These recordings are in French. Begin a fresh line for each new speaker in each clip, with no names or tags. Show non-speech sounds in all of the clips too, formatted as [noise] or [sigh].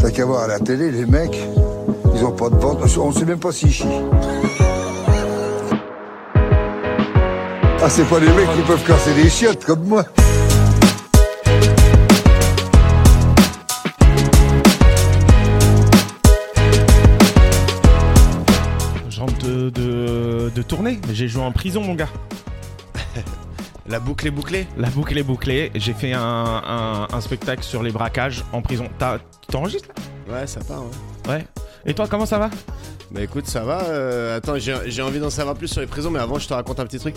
T'as qu'à voir à la télé, les mecs, ils ont pas de ventre. On sait même pas s'ils chient. Ah, c'est pas les mecs qui peuvent casser des chiottes comme moi.
Je rentre de, de, de tournée. J'ai joué en prison, mon gars.
[laughs] La boucle est bouclée
La boucle est bouclée. J'ai fait un, un- un spectacle sur les braquages en prison. T'as- T'enregistres
Ouais, ça part, ouais.
là Ouais. Et toi, comment ça va
Bah écoute, ça va. euh, attends, j'ai j'ai envie d'en savoir plus sur les prisons, mais avant, je te raconte un petit truc.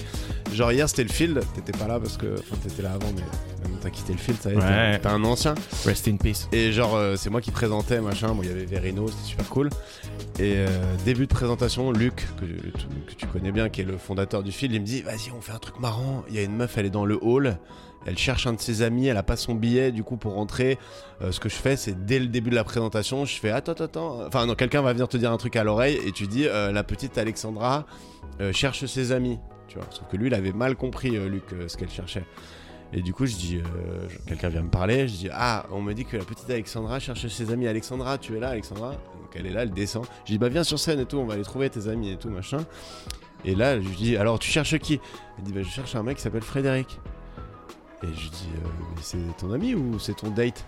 Genre, hier, c'était le field. T'étais pas là parce que. Enfin, t'étais là avant, mais maintenant, t'as quitté le field, ça y est.
Ouais.
t'es- T'es un ancien.
Rest in peace.
Et genre, euh, c'est moi qui présentais, machin. Bon, il y avait Verino, c'était super cool. Et euh, début de présentation, Luc, que, que tu connais bien, qui est le fondateur du film, il me dit Vas-y, on fait un truc marrant. Il y a une meuf, elle est dans le hall. Elle cherche un de ses amis, elle a pas son billet du coup pour rentrer. Euh, ce que je fais, c'est dès le début de la présentation, je fais attends, attends, attends. Enfin, non, quelqu'un va venir te dire un truc à l'oreille et tu dis euh, la petite Alexandra euh, cherche ses amis. Tu vois, sauf que lui, il avait mal compris euh, Luc euh, ce qu'elle cherchait. Et du coup, je dis, euh, je- quelqu'un vient me parler, je dis, ah, on me dit que la petite Alexandra cherche ses amis. Alexandra, tu es là, Alexandra Donc elle est là, elle descend. Je dis, bah viens sur scène et tout, on va aller trouver tes amis et tout, machin. Et là, je dis, alors tu cherches qui Elle dit, bah je cherche un mec qui s'appelle Frédéric. Et je dis, euh, mais c'est ton ami ou c'est ton date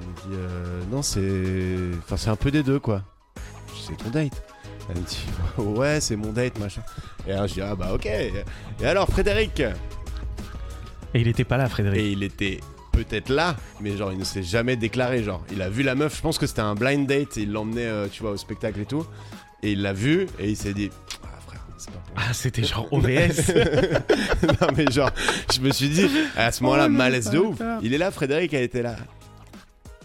Elle me dit, euh, non, c'est. Enfin, c'est un peu des deux, quoi. Je dis, C'est ton date. Elle me dit, [laughs] ouais, c'est mon date, machin. Et alors, je dis, ah bah ok. Et alors, Frédéric
Et il était pas là, Frédéric.
et il était peut-être là, mais genre il ne s'est jamais déclaré. Genre il a vu la meuf, je pense que c'était un blind date, il l'emmenait, euh, tu vois, au spectacle et tout. Et il l'a vu et il s'est dit, ah frère, c'est pas pour moi.
Ah, c'était
[laughs]
genre OBS.
non mais genre, je me suis dit, à ce moment-là,
Oh, le
malaise de ouf.
bâtard.
Il est là, Frédéric, elle était là.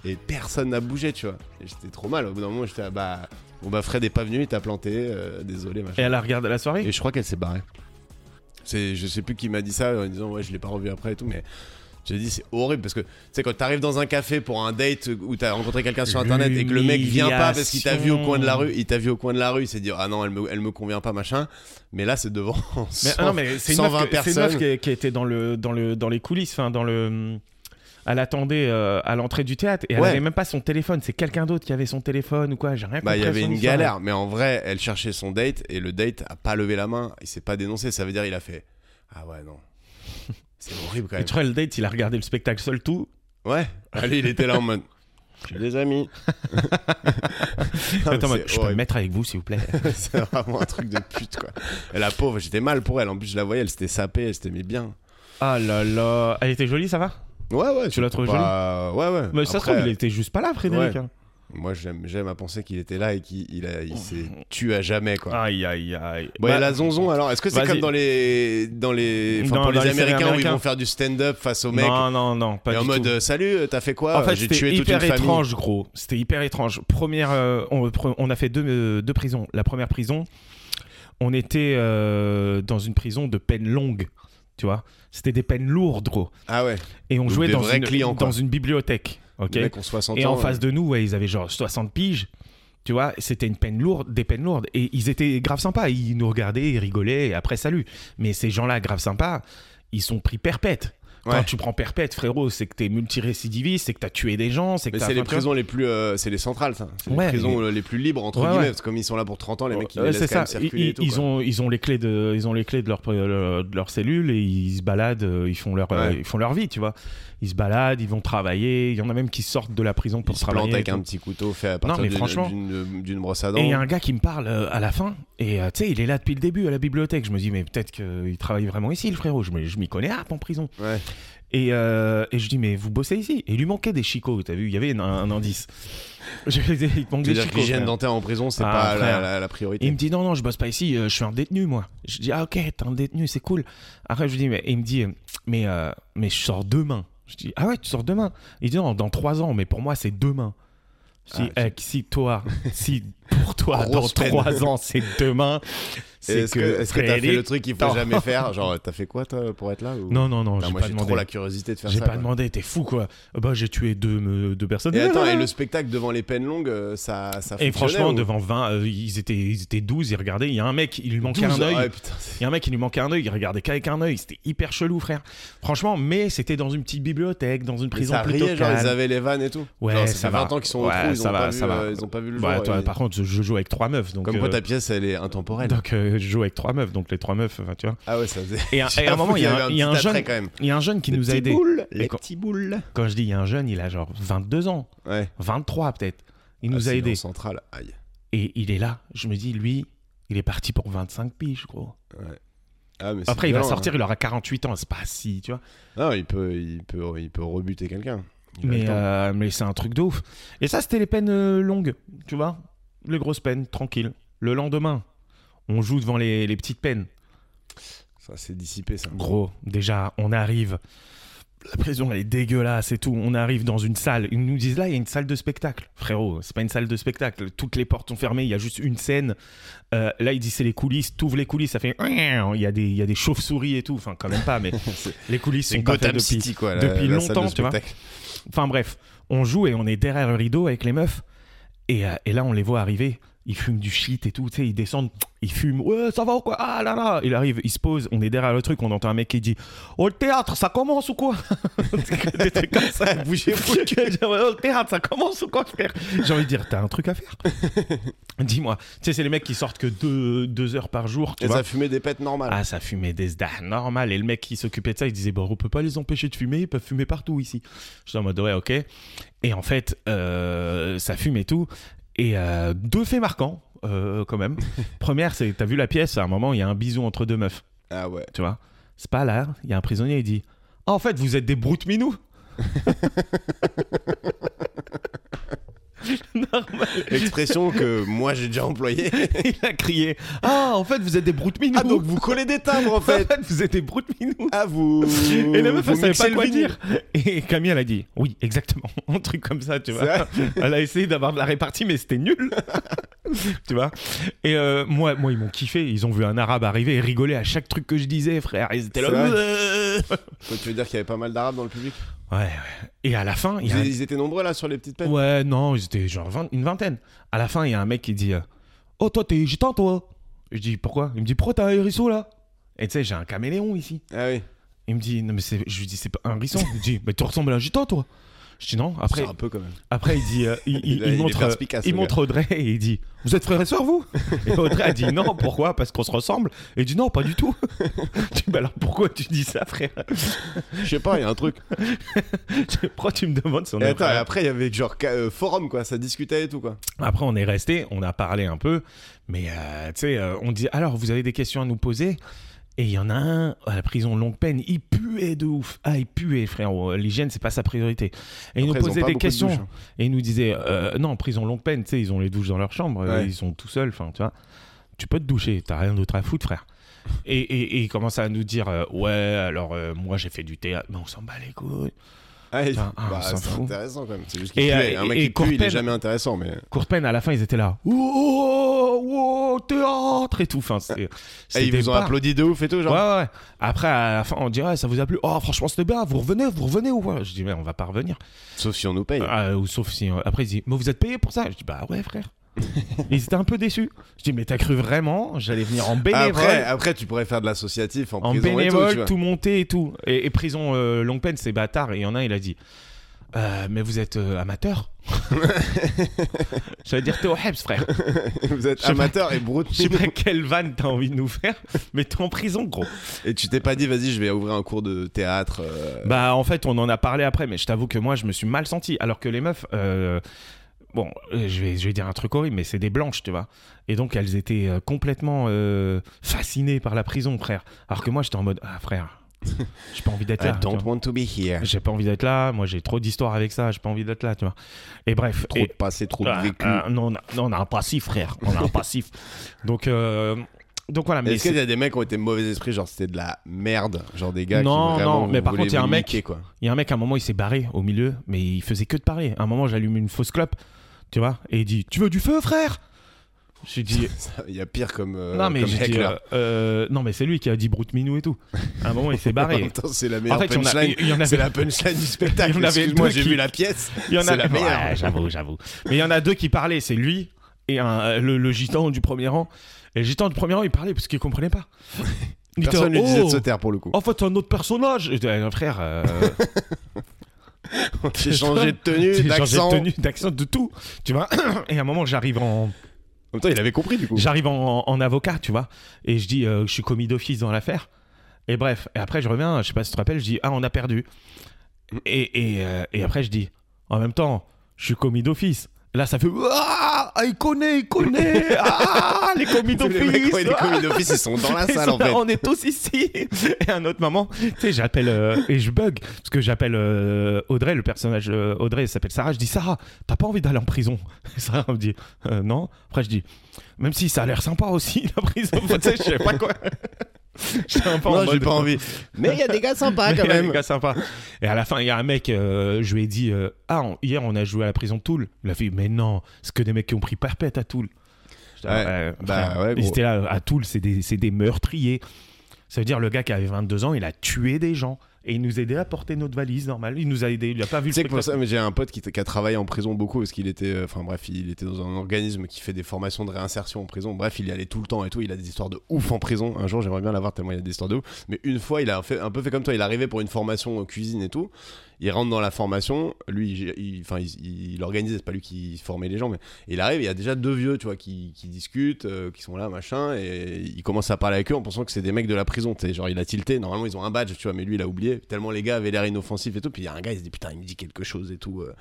Et personne n'a bougé, tu vois. Et J'étais trop mal. Au bout d'un moment, j'étais, ah, bah, bon bah Fred est pas venu, il t'a planté, euh, désolé, machin.
Et elle a regardé la soirée
Et je crois qu'elle s'est barrée. C'est, je sais plus qui m'a dit ça en disant ouais je l'ai pas revu après et tout mais j'ai dit c'est horrible parce que tu sais quand t'arrives dans un café pour un date où t'as rencontré quelqu'un sur internet et que le mec vient pas parce qu'il t'a vu au coin de la rue il t'a vu au coin de la rue il s'est dit ah non elle me, elle me convient pas machin mais là c'est devant [laughs]
Mais,
100
ah non, mais c'est une meuf,
120
que- c'est une meuf
personnes.
qui, qui était dans, le, dans, le, dans les coulisses, enfin, dans le. euh, Elle attendait euh, à l'entrée du théâtre et elle
Ouais.
avait même pas son téléphone. C'est quelqu'un d'autre qui avait son téléphone ou quoi. J'ai rien compris.
Bah, il y
à
avait
son
une
histoire.
galère, mais en vrai, elle cherchait son date et le date a pas levé la main, il s'est pas dénoncé, ça veut dire il a fait Ah ouais, [laughs] non. C'est horrible quand
Et
même.
tu vois, le date, il a regardé le spectacle seul tout.
Ouais, allez, il était là en mode J'ai
[laughs]
des amis. Non, mais
Attends,
c'est
mode, je peux me
horrible.
mettre avec vous, s'il vous plaît.
[laughs] C'est vraiment un truc de pute, quoi. Et la pauvre, j'étais mal pour elle. En plus, je la voyais, elle s'était sapée, elle s'était mis bien.
[laughs] Ah là là. Elle était jolie, ça va
Ouais, ouais.
Tu l'as trouvé
pas- Ouais, ouais.
Mais ça se
Après,
trouve, il était juste pas là, Frédéric.
Ouais.
hein.
Moi, j'aime j'aime à penser qu'il était là et qu'il il a- il s'est tué à jamais, quoi.
Aïe, aïe, aïe.
Bon,
Oh. Ah. Bah,
et la zonzon, hein, alors, est-ce que c'est
vas-y.
comme dans les. Dans les. Enfin,
Dans-
pour
dans
les
les séries
Américains où ils
américaines.
vont faire du stand-up face aux mecs
Non, non, non, pas
Et
du
en
tout.
mode, euh, salut, euh, t'as fait quoi
En fait,
Euh, J'ai
c'était
tué toute une
hyper
famille.
étrange, gros. C'était hyper étrange. Première, euh, on, pre- on a fait deux, euh, deux prisons. La première prison, on était euh, dans une prison de peine longue, tu vois. C'était des peines lourdes, gros.
Ah ouais,
Et on
Donc
jouait
des
dans
vrais
une,
clients, quoi.
dans une bibliothèque, ok.
les mecs ont 60
Et
ans. euh.
en face de nous, ouais, ils avaient genre 60 piges. Tu vois, c'était une peine lourde, des peines lourdes. Et ils étaient grave sympas. Ils nous regardaient, ils rigolaient, et après, salut. Mais ces gens-là, grave sympas, ils sont pris perpète.
Ouais.
Quand tu prends perpète, frérot, c'est que t'es multirécidiviste, c'est que t'as tué des gens, c'est que
Mais
t'as.
c'est les
enfin, tu vois.
prisons les plus. euh, c'est les centrales, ça. C'est les
Ouais,
prisons euh, les plus libres, entre
Ouais,
guillemets.
ouais.
Parce que comme ils sont là pour 30 ans, les mecs, ils
Ouais,
les
Euh, c'est
laissent quand
ça.
même circuler
Ils,
et tout.
ils
quoi.
ont, ils ont les clés de, ils ont les clés de leur, euh, de leur cellule et ils se baladent, euh, ils font leur, euh,
Ouais.
ils font leur vie, tu vois. Ils se baladent, ils vont travailler. Il y en a même qui sortent de la prison pour
Ils se plantent
travailler.
avec
et tout.
un petit couteau fait à partir
mais
d'une-
franchement-
d'une d'une brosse à dents.
Et il y a un gars qui me parle euh, à la fin, et euh, tu sais, il est là depuis le début à la bibliothèque. Je me dis, mais peut-être qu'il travaille vraiment ici, le frérot. Je me- je m'y connais, hop, en prison.
Ouais.
Et, euh, et je dis, mais vous bossez ici Et il lui manquait des chicots, t'as vu, il y avait un, un indice. [laughs] Je lui dis, il te manque
Tu
des
veux dire que
chicots.
l'hygiène
frère.
dentaire en prison, c'est
Ah,
pas la,
frère.
la- la
Et il
priorité.
me dit, non, non, je bosse pas ici, euh, je suis un détenu, moi. Je dis, ah ok, t'es un détenu, c'est cool. Après, je lui dis, mais et il me dit, mais, euh, mais je sors demain. Je dis, ah ouais, tu sors demain Il dit, non, dans trois ans, mais pour moi, c'est demain. Je dis,
Ah,
Eh, si toi, [laughs] si pour toi, dans
Grosse peine. [laughs]
trois ans, c'est demain, c'est
Est-ce que est-ce que t'as fait
Frédéric-
le truc qu'il faut
Non.
jamais faire Genre, t'as fait quoi toi pour être là ou...
Non, non, non,
Ah,
j'ai
moi
pas
j'ai trop
demandé.
la curiosité de faire
J'ai
ça.
pas
quoi.
demandé, t'es fou quoi. Bah j'ai tué deux, me- deux personnes.
Et attends, et le spectacle devant les peines longues, euh, ça, ça
Et
fonctionnait
franchement,
ou...
devant 20, euh, ils, étaient, ils étaient 12, ils regardaient. Il y a un mec, il lui manquait
12,
un œil.
ouais, putain, c'est-
Il y a un mec qui lui manquait un œil, il regardait qu'avec un œil, c'était hyper chelou, frère. Franchement, mais c'était dans une petite bibliothèque, dans une prison
ça
plutôt
riait, genre
calme.
ils avaient les vannes et tout.
Ouais,
genre,
ça
fait
va.
20 ans qu'ils sont au
Ouais,
trou, ils
ça
ont,
va,
pas vu,
ça va.
euh, ils ont pas vu le
Bah,
jour.
toi,
et-
par contre, je joue avec trois meufs, donc.
Comme quoi
euh,
ta pièce elle est intemporelle.
donc euh, je joue avec trois meufs, donc les trois meufs, enfin, tu vois.
Ah ouais, ça
[laughs]
faisait. [laughs]
Et à, et à un
J'avoue
moment, il y
qu'il
a un, il y a un
petit
jeune,
attrait, quand même.
il y a un jeune qui
Les
nous a
petits
aidés.
boules,
Et quand-
petits boules.
Quand je dis il y a un jeune, il a genre 22 ans,
Ouais.
23 peut-être. Il nous
Ah,
a
c'est
aidés.
en centrale. Aïe.
Et il est là. Je me dis, lui, il est parti pour 25 piges, gros.
Ah, mais c'est
Après, il va
violent,
sortir, il aura 48 ans. C'est pas si, tu vois.
hein. Non, il peut, il peut, il peut rebuter quelqu'un. Il a le
Mais,
temps.
euh, mais c'est un truc de ouf. Et ça, c'était les peines euh, longues, tu vois. Les grosses peines, tranquille. Le lendemain, on joue devant les, les petites peines.
Ça c'est dissipé ça.
Gros, déjà, on arrive. La prison, elle est dégueulasse et tout. On arrive dans une salle. Ils nous disent là, il y a une salle de spectacle. Frérot, c'est pas une salle de spectacle. Toutes les portes sont fermées. Il y a juste une scène. Euh, là, ils disent c'est les coulisses. T'ouvres les coulisses, ça fait. Il y a des, il y a des chauves-souris et tout. Enfin, quand même
[laughs]
pas, mais
C'est-
les coulisses
C'est
sont pas faites
Gotham
depuis.
City quoi. la-
depuis
la salle de
longtemps, tu vois.
spectacle.
Enfin bref, on joue et on est derrière le rideau avec les meufs. Et, euh, et là, on les voit arriver. Ils fument du shit et tout. Tu sais, ils descendent, ils fument. Ouais, ça va ou quoi Ah là là Il arrive, il se pose. On est derrière le truc. On entend un mec qui dit Au théâtre, ça commence ou quoi [laughs] Des trucs comme ça.
[laughs]
[laughs]
Bougez vous
Au théâtre, ça commence ou quoi, frère J'ai envie de dire T'as un truc à faire
[laughs]
Dis-moi. Tu sais, c'est les mecs qui sortent que deux, deux heures par jour. Tu
Et
vois
ça fumait des pètes normales.
ah, ça fumait des sdah normal. Et le mec qui s'occupait de ça, il disait Bon, on peut pas les empêcher de fumer, ils peuvent fumer partout ici. J'étais en mode Ouais, ok. Et en fait, euh, ça fume et tout. Et euh, deux faits marquants, euh, quand
[laughs]
même. Première, c'est T'as vu la pièce, à un moment, il y a un bison entre deux meufs,
Ah ouais. [laughs]
tu vois. C'est pas là, il y a un prisonnier, il dit Ah, en fait, vous êtes des brutes minous [laughs] Normal,
Expression que moi j'ai
[laughs]
déjà employée.
il a crié Ah, en fait, vous êtes des brutes minous
Ah donc vous collez des timbres en fait.
[laughs] En fait, vous êtes des brutes minous
Ah vous.
Et la meuf,
vous
elle savait
mixez
pas
le
quoi
vinyle.
dire. Et Camille, elle a dit Oui, exactement. [laughs] Un truc comme ça, tu vois. [laughs] Elle a essayé d'avoir de la répartie, mais c'était nul. [laughs] tu vois. Et euh, moi, moi, ils m'ont kiffé. Ils ont vu un arabe arriver et rigoler à chaque truc que je disais, frère. Ils étaient là.
C'est vrai.
Euh.
Toi, tu veux dire qu'il y avait pas mal d'arabes dans le public
Ouais, ouais. Et à la fin, il y
ils,
a. un-
ils étaient nombreux là sur les petites peines.
Ouais, non, ils étaient genre vingt- une vingtaine. À la fin, il y a un mec qui dit euh, Oh, toi, t'es gitan, toi. Je dis Pourquoi Il me dit Pourquoi t'as un hérisson là Et tu sais, j'ai un caméléon ici.
Ah oui.
Il me dit, non, mais c'est- je lui dis, c'est pas un risson. Il me dit, mais tu ressembles à un gitan, toi. Je dis non. Après,
C'est un peu quand même.
après il dit, euh, il, il-
[laughs] Il a-
il
il est
montre,
perspicace,
il
le
montre Audrey et il dit, vous êtes frère et soeur, vous Et Audrey a dit, non, pourquoi Parce qu'on se ressemble. Et il dit, non, pas du tout. [laughs] Je dis, bah alors pourquoi tu dis ça, frère [laughs]
Je sais pas, il y a un truc.
Pourquoi tu me demandes si on
Et
est
attends, et
frères
après il y avait genre ca- euh, forum quoi, ça discutait et tout quoi.
Après, on est resté, on a parlé un peu, mais euh, tu sais, euh, on dit alors, vous avez des questions à nous poser Et il y en a un à la prison longue peine, il puait de ouf. Ah, il puait, frérot. L'hygiène, c'est pas sa priorité. Et il nous
Après, ils ont
posait
pas
des
beaucoup de
questions.
douches, hein.
Et il nous disait euh, non, prison longue peine, tu sais, ils ont les douches dans leur chambre, euh,
Ouais.
ils sont tout seuls, enfin, tu vois. Tu peux te doucher, t'as rien d'autre à foutre, frère. Et, et- et il commence à nous dire euh, ouais, alors euh, moi j'ai fait du théâtre, mais on s'en bat les couilles.
Ah, il-
Putain, ah, on
bah,
s'en
c'est
fout.
intéressant quand même. C'est juste qu'il
Et,
pue,
euh,
un mec
et-
qui
et
pue, il est
Corpen-
jamais intéressant mais. eh,
Courpen, à la fin, ils étaient là. Oh, oh, oh, théâtre et tout. Enfin, c'était.
Ah, ils
c'était
vous ont
pas-
applaudi de ouf et tout
Ouais,
genre.
ouais. ouais. Après, à la fin, on dirait, ça vous a plu. Oh, franchement, c'était bien. Vous revenez, vous revenez ou quoi Je dis, mais on va pas revenir.
Sauf si on nous paye.
Ah, ou sauf si. euh, Après, ils disent, mais vous êtes payé pour ça Je dis, bah ouais,
[laughs]
frère. ils étaient un peu déçus. Je dis, mais t'as cru vraiment J'allais venir en bénévole.
Après, après, tu pourrais faire de l'associatif en,
en
prison
bénévole,
et tout.
tout,
tu vois.
monté et tout. Et, et prison euh, longue peine, c'est bâtard. Et il y en a, il a dit Euh, Mais vous êtes euh,
[laughs]
amateur J'allais dire, t'es au Hebs, frère.
[laughs] Vous êtes
Je sais pas.
amateur et brut.
Je sais pas quelle vanne t'as envie de nous faire, mais t'es en prison, gros.
Et tu t'es pas dit, vas-y, je vais ouvrir un cours de théâtre. euh,
Bah, en fait, on en a parlé après, mais je t'avoue que moi, je me suis mal senti. Alors que les meufs, euh, bon, euh, je vais, je vais dire un truc horrible, mais c'est des blanches, tu vois. Et donc, elles étaient euh, complètement euh, fascinées par la prison, frère. Alors que moi, j'étais en mode, ah,
[laughs]
frère, j'ai pas envie d'être
I
là. tu
don't
vois.
want to be here.
J'ai pas envie d'être là, moi j'ai trop d'histoires avec ça, j'ai pas envie d'être là, tu vois. Et bref,
Trop
et-
de passé, trop
Ah,
de vécu.
ah, non, on a- non, on a un passif, frère, on a un passif. Donc, euh, donc voilà, mais
Est-ce
c'est-
qu'il y a des mecs qui ont été mauvais esprits, genre c'était de la merde, genre des gars
Non,
qui vraiment
non, mais par
voulaient
contre, il y a
vous
un mec-
niquer, quoi.
Il y a un mec, à un moment, il s'est barré au milieu, mais il faisait que de parler. À un moment, j'allume une fausse clope, tu vois, et il dit Tu veux du feu, frère J'ai dit.
Il y a pire comme. [laughs] euh,
non, mais
comme
j'ai dit,
heckler.
euh, euh, non, mais c'est lui qui a dit Brute Minou et tout. À un moment, il s'est
[laughs] En
barré.
même temps, c'est la
En
meilleure
fait, il y en a-
punchline.
il y en
C'est
avait. [laughs]
la punchline du spectacle.
Il y en avait
Excuse-moi,
deux
j'ai
qui-
vu la pièce.
Il y en a.
C'est la meilleure.
Ouais, j'avoue, j'avoue. Mais il y en a deux qui parlaient. C'est lui et un, euh, le, le gitan du premier rang. Et le gitan du premier rang, il parlait parce qu'il comprenait
[laughs]
pas. Il était,
Personne ne lui disait de
oh,
se taire pour le coup.
En fait, c'est un autre personnage. Et, euh, frère, euh, Oh,
[laughs] J'ai changé de
[laughs]
tenue,
j'ai changé
d'accent.
de tenue, d'accent, de tout. Tu vois. [clears throat] Et à un moment, j'arrive en,
En même temps, il avait compris du coup.
j'arrive en, en avocat, tu vois. Et je dis, euh, je suis commis d'office dans l'affaire. Et bref. Et après, je reviens. Je sais pas si tu te rappelles. Je dis, ah, on a perdu. Et, et, euh, et après, je dis, en même temps, je suis commis d'office. Là, ça fait ah, il connaît, il connaît, ah, les
[laughs]
commis
Tous
d'office.
les mecs, ouais, les
ah.
commis d'office, ils sont dans la
Ils
salle
sont
en
là,
fait.
On est tous ici. [laughs] Et à un autre moment, tu sais, j'appelle euh, et je bug parce que j'appelle euh, Audrey, le personnage euh, Audrey elle s'appelle Sarah. Je dis Sarah, t'as pas envie d'aller en prison [laughs] Et Sarah me dit Euh, non. Après je dis même si ça a l'air sympa aussi [laughs] la prison. Enfin, tu sais, je sais pas quoi. [laughs] J'étais un peu en
Non, j'ai
mode-
pas envie. Mais il y a des gars
[laughs]
sympas
mais
Ah, quand
il y a
même.
des gars sympas. Et à la fin, il y a un mec, euh, je lui ai dit euh, Ah, on- hier on a joué à la prison de Toul. Il a fait Mais non, c'est que des mecs qui ont pris perpète à Toul. J'étais,
Ouais,
Ah,
bah
frère,
ouais,
ils
gros.
étaient là, à Toul, c'est des, c'est des meurtriers. Ça veut dire le gars qui avait 22 ans, il a tué des gens. Et il nous aidait à porter notre valise, normal. Il nous a aidé, il a pas vu
Tu
le
sais que pour
spectacle.
ça, mais j'ai un pote qui, t- qui a travaillé en prison beaucoup parce qu'il était, euh, enfin bref, il était dans un organisme qui fait des formations de réinsertion en prison. Bref, il y allait tout le temps et tout. Il a des histoires de ouf en prison. Un jour, j'aimerais bien l'avoir tellement il y a des histoires de ouf. Mais une fois, il a fait un peu fait comme toi. Il arrivait pour une formation en cuisine et tout. Il rentre dans la formation. Lui, il- il- enfin, il, il, il organisait. C'est pas lui qui formait les gens, mais il arrive. Il y a déjà deux vieux, tu vois, qui, qui discutent, euh, qui sont là, machin, et il commence à parler avec eux en pensant que c'est des mecs de la prison. Tu sais, genre, il a tilté. Normalement, ils ont un badge, tu vois, mais lui, il a oublié. Tellement les gars avaient l'air inoffensifs et tout. Puis il y a un gars, il se dit putain, il me dit quelque chose et tout. euh.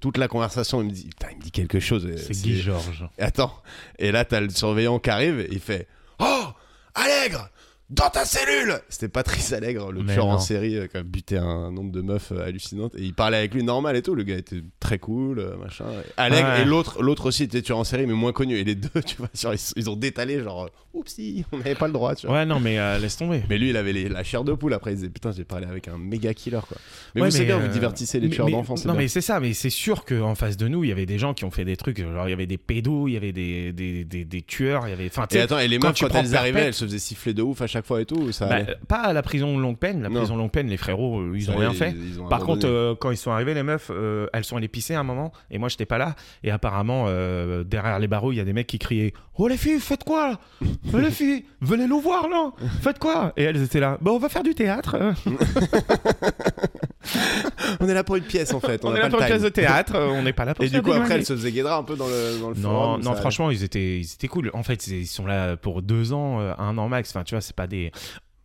toute la conversation, il me dit putain, il me dit quelque chose. et
C'est Guy Georges.
et Attends. Et là, t'as le surveillant qui arrive et il fait Oh Allègre Dans ta cellule C'était Patrice Allègre, le
Mais
tueur en
non.
série, euh, qui a buté un nombre de meufs euh, hallucinantes. Et il parlait avec lui normal et tout. Le gars était très cool, euh, machin. Allègre
Ouais.
et l'autre l'autre aussi était tueur en série, mais moins connu. Et les deux, [laughs] tu vois, genre, ils, s- ils ont détalé, genre, euh, oupsie, on n'avait pas le droit, tu vois.
Ouais, non, mais euh, laisse tomber.
Mais lui, il avait les- la chair de poule après. Il disait Putain, j'ai parlé avec un méga killer, quoi. Mais
Ouais,
vous, c'est bien,
euh,
vous divertissez les
mais-
tueurs
mais-
d'enfants, c'est
Non,
bien.
mais c'est ça, mais c'est sûr qu'en face de nous, il y avait des gens qui ont fait des trucs. Genre, il y avait des pédos, il y avait des, des, des, des tueurs, il y avait. Enfin, tu
Et
sais,
attends, et les
quand
meufs,
tu
quand
prends
elles arrivaient,
perpète-
elles se faisaient siffler de ouf à chaque fois et tout. ou Ça
bah,
allait
euh, pas à la prison de longue peine. La
Non.
prison de longue peine, les frérots, euh, ils
Ça
ont
allait,
rien fait.
ils ont
Par contre,
abandonné.
euh, quand ils sont arrivés, les meufs, euh, elles sont allées pisser à un moment, et moi j'étais pas là. Et apparemment, euh, derrière les barreaux, il y a des mecs qui criaient Oh les filles, faites quoi là
[laughs]
Oh, Les filles, venez nous voir là Faites quoi Et elles étaient là Bah on va faire du théâtre euh.
On est là pour une pièce en fait.
[laughs]
On,
On,
n'a
est là
pas
pour
le
une
time.
pièce de théâtre, euh, on n'est pas là pour
[laughs] Et
se
du coup, après,
déglinguer.
elle se faisait guédra un peu dans le, dans le
Non,
forum, ça
non
allait.
franchement, ils étaient, ils étaient cool. En fait, c'est- ils sont là pour deux ans, euh, un an max. Enfin, tu vois, c'est pas des.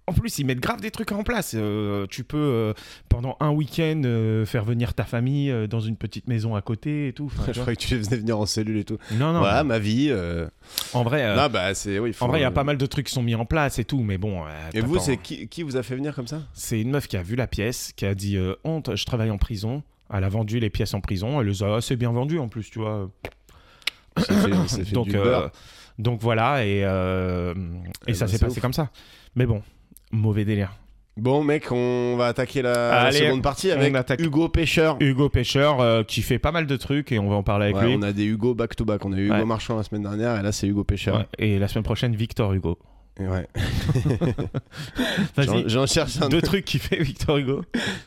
En plus, ils mettent grave des trucs en place. Euh, tu peux, euh, pendant un week-end, euh, faire venir ta famille euh, dans une petite maison à côté et tout.
[laughs]
Enfin, tu
[laughs] Je
vois.
croyais que tu les faisais venir en cellule et tout.
Non, non.
voilà, ma vie. euh,
En vrai, euh,
là, bah, c'est. Oui, faut-
en vrai, il y a pas mal de trucs qui sont mis en place et tout. Mais bon. euh,
Et vous,
t'attends.
c'est qui, qui vous a fait venir
[laughs]
comme ça
C'est une meuf qui a vu la pièce, qui a dit euh, Honte, je travaille en prison. Elle a vendu les pièces en prison. Elle les a assez bien vendues en plus, tu vois.
On s'est fait, on s'est fait
donc,
du
euh,
beurre.
donc voilà, et, euh, et
Eh
ça
ben,
s'est
c'est
passé
ouf.
comme ça. Mais bon, mauvais délire.
Bon, mec, on va attaquer la, la
Allez,
seconde partie avec
on attaque.
Hugo Pêcheur.
Hugo Pêcheur euh, qui fait pas mal de trucs et on va en parler avec
Ouais,
lui.
on a des Hugo back-to-back. On a eu Hugo
Ouais.
Marchand la semaine dernière et là, c'est Hugo Pêcheur.
Ouais, Et la semaine prochaine, Victor Hugo.
Et Ouais. J'en-
Vas-y,
J'en cherche un.
deux trucs qui fait Victor Hugo.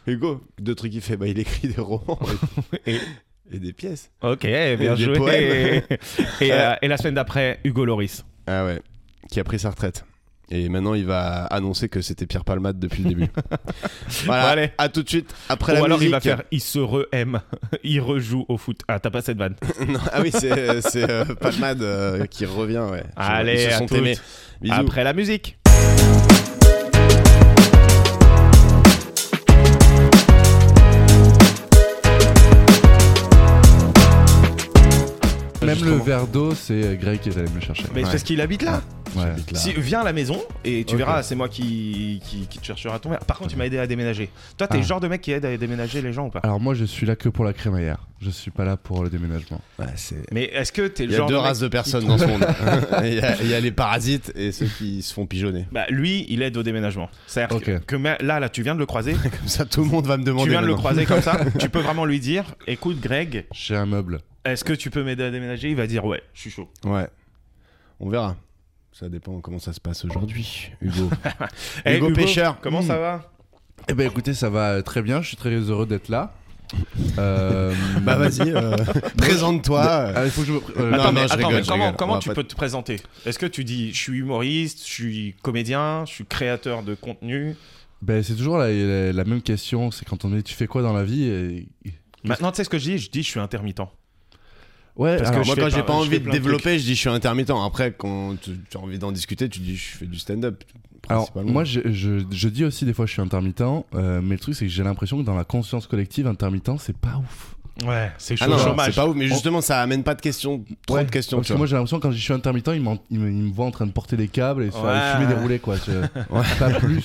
Hugo, deux trucs qu'il fait. Bah, il écrit
[laughs]
des romans et, et des pièces.
Ok, bien
Des
joué.
poèmes.
et, euh, et la semaine d'après, Hugo Loris.
Ah ouais, qui a pris sa retraite. Et maintenant, il va annoncer que c'était Pierre Palmade depuis
[laughs]
le début. voilà,
Bon, allez.
à tout de suite après
Ou
la
alors il
musique.
va faire Il se re-aime, [laughs] il rejoue au foot. Ah, t'as pas cette vanne.
Non, [laughs] ah oui, c'est c'est, euh, Palmade euh, qui revient, ouais.
[laughs] Allez,
Ils se
à
sont
toutes.
aimés. Bisous.
Après la musique.
Même le
Justement.
verre d'eau, c'est euh, Greg qui est allé me le chercher.
Mais
Ouais.
c'est parce qu'il habite là.
Ouais.
J'habite là.
Si, viens à la maison et tu
Ok.
verras, c'est moi qui, qui, qui te cherchera ton verre. Par contre, tu m'as aidé à déménager. Toi, t'es
Ah.
le genre de mec qui aide à déménager les gens ou pas
Ah.
Alors moi, je suis là que pour la crémaillère. Je suis pas là pour le déménagement.
Ouais, c'est-
Mais est-ce que t'es
il
le
y a
genre.
deux
de mec-
races de personnes dans ce monde.
[laughs]
[laughs] il, y a, il y a les parasites et ceux qui se font pigeonner. [laughs]
Bah, lui, il aide au déménagement. C'est-à-dire que-
Ok.
que, ma- là, là, tu viens de le
[laughs]
croiser.
Comme ça, tout le monde va me demander.
tu viens de le
maintenant.
croiser comme
[laughs]
ça. tu peux vraiment lui dire Écoute, Greg,
J'ai un meuble.
est-ce que tu peux m'aider à déménager Il va dire Ouais, je suis chaud.
Ouais. On verra. Ça dépend comment ça se passe aujourd'hui,
[laughs]
Hugo.
Eh,
Hugo Pêcheur. Hmm.
Comment ça va
Eh ben écoutez, ça va très bien. Je suis très heureux d'être là. Euh,
[laughs]
Bah vas-y, euh, présente-toi.
ah, il faut que je me- euh,
Non,
Attends, mais,
je
attends,
rigole,
mais
je
comment,
rigole.
comment
On va
tu
pas-
peux te présenter Est-ce que tu dis je suis humoriste, je suis comédien, je suis créateur de contenu
ben, c'est toujours la, la- la même question. C'est quand on me dit tu fais quoi dans la vie et-
Maintenant, tu sais ce que je dis Je dis je suis intermittent.
Ouais.
Parce que
alors,
je
moi,
fais
quand
plein-
j'ai
je
pas
fais
envie de
plein de
développer, je dis je suis intermittent. Après, quand tu tu as envie d'en discuter, tu dis je fais du stand-up.
alors,
principalement.
moi, je, je- je dis aussi des fois je suis intermittent, euh, mais le truc c'est que j'ai l'impression que dans la conscience collective, intermittent c'est pas ouf.
Ouais, c'est
ah
chaud
non,
au
non,
chômage.
c'est pas ouf, mais justement, ça amène pas de questions, trop
Ouais,
de questions.
Parce
Tu
que
vois.
moi j'ai l'impression que quand je suis intermittent, ils m'en- ils me, ils me voient en train de porter des câbles et de faire-
Ouais.
fumer des roulets quoi. tu vois.
[laughs]
Pas plus.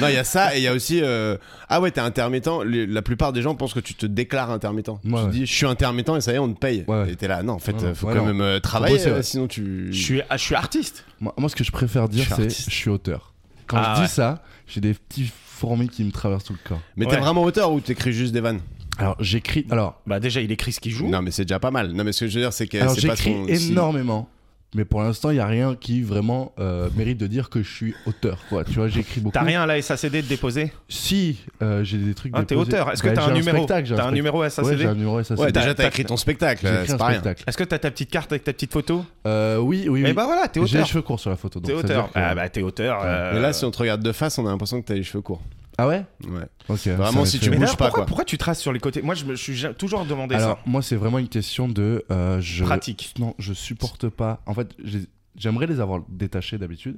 Non, il y a ça et il y a aussi. euh, Ah ouais, t'es intermittent. Les- La plupart des gens pensent que tu te déclares intermittent. tu
Ouais, ouais.
dis je suis intermittent et ça y est, on te paye.
Ouais, ouais.
Et t'es là, non, en fait,
Ouais,
euh, faut
ouais,
quand
non.
même euh, travailler,
bosser,
euh,
ouais.
sinon tu.
Mm.
Je suis, ah, je suis artiste.
Moi, moi, ce que je préfère dire
Je suis
c'est
artiste.
je suis auteur. Quand
Ah
je dis
ouais.
ça, j'ai des petits fourmis qui me traversent tout le corps.
Mais
Ouais.
t'es vraiment auteur ou t'écris juste des vannes
Alors j'écris. Alors,
Bah déjà, il écrit ce qu'il joue.
Non, mais c'est déjà pas mal. Non, mais ce que je veux dire, c'est que
alors
c'est pas
j'écris
son.
énormément. Mais pour l'instant, il n'y a rien qui vraiment euh, mérite de dire que je suis auteur. Quoi. Tu vois, j'écris beaucoup.
T'as rien à la SACD de déposer
Si, euh, j'ai des trucs.
Ah, T'es
déposés.
auteur. Est-ce que
Bah,
t'as
j'ai
un numéro
spectacle,
T'as
j'ai
un
spectacle.
numéro
Ouais,
SACD
j'ai un numéro SACD.
Ouais, déjà,
t'as-
t'as écrit ton spectacle.
J'ai
euh,
écrit
C'est
un
pas rien.
spectacle.
Est-ce que t'as ta petite carte avec ta petite photo
Euh, oui, oui,
Et
oui.
bah voilà, t'es
J'ai les
auteur.
cheveux courts sur la photo. donc
T'es
ça veut
auteur.
dire que-
Ah bah t'es auteur. euh,
Mais là, si on te regarde de face, on a l'impression que t'as les cheveux courts.
Ah ouais
Ouais.
Ok,
Vraiment,
ça
si
fait-
tu
Mais
bouges
d'ailleurs,
pas,
pourquoi,
quoi.
pourquoi tu traces sur les côtés Moi, je me suis ja- toujours demandé
Alors,
ça.
moi, c'est vraiment une question de. euh, je...
Pratique.
Non, je supporte pas. En fait, j'ai- j'aimerais les avoir détachés d'habitude,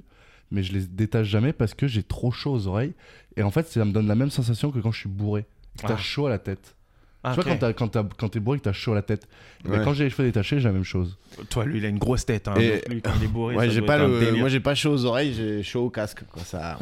mais je les détache jamais parce que j'ai trop chaud aux oreilles. Et en fait, ça me donne la même sensation que quand je suis bourré. que T'as
Ah.
chaud à la tête.
Ah,
Tu vois,
ok.
quand, t'as- quand, t'as- quand t'es bourré, que t'as chaud à la tête. Mais
Ouais.
quand j'ai les cheveux détachés, j'ai la même chose.
Toi, lui, il a une grosse tête. Hein,
Et-
Donc, lui, quand il est bourré,
Ouais,
ça
j'ai
doit
pas
être un
le...
délire.
Moi, j'ai pas chaud aux oreilles, j'ai chaud au casque. quoi, ça...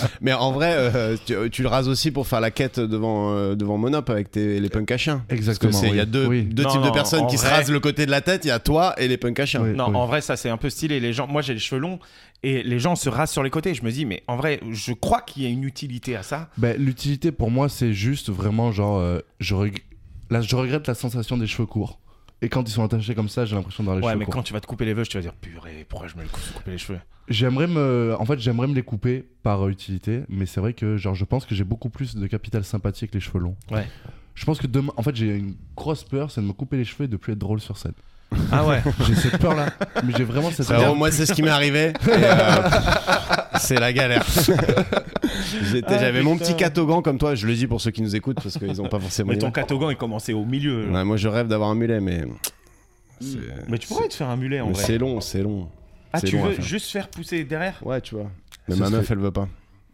[laughs] mais en vrai, euh, tu, tu le rases aussi pour faire la quête devant, euh, devant Monop avec tes, les punks à chiens. Parce que
Exactement.
c'est- il y a
oui.
deux,
Oui.
deux
Non,
types
non,
de personnes
en
qui se
vrai-
rasent le côté de la tête, il y a toi et les punks à chiens.
Oui.
Non, en vrai, ça c'est un peu stylé. Les gens, moi, j'ai les cheveux longs et les gens se rasent sur les côtés. Je me dis, mais en vrai, je crois qu'il y a une utilité à ça.
Ben, L'utilité pour moi, c'est juste vraiment genre. euh, je, reg- là, je regrette la sensation des cheveux courts. Et quand ils sont attachés comme ça, j'ai l'impression d'avoir les
ouais,
cheveux
mais
courts.
quand tu vas te couper les cheveux, tu vas dire, purée, pourquoi je me coupe couper les cheveux
J'aimerais me, en fait, j'aimerais me les couper par euh, utilité, mais c'est vrai que genre, je pense que j'ai beaucoup plus de capital sympathie que les cheveux longs.
Ouais.
Je pense que demain, en fait, j'ai une grosse peur, c'est de me couper les cheveux et de plus être drôle sur scène.
[laughs] Ah ouais.
J'ai cette peur-là,
[laughs]
mais j'ai vraiment cette
Frérot, [laughs]
peur.
moi, c'est ce qui m'est arrivé. et, euh, [laughs] c'est la [laughs] galère. J'étais-
Ah,
J'avais mon
putain.
petit catogan comme toi. Je le dis pour ceux qui nous écoutent parce qu'ils ont pas forcément.
mais ton euh,
l'image.
catogan est commencé au milieu.
Ouais, moi, je rêve d'avoir un mulet, mais c'est-
Mais tu pourrais te faire un mulet en
mais
vrai.
c'est long, c'est long.
Ah,
c'est
tu
long à
veux
faire.
juste faire pousser derrière
Ouais, tu vois. Ah. Mais
Ce
ma meuf,
serait-
elle veut pas.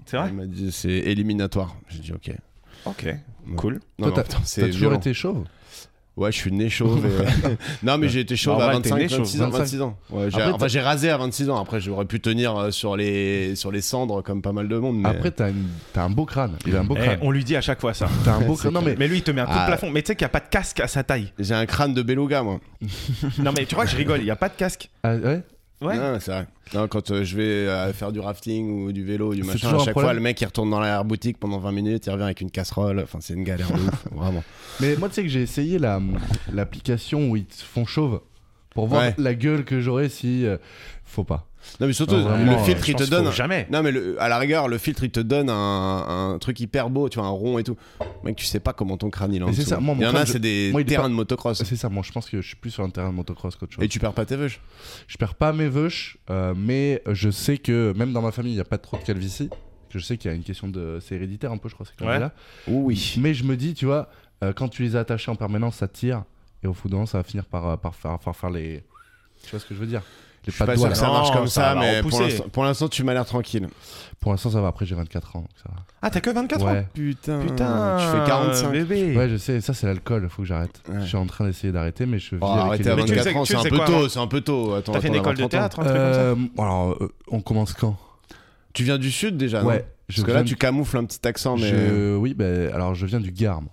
C'est vrai
Elle m'a dit c'est éliminatoire. J'ai dit ok.
Ok,
Ouais.
cool.
Non,
Toi,
mais attends,
T'as
c'est
toujours
violent.
été chauve
Ouais, je suis né chauve. et-
[laughs]
euh, non, mais j'ai été chauve
Bah, en
à
vrai, t'es
25,
né chauve,
26 ans.
25.
26 ans. Ouais, j'ai-
Après, t'as-
enfin, j'ai rasé à 26 ans. Après, j'aurais pu tenir euh, sur les, sur les cendres comme pas mal de monde. Mais...
Après, t'as une- t'as un beau crâne. Il a un beau
Eh,
crâne.
on lui dit à chaque fois ça.
T'as
[laughs]
un beau crâne. Non mais
Mais lui, il te met un coup
Ah.
de plafond. Mais tu sais qu'il n'y a pas de casque à sa
[laughs]
taille.
j'ai un crâne de beluga, moi.
non, mais tu vois que je rigole, il n'y a pas de casque.
ah, ouais.
Ouais.
Non, c'est vrai. Non, quand euh, je vais euh, faire du rafting ou du vélo, du
C'est
machin, à
toujours un
chaque fois,
problème.
le mec il retourne dans la boutique pendant 20 minutes, il revient avec une casserole. Enfin, c'est une galère de ouf, [laughs] vraiment.
Mais moi, tu sais que j'ai essayé la l'application où ils te font chauve pour voir
Ouais.
la gueule que j'aurais si euh, faut pas.
Non, mais surtout,
Non, vraiment,
le
euh,
filtre
Je
il
pense
te
qu'il faut
donne.
Jamais.
Non, mais le- à la rigueur, le filtre il te donne un, un truc hyper beau, tu vois, un rond et tout. Mec, tu sais pas comment ton crâne il est en
Mais c'est
dessous. hein.
ça, moi, mon
il y en
crâne,
a,
je-
c'est des
moi, il est
terrains
pas-
de motocross.
C'est ça. Moi, je pense que je suis plus sur un terrain de motocross qu'autre chose.
Et tu perds pas tes veuches.
Je perds pas mes veuches, euh, mais je sais que même dans ma famille, il n'y a pas trop de calvitie. Je sais qu'il y a une question de. C'est héréditaire un peu, je crois, c'est comme
Ouais.
là.
Oui.
Mais je me dis, tu vois, euh, quand tu les as attachés en permanence, ça tire. Et au fout d'un moment, ça va finir par, euh, par, faire, par faire les. Tu vois ce que je veux dire Les
Je suis
pas
pas
de
sûr
doigts.
que ça
Non,
marche comme
ça
ça,
va
Bah,
mais
repousser.
pour l'instant- pour l'instant, tu m'as l'air tranquille.
Pour l'instant, ça va. Après, j'ai 24 ans. donc ça va.
Ah, t'as que 24 ans
Ouais.
Putain,
Putain,
tu fais 45.
bébé.
Ouais, je sais, ça, c'est l'alcool. Faut que j'arrête.
Ouais.
Je suis en train d'essayer d'arrêter, mais je vis
Oh,
avec
arrêtez
les
à
Mais tu sais-
24 ans,
tu
c'est
sais
un peu
quoi,
tôt, c'est un peu tôt. Attends,
T'as fait une
attends,
école de
30 ans.
théâtre, un truc comme ça
Euh, alors, euh, on commence quand
Tu viens du sud déjà, non
Ouais. je
Parce que là,
viens
tu camoufles un petit accent, mais. euh,
Je- Oui, bah, alors je viens du Gard, moi.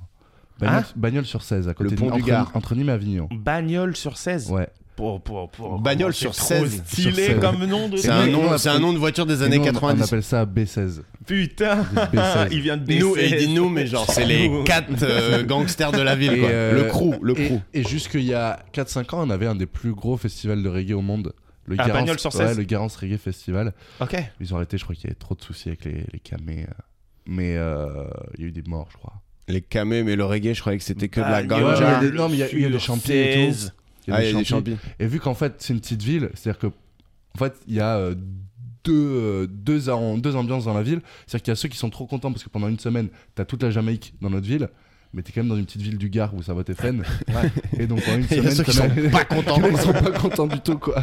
Bagnoles, Bagnoles sur 16, à côté
Le
de-
pont du
entre,
Gard.
entre Nîmes et Avignon.
Bagnole sur 16
Ouais.
pour, pour, pour,
Bagnole
c'est
sur
trop
16.
Stylé
Sur 16.
comme nom de
C'est
Et
un,
nous, on
nom,
a-
c'est un nom de voiture des
Et
années
nous, on- On
90.
appelle
[laughs]
ça B16.
Putain.
B16.
[laughs] Il vient de
Nous, et il
B16.
dit nous, mais genre, c'est les
Nous.
quatre euh, gangsters de la ville,
Et,
quoi.
euh,
le crew, le
et,
crew.
et jusqu'il y a 4-5 ans, on avait un des plus gros festivals de reggae au monde, Le
Ah,
Garance-
Bagnoles sur
ouais,
16.
le Garance Reggae Festival.
Ok.
Ils ont arrêté, je crois qu'il y avait trop de soucis avec les, les camés. euh. Mais euh, il y a eu des morts, je crois.
Les camés, mais le reggae, je croyais que c'était que de
Ah,
la
il y
Ouais,
Ganja,
ouais,
ganja.
mais il y a des- non, mais il y a- il y a des
sur
champions et tout.
16.
Il y a
Ah,
des
il y a des
champis.
champis.
Et vu qu'en fait, c'est une petite ville, c'est-à-dire que, en fait, il y a euh, deux, euh, deux, am- deux ambiances dans la ville. C'est-à-dire qu'il y a ceux qui sont trop contents parce que pendant une semaine, t'as toute la Jamaïque dans notre ville. Mais t'es quand même dans une petite ville du Gard où ça va tes
[laughs]
fans. Et donc pendant une
Il y a
semaine,
ceux qui
t'as-
sont pas
[laughs]
contents.
ils sont pas contents du tout quoi.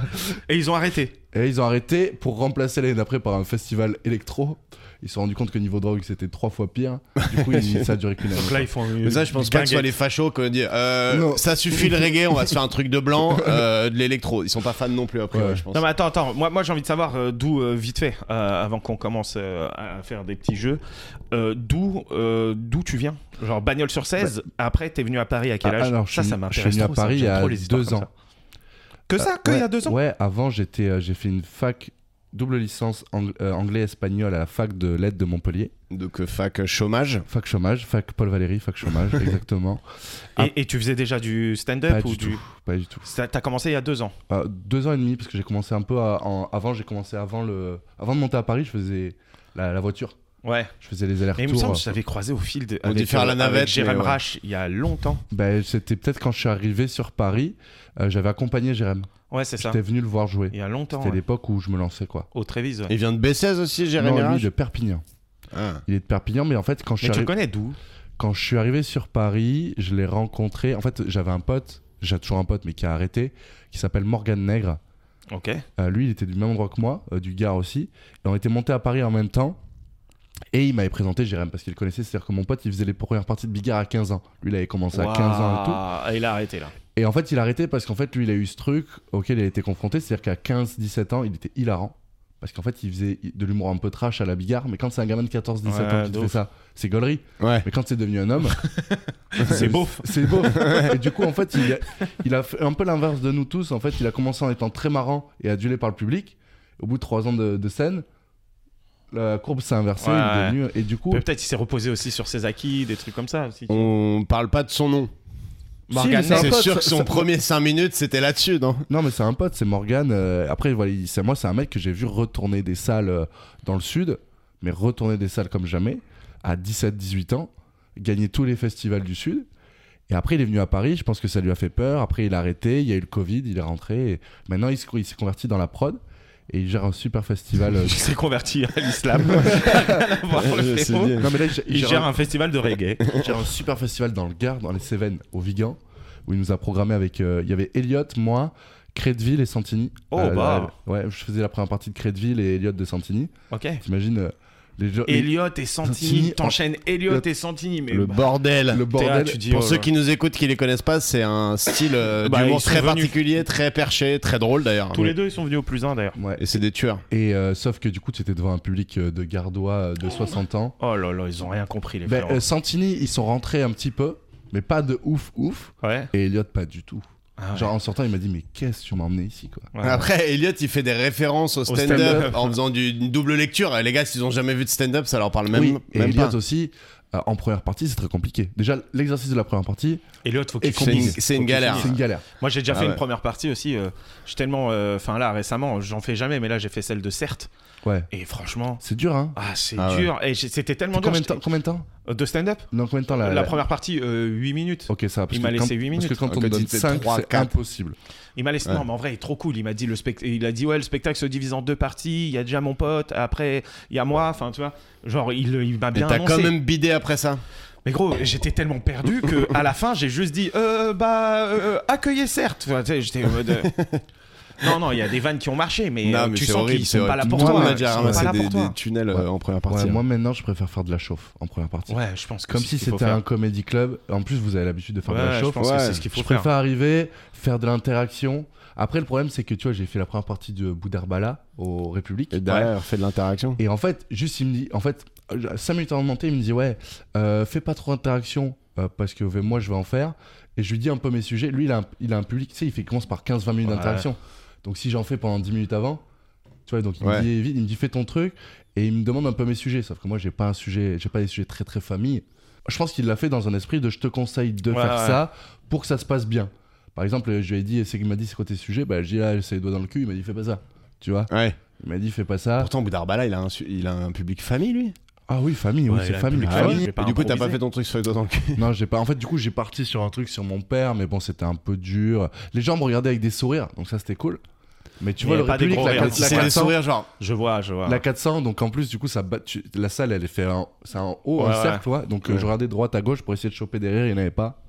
Et ils ont arrêté.
Et ils ont arrêté pour remplacer l'année d'après par un festival électro. Ils se sont rendus compte que niveau drogue c'était trois fois pire.
[laughs]
Du coup, ils- ça a duré qu'une année.
Donc là, ils font.
Mais ça, je pense pas que ce soit les fachos qui ont dit euh,
Non.
ça suffit le reggae, on va se faire un truc de
[laughs]
blanc, euh, de l'électro. Ils sont pas fans non plus après,
Ouais.
ouais, je pense.
Non mais attends, attends, moi, moi j'ai envie de savoir euh, d'où, euh, vite fait, euh, avant qu'on commence euh, à faire des petits jeux, euh, d'où, euh, d'où tu viens Genre bagnole sur 16, après t'es venu à Paris à quel
Ah,
âge
alors, je
Ça,
suis-
ça
je
m'intéresse
suis venu à
trop, ça.
Paris il y
J'aime
a
trop les histoires
deux
comme
ans. Ah,
ça. Que ça, que il y a deux ans
Ouais, avant j'étais, euh, j'ai fait une fac double licence ang- euh, anglais-espagnol à la fac de l'aide de Montpellier.
Donc euh, fac euh, chômage.
Fac chômage, fac Paul Valéry,
[laughs]
fac chômage, exactement. Ah.
et, et tu faisais déjà du stand-up
pas
ou
du tout, pas du tout.
Ça, t'as commencé il y a deux ans.
Euh, deux ans et demi parce que j'ai commencé un peu à- en- avant. J'ai commencé avant le, avant de monter à Paris, je faisais la, la voiture,
Ouais.
je faisais les
Mais il me semble
allers-retours. euh,
que je t'avais croisé au fil de.
On dit
avec, euh,
faire la
avec
navette,
Jérém
mais ouais.
Rache, il y a longtemps.
Ben, c'était peut-être quand je suis arrivé sur Paris, euh, j'avais accompagné Jérém.
Ouais, c'est ça.
J'étais venu le voir jouer.
Il y a longtemps.
C'était
ouais.
l'époque où je me lançais quoi.
Au Trévise, ouais.
Il vient de B16 aussi, Jérémy
non, lui,
Rage
de Perpignan.
Ah.
Il est de Perpignan, mais en fait quand je
Mais
suis
tu le
arrivé.
connais d'où
quand je suis arrivé sur Paris, je l'ai rencontré. En fait, j'avais un pote, j'ai toujours un pote, mais qui a arrêté, qui s'appelle Morgan Nègre.
Ok.
Euh, lui, il était du même endroit que moi, euh, du Gard aussi. Et on était montés à Paris en même temps. Et il m'avait présenté Jérém parce qu'il le connaissait. C'est-à-dire que mon pote, il faisait les premières parties de Bigard à 15 ans. Lui, il avait commencé à 15 ans et tout.
Waouh, Il a arrêté là.
Et en fait, il a arrêté parce qu'en fait, lui, il a eu ce truc auquel il a été confronté. C'est-à-dire qu'à 15-17 ans, il était hilarant. Parce qu'en fait, il faisait de l'humour un peu trash à la Bigard. Mais quand c'est un gamin de 14-17
Ouais,
ans qui
de
te fait
ouf.
ça, c'est gaulerie.
Ouais.
Mais quand c'est devenu un homme,
[laughs] C'est beauf.
c'est beau. et du coup, en fait, il a, il a fait un peu l'inverse de nous tous. En fait, il a commencé en étant très marrant et adulé par le public. Au bout de trois ans de, de scène, la courbe s'est inversée.
Ouais,
il est
ouais.
devenu- Et du coup,
Mais Peut-être il s'est reposé aussi sur ses acquis, des trucs comme ça. aussi.
On parle pas de son nom.
mais
Morgan
c'est un
Ney.
C'est
pote,
sûr
ça-
que son
ça-
premier 5 minutes, c'était là-dessus, non
non, mais c'est un pote, c'est Morgan. après, voilà, il- c'est moi, c'est un mec que j'ai vu retourner des salles euh, dans le sud, mais retourner des salles comme jamais à 17-18 ans, gagner tous les festivals du sud. Et après, il est venu à Paris. Je pense que ça lui a fait peur. Après, il a arrêté. Il y a eu le Covid. Il est rentré. Et maintenant, il se- il s'est converti dans la prod. Et il gère un super festival.
[laughs]
euh,
Il s'est converti à l'islam. Rien à voir, le
Je sais
frérot.
bien.
Non mais là, il gère-
Il gère un festival de reggae.
il gère un super festival dans le Gard, dans les Cévennes, au Vigan, où il nous a programmé avec. euh, il y avait Elliot, moi, Crédville et Santini.
Oh, bah.
la- Ouais, je faisais la première partie de Crédville et Elliot de Santini.
Ok.
T'imagines euh, les gens. les-
Elliot et Santini.
Santini,
T'enchaînes Elliot
le-
et Santini. Mais
Le bah, bordel.
le bordel.
tu dis,
Pour
oh
ceux
là.
qui nous écoutent, qui les connaissent pas, c'est un style euh,
Bah, ils
d'humour
sont
très
venus.
particulier, très perché, très drôle d'ailleurs.
Tous les deux, ils sont venus au plus un d'ailleurs.
Ouais.
Et c'est des tueurs.
Et euh, sauf que du coup, tu étais devant un public euh, de Gardois euh, de 60 ans.
Oh là là, ils ont rien compris les
Ben,
frères.
euh, Santini, ils sont rentrés un petit peu, mais pas de ouf ouf.
Ouais.
Et Elliot, pas du tout.
Ah ouais.
Genre en sortant, il m'a dit Mais qu'est-ce que tu m'as emmené ici quoi
Ouais.
Après, Elliot, il fait des références au stand-up
stand-up.
en faisant du- une double lecture. Et les gars, s'ils ont jamais vu de stand-up, ça leur parle même,
Oui, et
même
Elliot
pas.
aussi, euh, en première partie, c'est très compliqué. Déjà, l'exercice de la première partie,
Elliot, faut
Et
qu'il
C'est une,
combine.
c'est une
ok,
galère.
C'est une galère.
Moi, j'ai déjà
Ah
fait
ouais.
une première partie aussi. euh, j'ai tellement. Enfin là, récemment, j'en fais jamais, mais là, j'ai fait celle de Certes.
Ouais.
Et franchement,
C'est dur, hein
ah, c'est
Ah ouais.
dur. Et j'ai- c'était tellement dur.
Combien de
j'étais-
temps, combien de temps
Euh, De stand-up
Non, combien de temps la,
La
la-
première partie, 8 minutes.
Ok, ça va. parce
Il
que
m'a
quand-
laissé huit minutes.
Parce que quand on
Quand
me
il
donne
était
5,
trois,
c'est
quatre.
impossible.
Il m'a laissé.
Ouais.
Non, mais en vrai, il est trop cool. Il m'a dit le spect... Il a dit ouais, le spectacle se divise en deux parties. Il y a déjà mon pote. Après, il y a moi. Enfin, tu vois. Genre, il, il m'a
Et
bien
t'as
annoncé.
quand même bidé après ça.
Mais gros, j'étais tellement perdu que à la fin, j'ai juste dit euh, bah euh, accueillez certes. Enfin, tu sais, j'étais en mode,
[laughs]
euh, non, non, il y a des vannes qui ont marché, mais,
Non,
euh,
mais
tu
c'est
sens
horrible,
qu'ils
c'est
sont pas là
horrible.
pour toi.
Moi, on
On
a
a
déjà
Ils sont
déjà
pas
ramassé
là
des,
pour toi.
des tunnels euh, en première
Ouais,
partie.
moi maintenant, je préfère faire de la chauffe en première partie.
Ouais, je pense que
Comme
c'est
si
ce qu'il faut
c'était un
faire.
comédie club. En plus, vous avez l'habitude de faire de
Ouais,
la
je
chauffe.
pense que
Ouais.
c'est ce qu'il faut
Je
faire.
préfère arriver, faire de l'interaction. Après, le problème, c'est que tu vois, j'ai fait la première partie de Boudarbala au République.
Et derrière, fait de l'interaction.
Et en fait, juste, il me dit, en fait, 5 minutes avant de monter, il me dit, ouais, euh, fais pas trop d'interaction euh, parce que moi, je vais en faire. Et je lui dis un peu mes sujets. Lui, il a un, il a un public, tu sais, il, fait, il commence par 15-20 minutes
Ouais.
d'interaction. Donc, si j'en fais pendant 10 minutes avant, tu vois, donc il
Ouais.
me dit vite, il me dit fais ton truc. Et il me demande un peu mes sujets. Sauf que moi, j'ai pas un sujet, j'ai pas des sujets très très famille. Je pense qu'il l'a fait dans un esprit de je te conseille de
Ouais,
faire
ouais.
ça pour que ça se passe bien. Par exemple, je lui ai dit, et c'est qu'il m'a dit c'est quoi tes sujets Bah, j'ai dit, ah, c'est les doigts dans le cul, il m'a dit fais pas ça. Tu vois
Ouais.
Il m'a dit fais pas ça.
Pourtant, Boudarbala, il a un, su- il a un public famille, lui.
Ah oui, famille, oui,
Ouais,
c'est
la
famille.
public
Ah ouais.
famille. j'ai pas
Et du coup, t'as pas
improvisé.
fait ton truc sur les doigts dans le cul.
Non, j'ai pas. En fait, du coup, j'ai parti sur un truc sur mon père, mais bon, c'était un peu dur. Les gens me regardaient avec des sourires, donc ça, c'était cool. Mais tu
Mais
vois,
y a
le
pas des
public,
gros
la,
rires.
la
Si c'est
400,
des bah.
genre.
Je vois, je vois.
la 400, donc en plus, du coup, ça bat- tu- la salle, elle est fait en, c'est en haut,
Ouais,
en
ouais.
cercle, tu vois. Donc, euh,
Ouais.
je regardais de droite à gauche pour essayer de choper des rires, il n'y en
[laughs]
avait pas.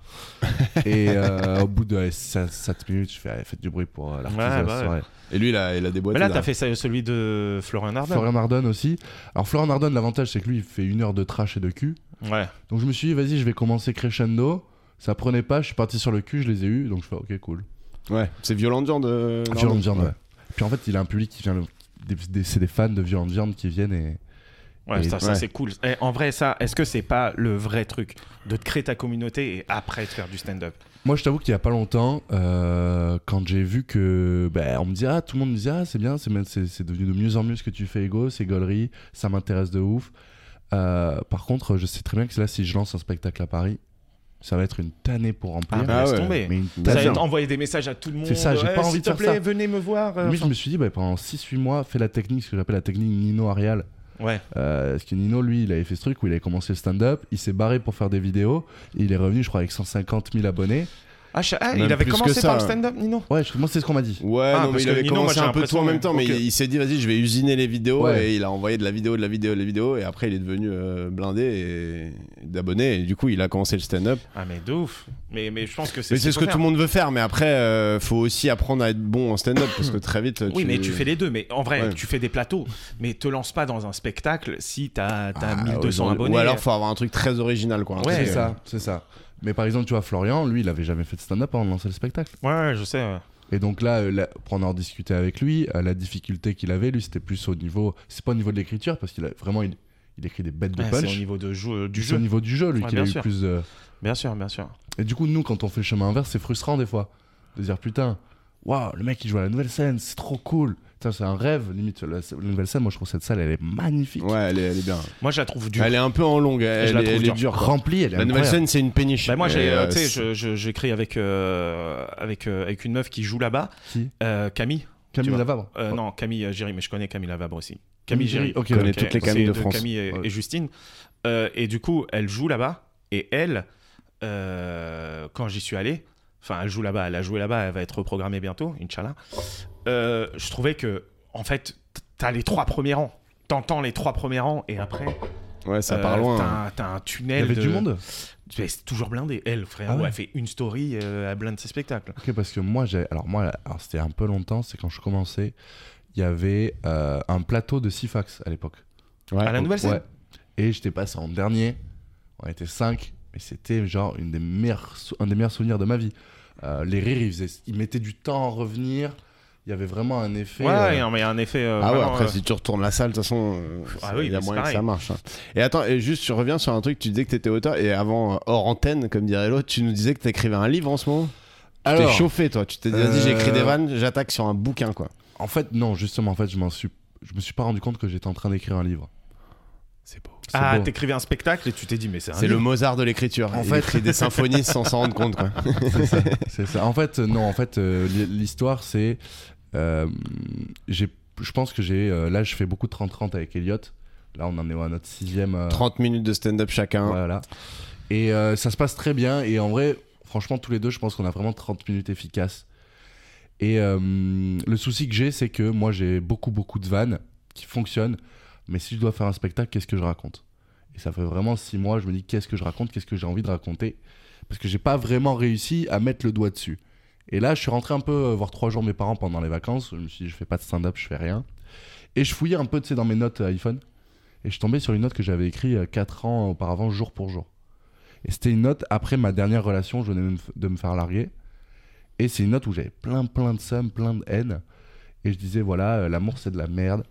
Et euh, au bout de 7 minutes, je fais, allez, faites du bruit pour euh, l'artiste
Ouais,
de la
bah ouais.
soirée.
Et lui, il a, il a des boîtes.
Mais là,
il a-
t'as fait ça- celui de Florian Ardern.
Florian Ardon aussi. Alors, Florian Ardon, l'avantage, c'est que lui, il fait une heure de trash et de cul.
Ouais.
Donc je me suis dit, vas-y, je vais commencer crescendo. Ça prenait pas, je suis parti sur le cul, je les ai eus, donc je fais, ok, cool.
Ouais. C'est violent de viande. euh,
Violent
Normand.
de viande, ouais. Puis en fait, il a un public qui vient, le- des- des- c'est des fans de violent viande qui viennent et.
Ouais,
Et-
ça, ça,
ouais.
c'est cool. Et en vrai, ça, est-ce que c'est pas le vrai truc de te créer ta communauté et après de faire du stand-up
Moi, je t'avoue qu'il y a pas longtemps, euh, quand j'ai vu que. bah, on me dit, ah, tout le monde me dit, ah, c'est bien, c'est c'est- c'est devenu de mieux en mieux ce que tu fais, Ego, c'est gaulerie, ça m'intéresse de ouf. Euh, par contre, je sais très bien que là, si je lance un spectacle à Paris, ça va être une tannée pour remplir.
mais
Ah
laisse
ouais.
tomber.
mais une
bah Ça va
tannée.
hein.
être envoyer des messages à tout le monde.
C'est ça, j'ai
Eh,
pas envie de
S'il te
faire
plaît,
ça.
venez me voir. euh,
Limite, je me suis dit, bah, pendant 6-8 mois, fais la technique, ce que j'appelle la technique Nino Arial.
Ouais.
Euh, parce que Nino, lui, il avait fait ce truc où il avait commencé le stand-up, il s'est barré pour faire des vidéos, et il est revenu, je crois, avec 150 000 abonnés.
Ah, je- ah,
Même
il avait
plus que
commencé
ça.
par le stand-up, Nino
Ouais, je- moi, c'est ce qu'on m'a dit.
Ouais,
Ah,
non, mais
parce
il
que
avait
Nino, moi,
commencé
j'ai
un peu tout
l'impression,
en même temps, mais
ok.
il, il s'est dit, vas-y, je vais usiner les vidéos,
Ouais.
et il a envoyé de la vidéo, de la vidéo, de la vidéo, et après, il est devenu euh, blindé et d'abonnés, et du coup, il a commencé le stand-up.
Ah, mais de ouf. Mais, mais je pense que c'est
Mais c'est ce que
qu'il faut faire.
tout le monde veut faire, mais après, euh, faut aussi apprendre à être bon en stand-up, parce que très vite.
Oui, mais tu fais les deux. Mais en vrai,
Ouais.
tu fais des plateaux. Mais te lance pas dans un spectacle si t'as as
Ah,
1200
Ou-
abonnés.
Ou alors, faut avoir un truc très original, quoi. Un
Ouais.
truc,
C'est
euh,
ça, c'est ça. Mais par exemple, tu vois, Florian, lui, il avait jamais fait de stand-up avant de lancer le spectacle.
Ouais, ouais, je sais. ouais.
Et donc là, euh, là, pour en avoir discuté avec lui, euh, la difficulté qu'il avait, lui, c'était plus au niveau. C'est pas au niveau de l'écriture, parce qu'il a vraiment. Il, il écrit des bêtes de
Ouais,
punch.
c'est au niveau de jeu- du
C'est au
jeu.
niveau du jeu, lui,
Ouais,
qu'il
bien
a eu
sûr.
plus de.
Bien sûr, bien sûr.
Et du coup, nous, quand on fait le chemin inverse, c'est frustrant des fois. De dire putain, waouh, le mec il joue à la nouvelle scène, c'est trop cool. Putain, c'est un rêve, limite. La, la nouvelle scène, moi je trouve cette salle, elle est magnifique.
Ouais, elle est, elle est bien.
Moi, je la trouve dure.
Elle est un peu en longue, elle,
la
est-
trouve
elle est
dure.
dure. quoi.
Remplie, elle est
La nouvelle
incroyable.
scène, c'est une péniche.
Bah, moi,
Et,
j'ai, euh,
euh,
tu sais,
c'est-
je- je- j'écris avec, euh, avec, euh, avec une meuf qui joue là-bas,
Qui
euh, Camille.
Camille
vois.
Lavabre.
Euh,
Oh.
Non, Camille euh, Géry, mais je connais Camille Lavabre aussi. Camille Géry.
Ok,
connais
ok.
toutes les Camilles
C'est
de France.
Camille et,
Ouais.
et Justine. Euh, et du coup, elle joue là-bas. Et elle, euh, quand j'y suis allé, enfin, elle joue là-bas, elle a joué là-bas, elle va être reprogrammée bientôt, Inch'Allah. Euh, je trouvais que, en fait, t'as les trois premiers rangs. T'entends les trois premiers rangs et après,
Ouais, ça
euh,
part loin.
t'as
hein.
un- t'as un
Il y
tunnel.
avait
de-
du monde
Mais C'est toujours blindé. Elle, frère,
Ah ouais.
elle fait une story, euh, elle blinde ses spectacles.
Ok, parce que moi, j'ai. Alors, moi, alors, c'était un peu longtemps, c'est quand je commençais, il y avait euh, un plateau de Sifax à l'époque.
Ouais.
à la nouvelle scène
Ouais. Et j'étais passé en dernier. On était 5. Mais c'était genre une des meilleures sou- un des meilleurs souvenirs de ma vie. Euh, les rires, ils, faisaient- ils mettaient du temps à revenir. Il y avait vraiment un effet.
Ouais,
euh,
non, mais il y a un effet. euh,
Ah ouais,
vraiment,
après,
euh,
si tu retournes la salle, de toute façon, euh,
Ah
ça-
oui,
il y a
mais
moyen
c'est
que ça
pareil.
marche. hein. Et attends, et juste, tu reviens sur un truc, tu disais que t'étais auteur, et avant, euh, hors antenne, comme dirait l'autre, tu nous disais que t'écrivais un livre en ce moment. Tu t'es
Alors,
chauffé, toi. Tu t'es dit, vas-y,
Euh,
j'écris des vannes, j'attaque sur un bouquin, quoi.
en fait, non, justement, en fait, je m'en suis. Je me suis pas rendu compte que j'étais en train d'écrire un livre.
C'est beau.
C'est
Ah,
beau.
t'écrivais un spectacle et tu t'es dit, mais c'est un
C'est le
livre.
Mozart de l'écriture.
En
En fait,
fait-
il
[laughs]
écrit des symphonies sans s'en rendre compte, quoi.
C'est ça, c'est ça. En fait, euh, non, en fait, euh, li- l'histoire, c'est. euh, j'ai- je pense que j'ai. euh, là, je fais beaucoup de 30-30 avec Elliot. Là, on en est à notre sixième. euh,
30 minutes de stand-up chacun.
Voilà. Et euh, ça se passe très bien. Et en vrai, franchement, tous les deux, je pense qu'on a vraiment 30 minutes efficaces. Et euh, le souci que j'ai, c'est que moi, j'ai beaucoup, beaucoup de vannes qui fonctionnent. Mais si je dois faire un spectacle, qu'est-ce que je raconte Et ça fait vraiment six mois, je me dis qu'est-ce que je raconte, qu'est-ce que j'ai envie de raconter Parce que j'ai pas vraiment réussi à mettre le doigt dessus. Et là, je suis rentré un peu euh, voir trois jours mes parents pendant les vacances. Je me suis dit, je fais pas de stand-up, je fais rien. Et je fouillais un peu, tu sais, dans mes notes euh, iPhone. Et je suis tombé sur une note que j'avais écrite 4 ans auparavant, jour pour jour. Et c'était une note après ma dernière relation, je venais de me f- de me faire larguer. Et c'est une note où j'avais plein, plein de sommes, plein de haine. Et je disais, voilà, euh, l'amour c'est de la merde.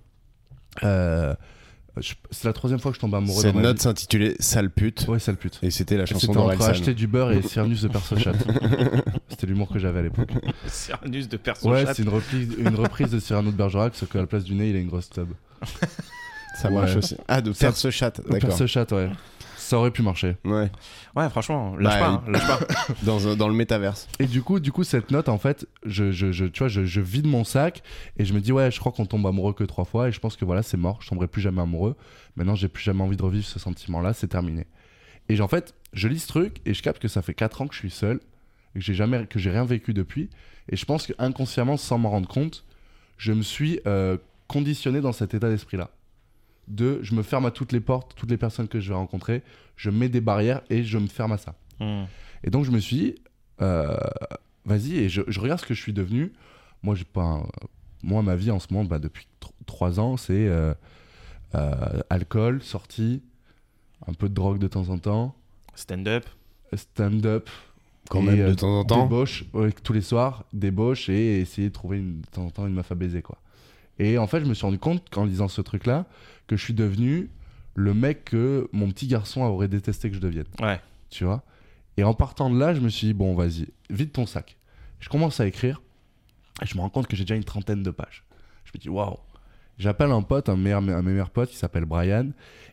Euh, je- c'est la troisième fois que je tombe amoureux
Cette
dans ma
note s'intitulait Sale pute.
vie. Ouais, sale pute.
Et c'était la
Et
chanson
C'était entre
d'Orelsan.
acheter du beurre
[laughs]
et Cyrus de Perso Chat. c'était l'humour que j'avais à l'époque.
[laughs] Cyrus de perso
Ouais,
chat.
c'est une reprise, une reprise de Cyrano de Bergerac, sauf qu'à la place du nez, il a une grosse tub.
Ça
Ouais.
marche aussi. Ah, de
Ça-
faire ce chat. D'accord.
Perso Chat, ouais. Ça aurait pu marcher.
Ouais.
Ouais, franchement, lâche
Bah,
pas, hein, lâche pas.
Dans, un- dans le métaverse.
Et du coup, du coup, cette note, en fait, je, je, je- tu vois, je, je vide mon sac et je me dis, ouais, je crois qu'on tombe amoureux que trois fois et je pense que voilà, c'est mort, je tomberai plus jamais amoureux. Maintenant, j'ai plus jamais envie de revivre ce sentiment-là, c'est terminé. Et j'- en fait, je lis ce truc et je capte que ça fait quatre ans que je suis seul et que j'ai jamais, que j'ai rien vécu depuis. Et je pense que inconsciemment, sans m'en rendre compte, je me suis euh, conditionné dans cet état d'esprit-là. De, je me ferme à toutes les portes, toutes les personnes que je vais rencontrer, je mets des barrières et je me ferme à ça.
Hmm.
Et donc je me suis dit, euh, vas-y, et je, je regarde ce que je suis devenu. Moi, j'ai pas un- Moi ma vie en ce moment, bah, depuis tr- trois ans, c'est euh, euh, alcool, sortie, un peu de drogue de temps en temps,
Stand-up.
stand-up,
Quand
Et,
même, de
euh,
temps en temps.
débauche, ouais, tous les soirs, débauche et essayer de trouver une, de temps en temps une meuf à baiser. Quoi. Et en fait, je me suis rendu compte qu'en lisant ce truc-là, que je suis devenu le mec que mon petit garçon aurait détesté que je devienne
Ouais.
tu vois. Et en partant de là, je me suis dit, bon, vas-y, vide ton sac. Je commence à écrire, et je me rends compte que j'ai déjà une trentaine de pages. Je me dis, waouw. J'appelle un pote, un, meilleur, un de mes meilleurs potes qui s'appelle Brian,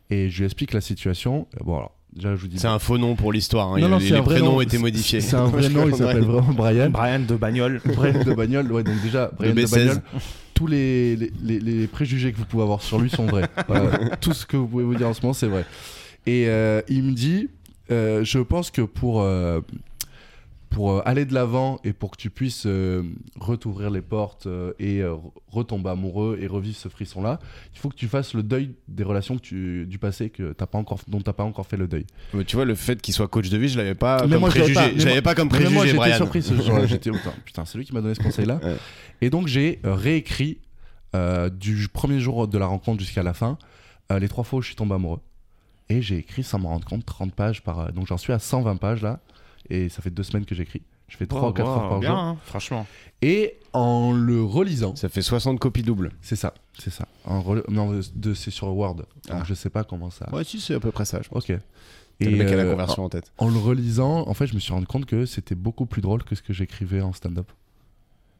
et je lui explique la situation. Euh, Bon, alors, déjà, je vous dis.
C'est un faux nom pour l'histoire. hein.
Non,
Il-
non,
les
c'est un vrai
prénoms
nom.
ont été
C'est-
modifiés.
C'est
[laughs]
un vrai nom, il s'appelle vraiment
[laughs]
Brian.
Brian de Bagnole.
[laughs] Brian de Bagnole, ouais, donc déjà, Brian de
B16.
Bagnole, tous les, les, les- les préjugés que vous pouvez avoir sur lui sont vrais. Voilà, tout ce que vous pouvez vous dire en ce moment, c'est vrai. Et euh, il me dit, euh, je pense que pour, euh, pour euh, aller de l'avant et pour que tu puisses euh, retouvrir les portes euh, et euh, re- retomber amoureux et revivre ce frisson-là, il faut que tu fasses le deuil des relations que tu- du passé que t'as pas encore, dont tu n'as pas encore fait le deuil.
Mais tu vois, le fait qu'il soit coach de vie, je l'avais pas
Mais
comme
moi, je l'avais
préjugé.
pas. Mais
Je l'avais pas comme
Mais moi
préjugé,
j'étais
Brian.
surpris ce jour-là. J'étais oh, putain, putain, c'est lui qui m'a donné ce conseil-là.
Ouais.
Et donc j'ai euh, réécrit euh, du premier jour de la rencontre jusqu'à la fin euh, les trois fois où je suis tombé amoureux. Et j'ai écrit sans m'en rendre compte 30 pages par. euh, donc j'en suis à 120 pages là. Et ça fait deux semaines que j'écris. Je fais trois ou quatre heures par
bien,
jour.
hein, franchement.
Et en le relisant,
Ça fait 60 copies doubles.
c'est ça, c'est ça. En rel- Non, de- c'est sur Word. Donc
Ah.
je sais pas comment ça.
Ouais, si, c'est à peu près ça. je pense.
Ok. Et
Et le mec a la
euh,
conversion en tête.
en le relisant, en fait, je me suis rendu compte que c'était beaucoup plus drôle que ce que j'écrivais en stand-up.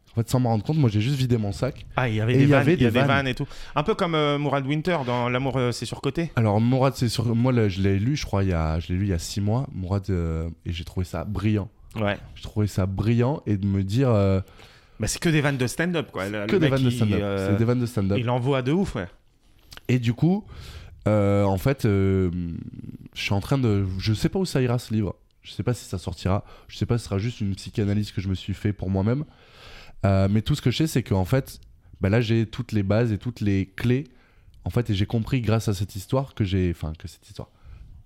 En fait, sans m'en rendre compte, moi, j'ai juste vidé mon sac.
Ah, il y avait
Et
des
il y
vannes,
avait
il y a
des
des
vannes.
vannes et tout. Un peu comme euh, Mourad Winter dans L'amour euh, c'est surcoté.
Alors, Mourad, c'est sur moi, là, je l'ai lu, je crois, il y a, je l'ai lu il y a six mois. Mourad, euh, et j'ai trouvé ça brillant.
Ouais.
J'ai trouvé ça brillant et de me dire euh,
Bah, c'est que des vannes de stand-up quoi. Le-
que
le
des
mec,
vannes de
il,
stand-up.
euh,
C'est des vannes de stand-up.
Il envoie de ouf, ouais.
Et du coup, euh, en fait, euh, je suis en train de. Je sais pas où ça ira ce livre. Je sais pas si ça sortira. Je sais pas si ce sera juste une psychanalyse que je me suis fait pour moi-même. Euh, mais tout ce que je sais, c'est qu'en fait, bah là, j'ai toutes les bases et toutes les clés. En fait, et j'ai compris grâce à cette histoire que j'ai. Enfin, que cette histoire.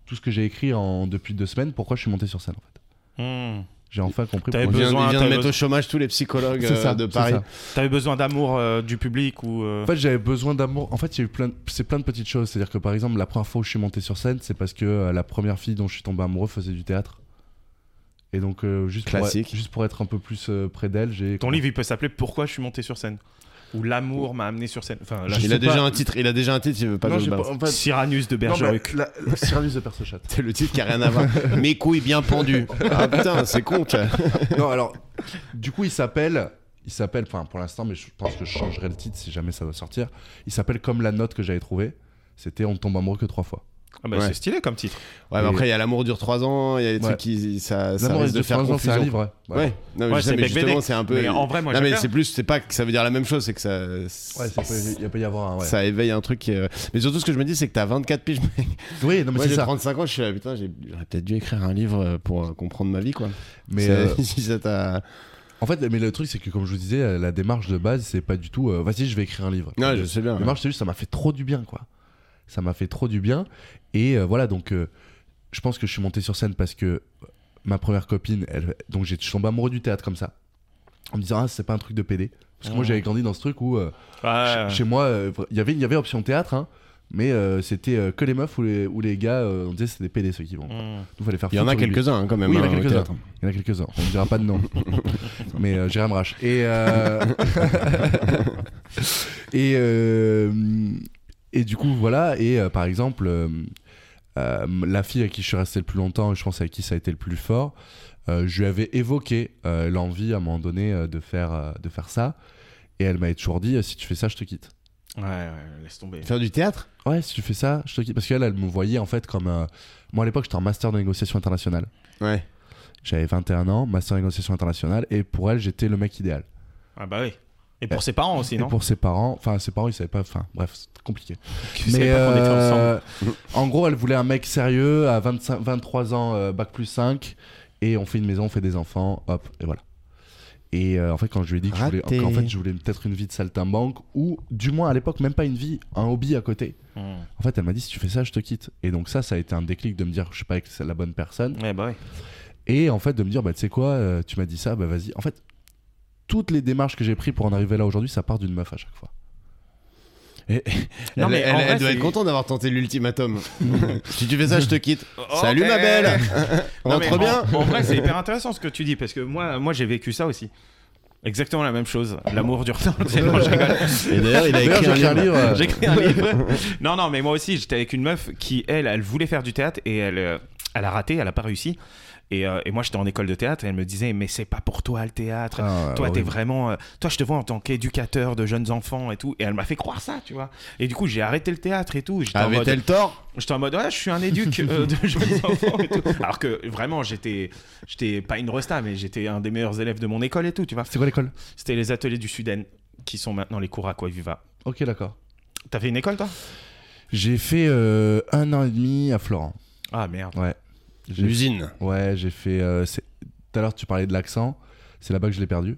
Tout ce que j'ai écrit en, depuis deux semaines, pourquoi je suis monté sur scène, en fait.
Hmm.
J'ai enfin compris
T'avais
pourquoi.
Il vient,
besoin,
il vient de
t'as
mettre
besoin.
au chômage tous les psychologues
C'est
euh,
ça,
de
c'est
Paris.
ça.
T'avais besoin d'amour euh, du public ou. euh,
En fait, j'avais besoin d'amour. En fait, il y a eu plein de... c'est plein de petites choses. C'est-à-dire que par exemple, la première fois où je suis monté sur scène, c'est parce que euh, la première fille dont je suis tombé amoureux faisait du théâtre. Et donc, euh, juste, pour,
Classique.
juste pour être un peu plus euh, près d'elle, j'ai.
Ton livre il peut s'appeler Pourquoi je suis monté sur scène Ou L'amour m'a amené sur scène. Enfin, là,
Je
il
sais
a déjà
pas.
un titre, il a déjà un titre, il veut pas
Non,
que je
j'ai
le
pas-
balance.
en fait-
Cyranus de
Non, mais
Bergerac.
la, la service de Percechat.
[laughs] C'est le titre qui a rien à
[laughs]
voir. Mes couilles bien pendues. Ah putain, c'est con. ça.
non, alors, du coup, il s'appelle. Il s'appelle, enfin pour l'instant, mais je pense que je changerai le titre si jamais ça doit sortir. Il s'appelle comme la note que j'avais trouvée. C'était On tombe amoureux que trois fois.
Ah bah,
Ouais.
C'est stylé comme titre.
Ouais, mais
Et-
après, il y a l'amour dure 3 ans, il y a des
Ouais.
trucs qui. Ça, ça
L'amour
risque
est
de faire
trois ans, c'est un
confusion.
livre. ouais.
Ouais. non, mais
Ouais,
je sais,
c'est
mais
Beck
justement,
Bédé.
c'est un peu.
Mais en vrai, moi,
non, mais
j'aime
c'est plus, c'est pas que ça veut dire la même chose, c'est que ça.
Ouais, ça peut- il peut y avoir un. ouais.
Ça éveille un truc. qui est- Mais surtout, ce que je me dis, c'est que t'as 24 piges.
Oui, non, mais
Moi,
c'est
j'ai
ça.
35 ans, je suis là, putain, j'ai- j'aurais peut-être dû écrire un livre euh, pour euh, comprendre ma vie, quoi.
Mais
C'est-
euh,
[laughs] si ça t'a.
En fait, mais le truc, c'est que comme je vous disais, euh, la démarche de base, c'est pas du tout euh, vas-y, je vais écrire un livre.
Non,
La
je sais bien.
démarche, c'est juste, ça m'a fait trop du bien, quoi. Ça m'a fait trop du bien. Et euh, voilà, donc euh, je pense que je suis monté sur scène parce que euh, ma première copine, elle, donc j'ai je suis tombé amoureux du théâtre comme ça. En me disant, ah, c'est pas un truc de PD. Parce que moi,
Ah.
j'avais grandi dans ce truc où, euh,
Ouais.
chez, chez moi, euh, il y avait- il y avait option théâtre, hein, mais euh, c'était euh, que les meufs ou les, ou les gars, euh, on disait, c'est des PD ceux qui vont.
Hmm.
Nous, fallait faire
Mmh. Il y en
foot
a
au rugby.
quelques-uns, hein, quand même.
Oui, il y en a
hein, au
quelques-uns.
théâtre.
Il y en a quelques-uns, on ne dira pas de nom. Mais euh, Jérém Rache. Et, euh, [laughs] et, euh, et du coup, voilà. Et euh, par exemple, euh, euh, la fille à qui je suis resté le plus longtemps, et je pense avec qui ça a été le plus fort, euh, je lui avais évoqué euh, l'envie à un moment donné euh, de, faire, euh, de faire ça. Et elle m'avait toujours dit euh, si tu fais ça, je te quitte.
Ouais, ouais, laisse tomber.
Faire du théâtre
Ouais, si tu fais ça, je te quitte. Parce qu'elle, elle me voyait en fait comme. euh, Moi à l'époque, j'étais en master de négociation internationale.
Ouais.
J'avais 21 ans, master de négociation internationale, et pour elle, j'étais le mec idéal.
Ah bah oui. Et
Euh,
pour ses parents aussi,
Et
non
pour ses parents, enfin, ses parents, ils savaient pas. Enfin, bref, c'est compliqué.
Ils savaient pas qu'on était ensemble.
euh, en gros, elle voulait un mec sérieux à 25, 23 ans, euh, bac plus 5, et on fait une maison, on fait des enfants, hop, et voilà. Et euh, en fait, quand je lui ai dit que je voulais,
Raté.
qu'en fait, je voulais peut-être une vie de saltimbanque, ou du moins à l'époque, même pas une vie, un hobby à côté.
Hmm.
En fait, elle m'a dit si tu fais ça, je te quitte. Et donc, ça, ça a été un déclic de me dire je suis pas avec la bonne personne.
Ouais, bah oui.
Et en fait, de me dire bah, tu sais quoi, euh, tu m'as dit ça, bah vas-y. En fait, toutes les démarches que j'ai prises pour en arriver là aujourd'hui, ça part d'une meuf à chaque fois.
Non,
elle
mais
elle-
en
elle
vrai,
doit
c'est-
être contente d'avoir tenté [laughs] l'ultimatum. si tu fais ça, je te quitte. Salut
Ok.
ma belle
[laughs] Non, mais
Rentre bien
En, en vrai, c'est hyper intéressant ce que tu dis parce que moi, moi j'ai vécu ça aussi. Exactement la même chose. L'amour dure tant. C'est bon, je
[laughs]
rigole.
Et d'ailleurs, Ah, il a
D'ailleurs,
écrit
j'ai
un
écrit un
livre.
livre, euh,
J'ai écrit un livre. Non, non, mais moi aussi, j'étais avec une meuf qui, elle, elle voulait faire du théâtre et elle, euh, elle a raté, elle a pas réussi. Et, euh, et moi, j'étais en école de théâtre et elle me disait, mais c'est pas pour toi le théâtre.
Ah,
toi, t'es
horrible.
vraiment. euh, toi, je te vois en tant qu'éducateur de jeunes enfants et tout. Et elle m'a fait croire ça, tu vois. Et du coup, j'ai arrêté le théâtre et tout. J'étais en mode-
Avait-elle tort
J'étais en mode, ouais, je suis un éduc euh, de jeunes enfants et tout. Alors que vraiment, j'étais, j'étais pas une resta, mais j'étais un des meilleurs élèves de mon école et tout, tu vois.
C'est quoi l'école
C'était les ateliers du Suden qui sont maintenant les cours Aquaviva.
Ok, d'accord.
T'as fait une école, toi
J'ai fait euh, un an et demi à Florent.
Ah merde.
Ouais. J'ai-
L'usine.
Ouais, j'ai fait. euh, c'est- Tout à l'heure, tu parlais de l'accent. C'est là-bas que je l'ai perdu.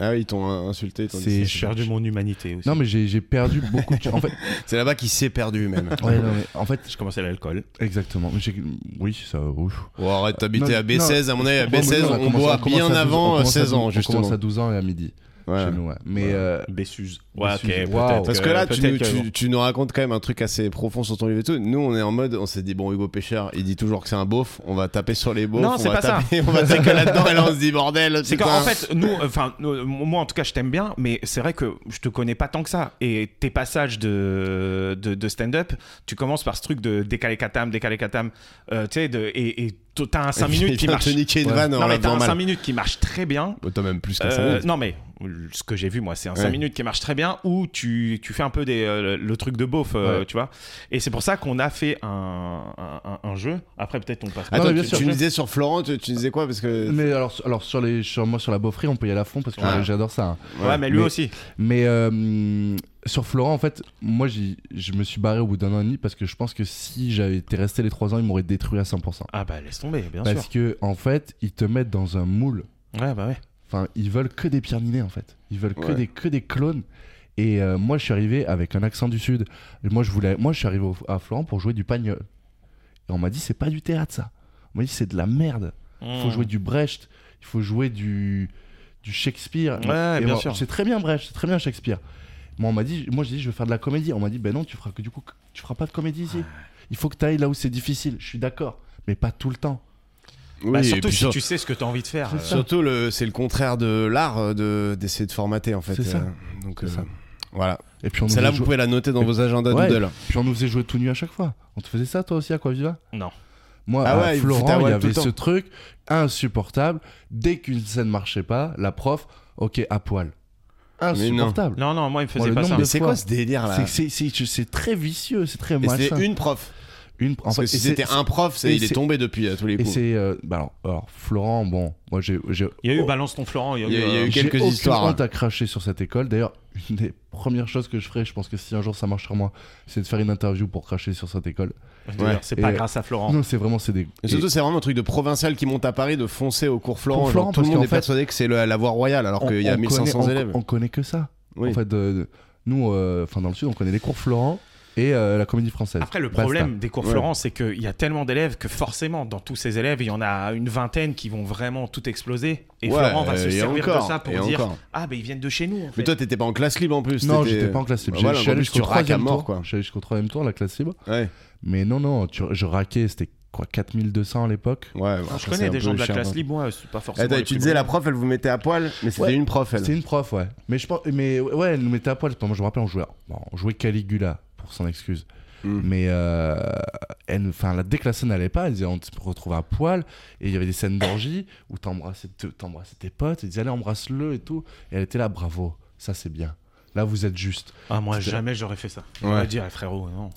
Ah oui, ils t'ont euh, insulté. ils t'ont
C'est
dit
J'ai perdu mon humanité aussi.
Non, mais j'ai j'ai perdu beaucoup
[laughs]
de. En fait,
ça. C'est là-bas qu'il s'est perdu [laughs] même.
ouais, non, mais en fait,
Je commençais l'alcool.
exactement. Mais j'ai- Oui, ça. ouf.
Oh, arrête, t'habitais
Non,
à B16, à mon avis, à
Bon, mais
B16,
non,
on,
commence-
boit
commence à
bien
douze- on
avant euh,
commence à
16
douze-
ans,
On
justement.
commence à 12 ans et à midi.
Ouais.
Chez nous, ouais. Mais. euh,
Bessuse. Ouais, ok.
Bessuse.
peut-être
Waouh.
Parce que là, tu
Euh, peut-être
nous,
que-
tu, tu nous racontes quand même un truc assez profond sur ton livre et tout. Nous, on est en mode, on s'est dit, bon, Hugo Pêcheur, il dit toujours que c'est un beauf, on va taper sur les beaufs.
Non,
on
c'est
va
pas ça.
taper- On va taper là-dedans et là, on se dit, bordel.
C'est
putain.
qu'en fait, nous, enfin, nous- moi en tout cas, je t'aime bien, mais c'est vrai que je te connais pas tant que ça. Et tes passages de, de, de stand-up, tu commences par ce truc de décalé catam, décalé catam, euh, tu sais, de- et et t'as un 5
[laughs] Il vient
minutes qui
te
marche.
niquer une
Ouais.
vanne en
Non, mais
la
t'as
faisant
un 5
mal.
minutes qui marche très bien.
Oh, T'as même plus qu'un
Euh,
5 minutes.
non mais ce que j'ai vu moi c'est un 5
Ouais.
minutes qui marche très bien où tu, tu fais un peu des, euh, le truc de beauf euh,
Ouais.
tu vois et c'est pour ça qu'on a fait un, un- un- un jeu après peut-être on passe
Ah, Non,
Attends,
mais bien
tu,
sûr,
tu
je-
nous disais sur Florent, tu, tu disais quoi Parce que.
Mais alors, alors sur les, sur, moi, sur la beaufrie, on peut y aller à fond parce que
Ah.
Ouais.
j'adore ça. hein.
ouais, mais lui
mais-
aussi
Mais euh, sur Florent, en fait, moi, j'y- je me suis barré au bout d'un an et demi parce que je pense que si j'avais été resté les 3 ans, il m'aurait détruit à 100%.
ah bah laisse tomber bien
parce
sûr
que, en fait, ils te mettent dans un moule.
ouais bah ouais
Enfin, ils veulent que des Pierre Ninet, en fait. Ils veulent que,
Ouais.
des, que des clones. Et euh, moi, je suis arrivé avec un accent du Sud. Et moi, je, voulais, moi, je suis arrivé au- à Florent pour jouer du pagnol. Et on m'a dit, c'est pas du théâtre, ça. On m'a dit, c'est de la merde. Il faut
Mmh.
jouer
Hmm.
du Brecht, il faut jouer du, du Shakespeare.
Ouais,
Et
bien
moi,
sûr.
C'est très bien Brecht, c'est très bien Shakespeare. Moi, on m'a dit, moi, j'ai dit, je vais faire de la comédie. On m'a dit, ben non, tu feras que du coup, tu feras pas de comédie ici. Il faut que tu ailles là où c'est difficile. Je suis d'accord, mais pas tout le temps.
Oui,
Bah,
et
surtout
puis
si
sur-
tu sais ce que t'as envie de faire euh,
Surtout, le- c'est le contraire de l'art euh, de- d'essayer de formater en fait.
C'est ça.
Euh, Donc,
C'est
euh,
ça.
voilà.
Et puis on, nous
Celle-là,
faisait
vous
jouer,
pouvez la noter dans vos agendas
Ouais.
Doodle.
puis on nous faisait jouer tout nu à chaque fois. On te faisait ça, toi aussi, à quoi viva
non
Moi,
Ah
à
ouais, il foutait à
Florent, il y
voile tout
avait
le temps.
ce truc insupportable. Dès qu'une scène marchait pas, la prof, ok, à poil. Insupportable.
non non moi il me
Moi,
faisait
le
pas
nombre
ça
de
Mais c'est
fois.
quoi ce délire là
C'est- c'est- C'est c'est très vicieux, c'est très
Et
malsain.
c'est une prof.
Une- en
Parce
fait,
que si
c'est-
c'était un prof, c'est-
et
il est
c'est-
tombé depuis à tous les
Et
coups.
c'est. euh, bah alors, alors, Florent, bon, moi j'ai. j'ai-
il y a eu bah,
oh,
balance ton Florent il y a eu,
Il y a- il y a
euh,
eu-
j'ai
quelques
aucune
histoires, hein.
honte à cracher sur cette école. D'ailleurs, une des premières choses que je ferai, je pense que si un jour ça marche sur moi, c'est de faire une interview pour cracher sur cette école.
je veux dire,
Ouais.
c'est pas
Et-
grâce à Florent
Non, c'est vraiment. C'est des.
Et surtout, c'est vraiment un truc de provincial qui monte à Paris de foncer au cours Florent.
Pour Florent,
Genre, tout le
parce
monde
qu'en
est
fait-
persuadé que c'est le- la voie royale alors
on-
qu'il y a
on
1500
connaît- on-
élèves.
On, connaît que ça.
Oui.
En fait, de- de- nous, euh, enfin dans le Sud, on connaît les cours Florent et euh, la comédie française.
Après, le
Basta.
problème des cours
Ouais.
Florent, c'est qu'il y a tellement d'élèves que forcément, dans tous ces élèves, il y en a une vingtaine qui vont vraiment tout exploser. Et
Ouais,
Florent va se
et
servir
encore,
de ça pour
et
dire
encore.
Ah, ben ils viennent de chez nous. En fait.
Mais toi, t'étais pas en classe libre en plus.
Non,
t'étais-
j'étais pas en classe libre.
Bah
J'ai-
voilà,
je
en
suis allé
plus,
jusqu'au
tu raques à
troisième
mort
tour.
quoi.
Je suis allé jusqu'au troisième tour, la classe libre.
Ouais,
Mais non, non, tu- je raquais, c'était quoi, 4200 à l'époque
ouais. bah,
je
après, c'est
connais
un
des
peu
gens de la
cher,
classe
hein.
libre, moi, c'est pas forcément.
Attends,
les
tu
plus
disais
bons.
la prof, elle vous mettait à poil, mais c'était
Ouais.
une prof elle.
C'était une prof, ouais. Mais je pense, mais ouais, elle nous mettait à poil. Moi, je me rappelle, on jouait, bon, on jouait Caligula pour son excuse.
Mm.
Mais euh, elle, enfin, là, dès que la scène n'allait pas, elle disait, on se retrouve à poil. Et il y avait des scènes d'orgie où t'embrassais te- t'embrassais tes potes. Elle disait, allez, embrasse-le et tout. Et elle était là, bravo, ça c'est bien. Là, vous êtes juste.
Ah, moi,
C'était-
jamais j'aurais fait ça.
Ouais.
On va dire, eh, frérot, non.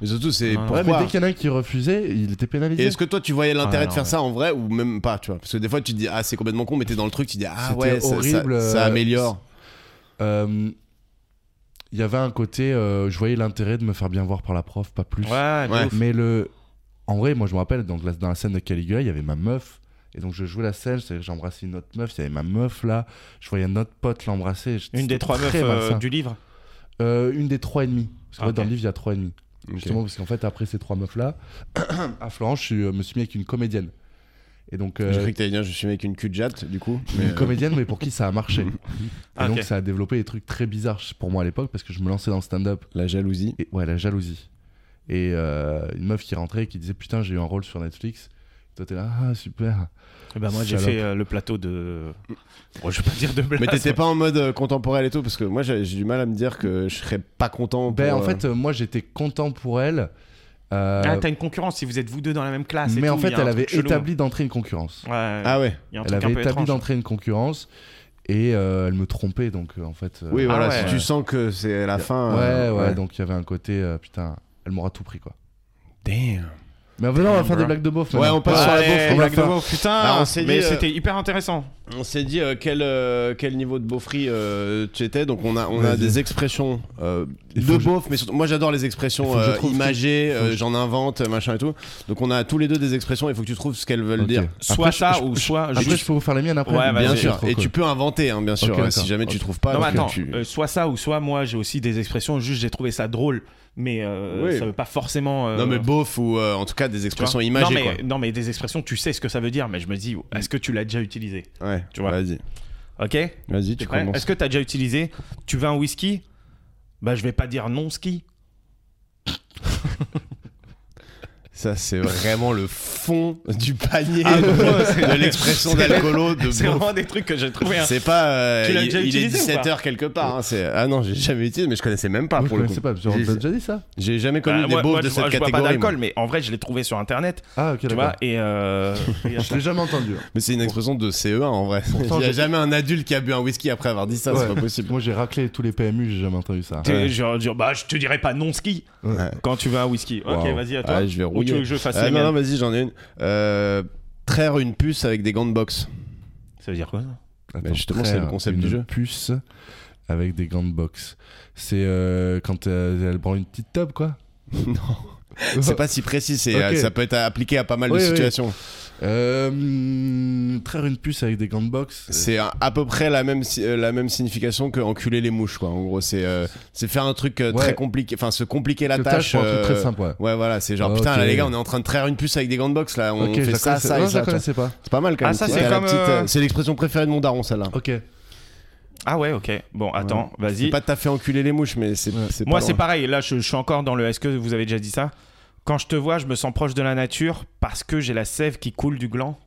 Mais surtout, c'est
Ouais,
Ouais,
pourquoi
mais dès qu'il y en a un qui refusait, il était
Et
pénalisé.
est-ce que toi tu voyais l'intérêt
Ah,
de
non,
faire
ouais.
ça en vrai ou même pas, tu vois Parce que des fois tu te dis ah c'est complètement con, mais t'es dans le truc, tu te dis ah
C'était
ouais, ça- ça-
horrible,
ça,
euh,
améliore.
Euh, Il y avait un côté, euh, je voyais l'intérêt de me faire bien voir par la prof, pas plus.
Ouais, de
Ouais.
ouf.
Mais le. En vrai, moi je me rappelle, donc, là, dans la scène de Caligula, il y avait ma meuf. Et donc je jouais la scène, c'est-à-dire que j'embrassais une autre meuf, il y avait ma meuf là. Je voyais notre pote l'embrasser. C'était
Une des trois meufs
très
euh,
malsain.
du livre.
Euh, une des trois et demi. Parce qu'en
Ah,
fait, dans
ok.
le livre, il y a trois et demi. Justement, parce qu'en fait, après ces trois meufs là, [clears throat] à Florence, je suis- euh, me suis mis avec une comédienne. Et donc. euh,
J'ai cru que t'allais dire je suis avec une cul de jatte du coup. Mais, euh,
une comédienne, mais pour qui ça a
[laughs]
marché. Et
Ah,
donc
ok.
ça a développé des trucs très bizarres pour moi à l'époque parce que je me lançais dans le stand-up.
la jalousie.
[laughs] Et ouais, la jalousie. Et euh, une meuf qui rentrait et qui disait Putain, j'ai eu un rôle sur Netflix. Toi, t'es là, ah super.
Eh ben, moi, j'ai
Salope.
fait euh, le plateau de. Bon, je vais pas dire de blague.
Mais t'étais pas en mode euh, contemporain et tout parce que moi j'ai j'ai du mal à me dire que je serais pas content.
Ben,
pour,
en
euh,
fait, euh, moi, j'étais content pour elle. euh,
Ah, t'as une concurrence si vous êtes vous deux dans la même classe. et
mais en
tout,
fait,
il y a un
elle
truc
avait
chelou. hein.
établi d'entrée une concurrence.
Ouais,
ah ouais.
il y a un
Elle
truc un
avait
peu
établi
étrange.
d'entrée une concurrence et euh, elle me trompait. Donc, euh, en fait. euh,
Oui
ouais,
Ah
voilà.
ouais.
Si tu sens que c'est la fin.
ouais,
euh,
Donc, il y avait un côté euh, Putain, elle m'aura tout pris, quoi.
Damn.
Mais maintenant, on va
Damn,
faire des
bro.
blagues de beauf.
Ouais,
maintenant.
on passe sur la
Allez,
bouffe, on
blague de
va faire.
beauf, putain,
Bah,
Alors, on s'est
mais
dit, euh,
c'était hyper intéressant.
On s'est dit euh, quel, euh, quel niveau de beaufry euh, tu étais. Donc on a, on a
Vas-y.
des expressions euh,
Il faut
de
que je-
beauf, mais surtout, moi j'adore les
Il
expressions
faut que je
euh,
trouve ce
imagées,
faut que
euh,
je-
j'en invente, machin et tout. Donc on a tous les deux des expressions, il faut que tu trouves ce qu'elles veulent
Ok.
dire.
Soit
Après, je-
ça
je-
ou
je-
soit
Après,
juste-
je peux vous faire les miennes après.
Ouais, vas-y.
Bien
C'est
sûr,
trop
et
cool.
tu peux inventer, hein, bien sûr,
Ok,
euh,
d'accord.
si jamais tu
Ok.
trouves pas.
non, mais
parce que
attends,
tu-
euh, soit ça ou soit moi j'ai aussi des expressions, juste j'ai trouvé ça drôle, mais euh,
Oui.
ça veut pas forcément. euh,
Non, mais beauf ou euh, en tout cas des
tu vois.
expressions imagées.
Non mais, non, mais des expressions, tu sais ce que ça veut dire, mais je me dis, est-ce que tu l'as déjà utilisé
quoi. Ouais,
euh, tu vois.
Vas-y,
Ok
vas-y, tu
T'es prêt
commences.
Est-ce que t'as déjà utilisé Tu veux un whisky Bah, je vais pas dire non ski.
Ça, c'est vraiment le fond du panier
Ah,
[laughs]
non, c'est-
de l'expression d'alcoolo de
C'est
beauf.
vraiment des trucs que j'ai trouvé. hein.
C'est pas. euh,
Tu l'as
il
déjà
il est
utilisé ou pas
17h quelque part. hein, c'est- ah non, j'ai jamais utilisé, mais je connaissais même pas
Moi,
pour
je
le
connaissais
coup.
pas, parce qu'on
J'ai-
t'a déjà dit ça.
J'ai jamais connu
Bah,
des
moi-
beaufs
moi,
de
je
cette
bois- je bois
catégorie.
pas
moi.
d'alcool, mais en vrai, je l'ai trouvé sur internet,
Ah, ok,
tu
d'accord.
vois, et [laughs] euh, et
Je l'ai jamais entendu. hein.
Mais c'est une expression de CE1 en vrai.
Pourtant,
[laughs] il n'y a
je-
jamais un adulte qui a bu un whisky après avoir dit ça, c'est
Ouais.
pas possible.
Moi, j'ai raclé tous les PMU, j'ai jamais entendu ça.
T'es- genre, genre, bah, je te dirais pas non ski
Ouais.
quand tu veux un whisky. Ok,
Wow.
vas-y, à toi.
Ah, je vais
Ou tu
rouiller.
veux que je fasse
Ah,
les
non, non,
miennes
vas-y, j'en ai une. Euh, traire une puce avec des gants de boxe.
Ça veut dire quoi ça
Attends,
Bah, justement, c'est
frère,
le concept du
une
jeu.
puce avec des gants de boxe. C'est euh, quand euh, elle prend une petite
[laughs]
top, quoi. Euh,
C'est pas si précis, c'est,
Ok.
euh, ça peut être appliqué à pas mal
Oui,
de
oui.
situations.
Euh, hmm, traire une puce avec des gants de boxe.
C'est à à peu près la même, si- euh, la même signification que enculer les mouches, quoi. En gros, c'est, euh, c'est faire un truc euh,
Ouais.
très compliqué, enfin, se compliquer la
Que
tâche.
pour un
euh,
truc très simple, ouais.
Ouais, voilà, c'est genre,
Ah, Ok.
putain, là, les gars, on est en train de traire une puce avec des gants de boxe, là. On
ok, je
fait
la
ça,
connaissais-
ça,
non,
et
je
ça.
la
tu vois.
connaissais pas.
C'est pas mal quand même.
Ah, ça,
C'est
c'est
la
comme,
petite,
euh,
euh, c'est l'expression préférée de mon daron, celle-là.
Ok.
Ah ouais, ok. Bon, attends,
C'est
vas-y.
pas t'as fait enculer les mouches, mais c'est
Ouais.
Moi,
pas
c'est
loin.
pareil. Là, je, je suis encore dans le. Est-ce que vous avez déjà dit ça Quand je te vois, je me sens proche de la nature parce que j'ai la sève qui coule du gland.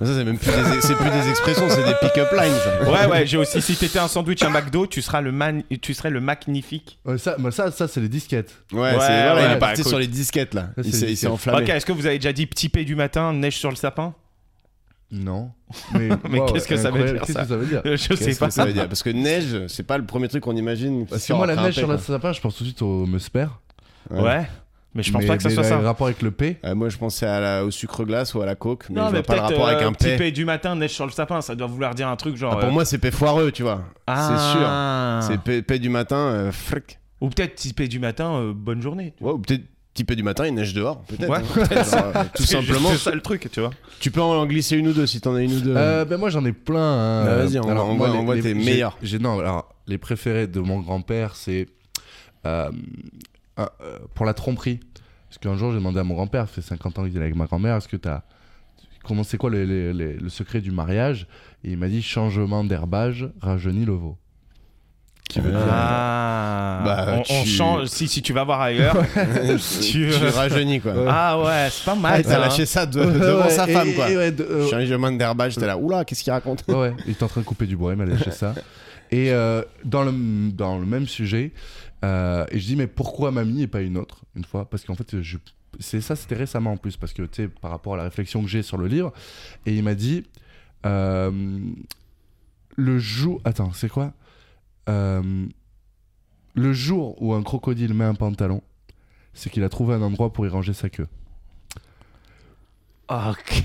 Ça, c'est même plus des, c'est plus des expressions, c'est des pick-up lines. ça.
[laughs] Ouais, ouais. J'ai aussi. Si t'étais un sandwich, un McDo, tu seras le man... tu serais le magnifique.
Ouais, ça, mais ça, ça c'est les disquettes.
Ouais,
Ouais,
c'est, voilà,
ouais,
il est
bah,
parti
écoute.
sur les disquettes, là.
Ça,
il,
c'est
s'est,
les
il s'est
disquettes.
enflammé.
Ok. Est-ce que vous avez déjà dit petit P du matin, neige sur le sapin
Non.
[laughs]
Mais,
Mais
waouh,
qu'est-ce que ça veut
incroyable.
dire,
Qu'est-ce
ça
que ça veut dire
Euh, Je sais
Qu'est-ce
pas.
que ça veut dire Parce que neige, c'est pas le premier truc qu'on imagine. qui
Parce que
sort
moi, la
après un
neige sur
pet,
le
quoi.
sapin, je pense tout de suite au Musper.
Ouais.
Ouais. Mais je pense pas que ça soit
Le
ça.
rapport avec le P.
Euh, moi, je pensais à la- au sucre glace ou à la coke, mais je
Non, mais
vois pas le
peut-être
rapport avec
euh,
un
petit
paix. Ah,
P du matin, neige sur le sapin. Ça doit vouloir dire un truc genre.
pour
euh,
moi, c'est paix foireux, tu vois.
ah.
C'est sûr. C'est paix- paix du matin, euh, fric.
Ou peut-être petit P du matin, euh, bonne journée.
Ouais, ou peut-être petit paix du matin, il neige dehors. Peut-être.
Ouais,
hein.
[laughs]
Genre, euh, tout
C'est juste
simplement.
ça le truc, tu vois.
Tu peux en glisser une ou deux si t'en as une ou deux.
Euh, ben moi j'en ai plein. hein.
Bah, vas-y, on-
Alors,
on
moi,
voit-
les-
on voit
les-
tes
j'ai-
meilleurs.
j'ai- non, alors les préférés de mon grand-père, c'est euh, un- euh, pour la tromperie. Parce qu'un jour j'ai demandé à mon grand-père, ça fait 50 ans qu'il est avec ma grand-mère, est-ce que t'as comment c'est quoi le, le- le- le secret du mariage Et il m'a dit changement d'herbage, rajeunit le veau. Qui veut dire
Ah,
Bah,
on, on
tu-
change. Si, si tu vas voir
[laughs]
ailleurs, tu.
euh, tu rajeunis, quoi.
Ah ouais, c'est pas mal.
Ah, t'as
ça,
lâché
hein.
ça de- [laughs]
Ouais,
devant
ouais,
sa
et-
femme, quoi.
et ouais, de- euh,
Changement d'herbage, t'es là. Oula, qu'est-ce qu'il raconte
Ouais, ouais, il était en train de couper du bois, il m'a lâché ça. Et euh, dans, le, dans le même sujet, euh, et je dis, mais pourquoi mamie et pas une autre Une fois, parce qu'en fait, je, c'est ça, c'était récemment en plus, parce que tu sais, par rapport à la réflexion que j'ai sur le livre, et il m'a dit, euh, le jour. Attends, c'est quoi euh, le jour où un crocodile met un pantalon, c'est qu'il a trouvé un endroit pour y ranger sa queue.
Ok.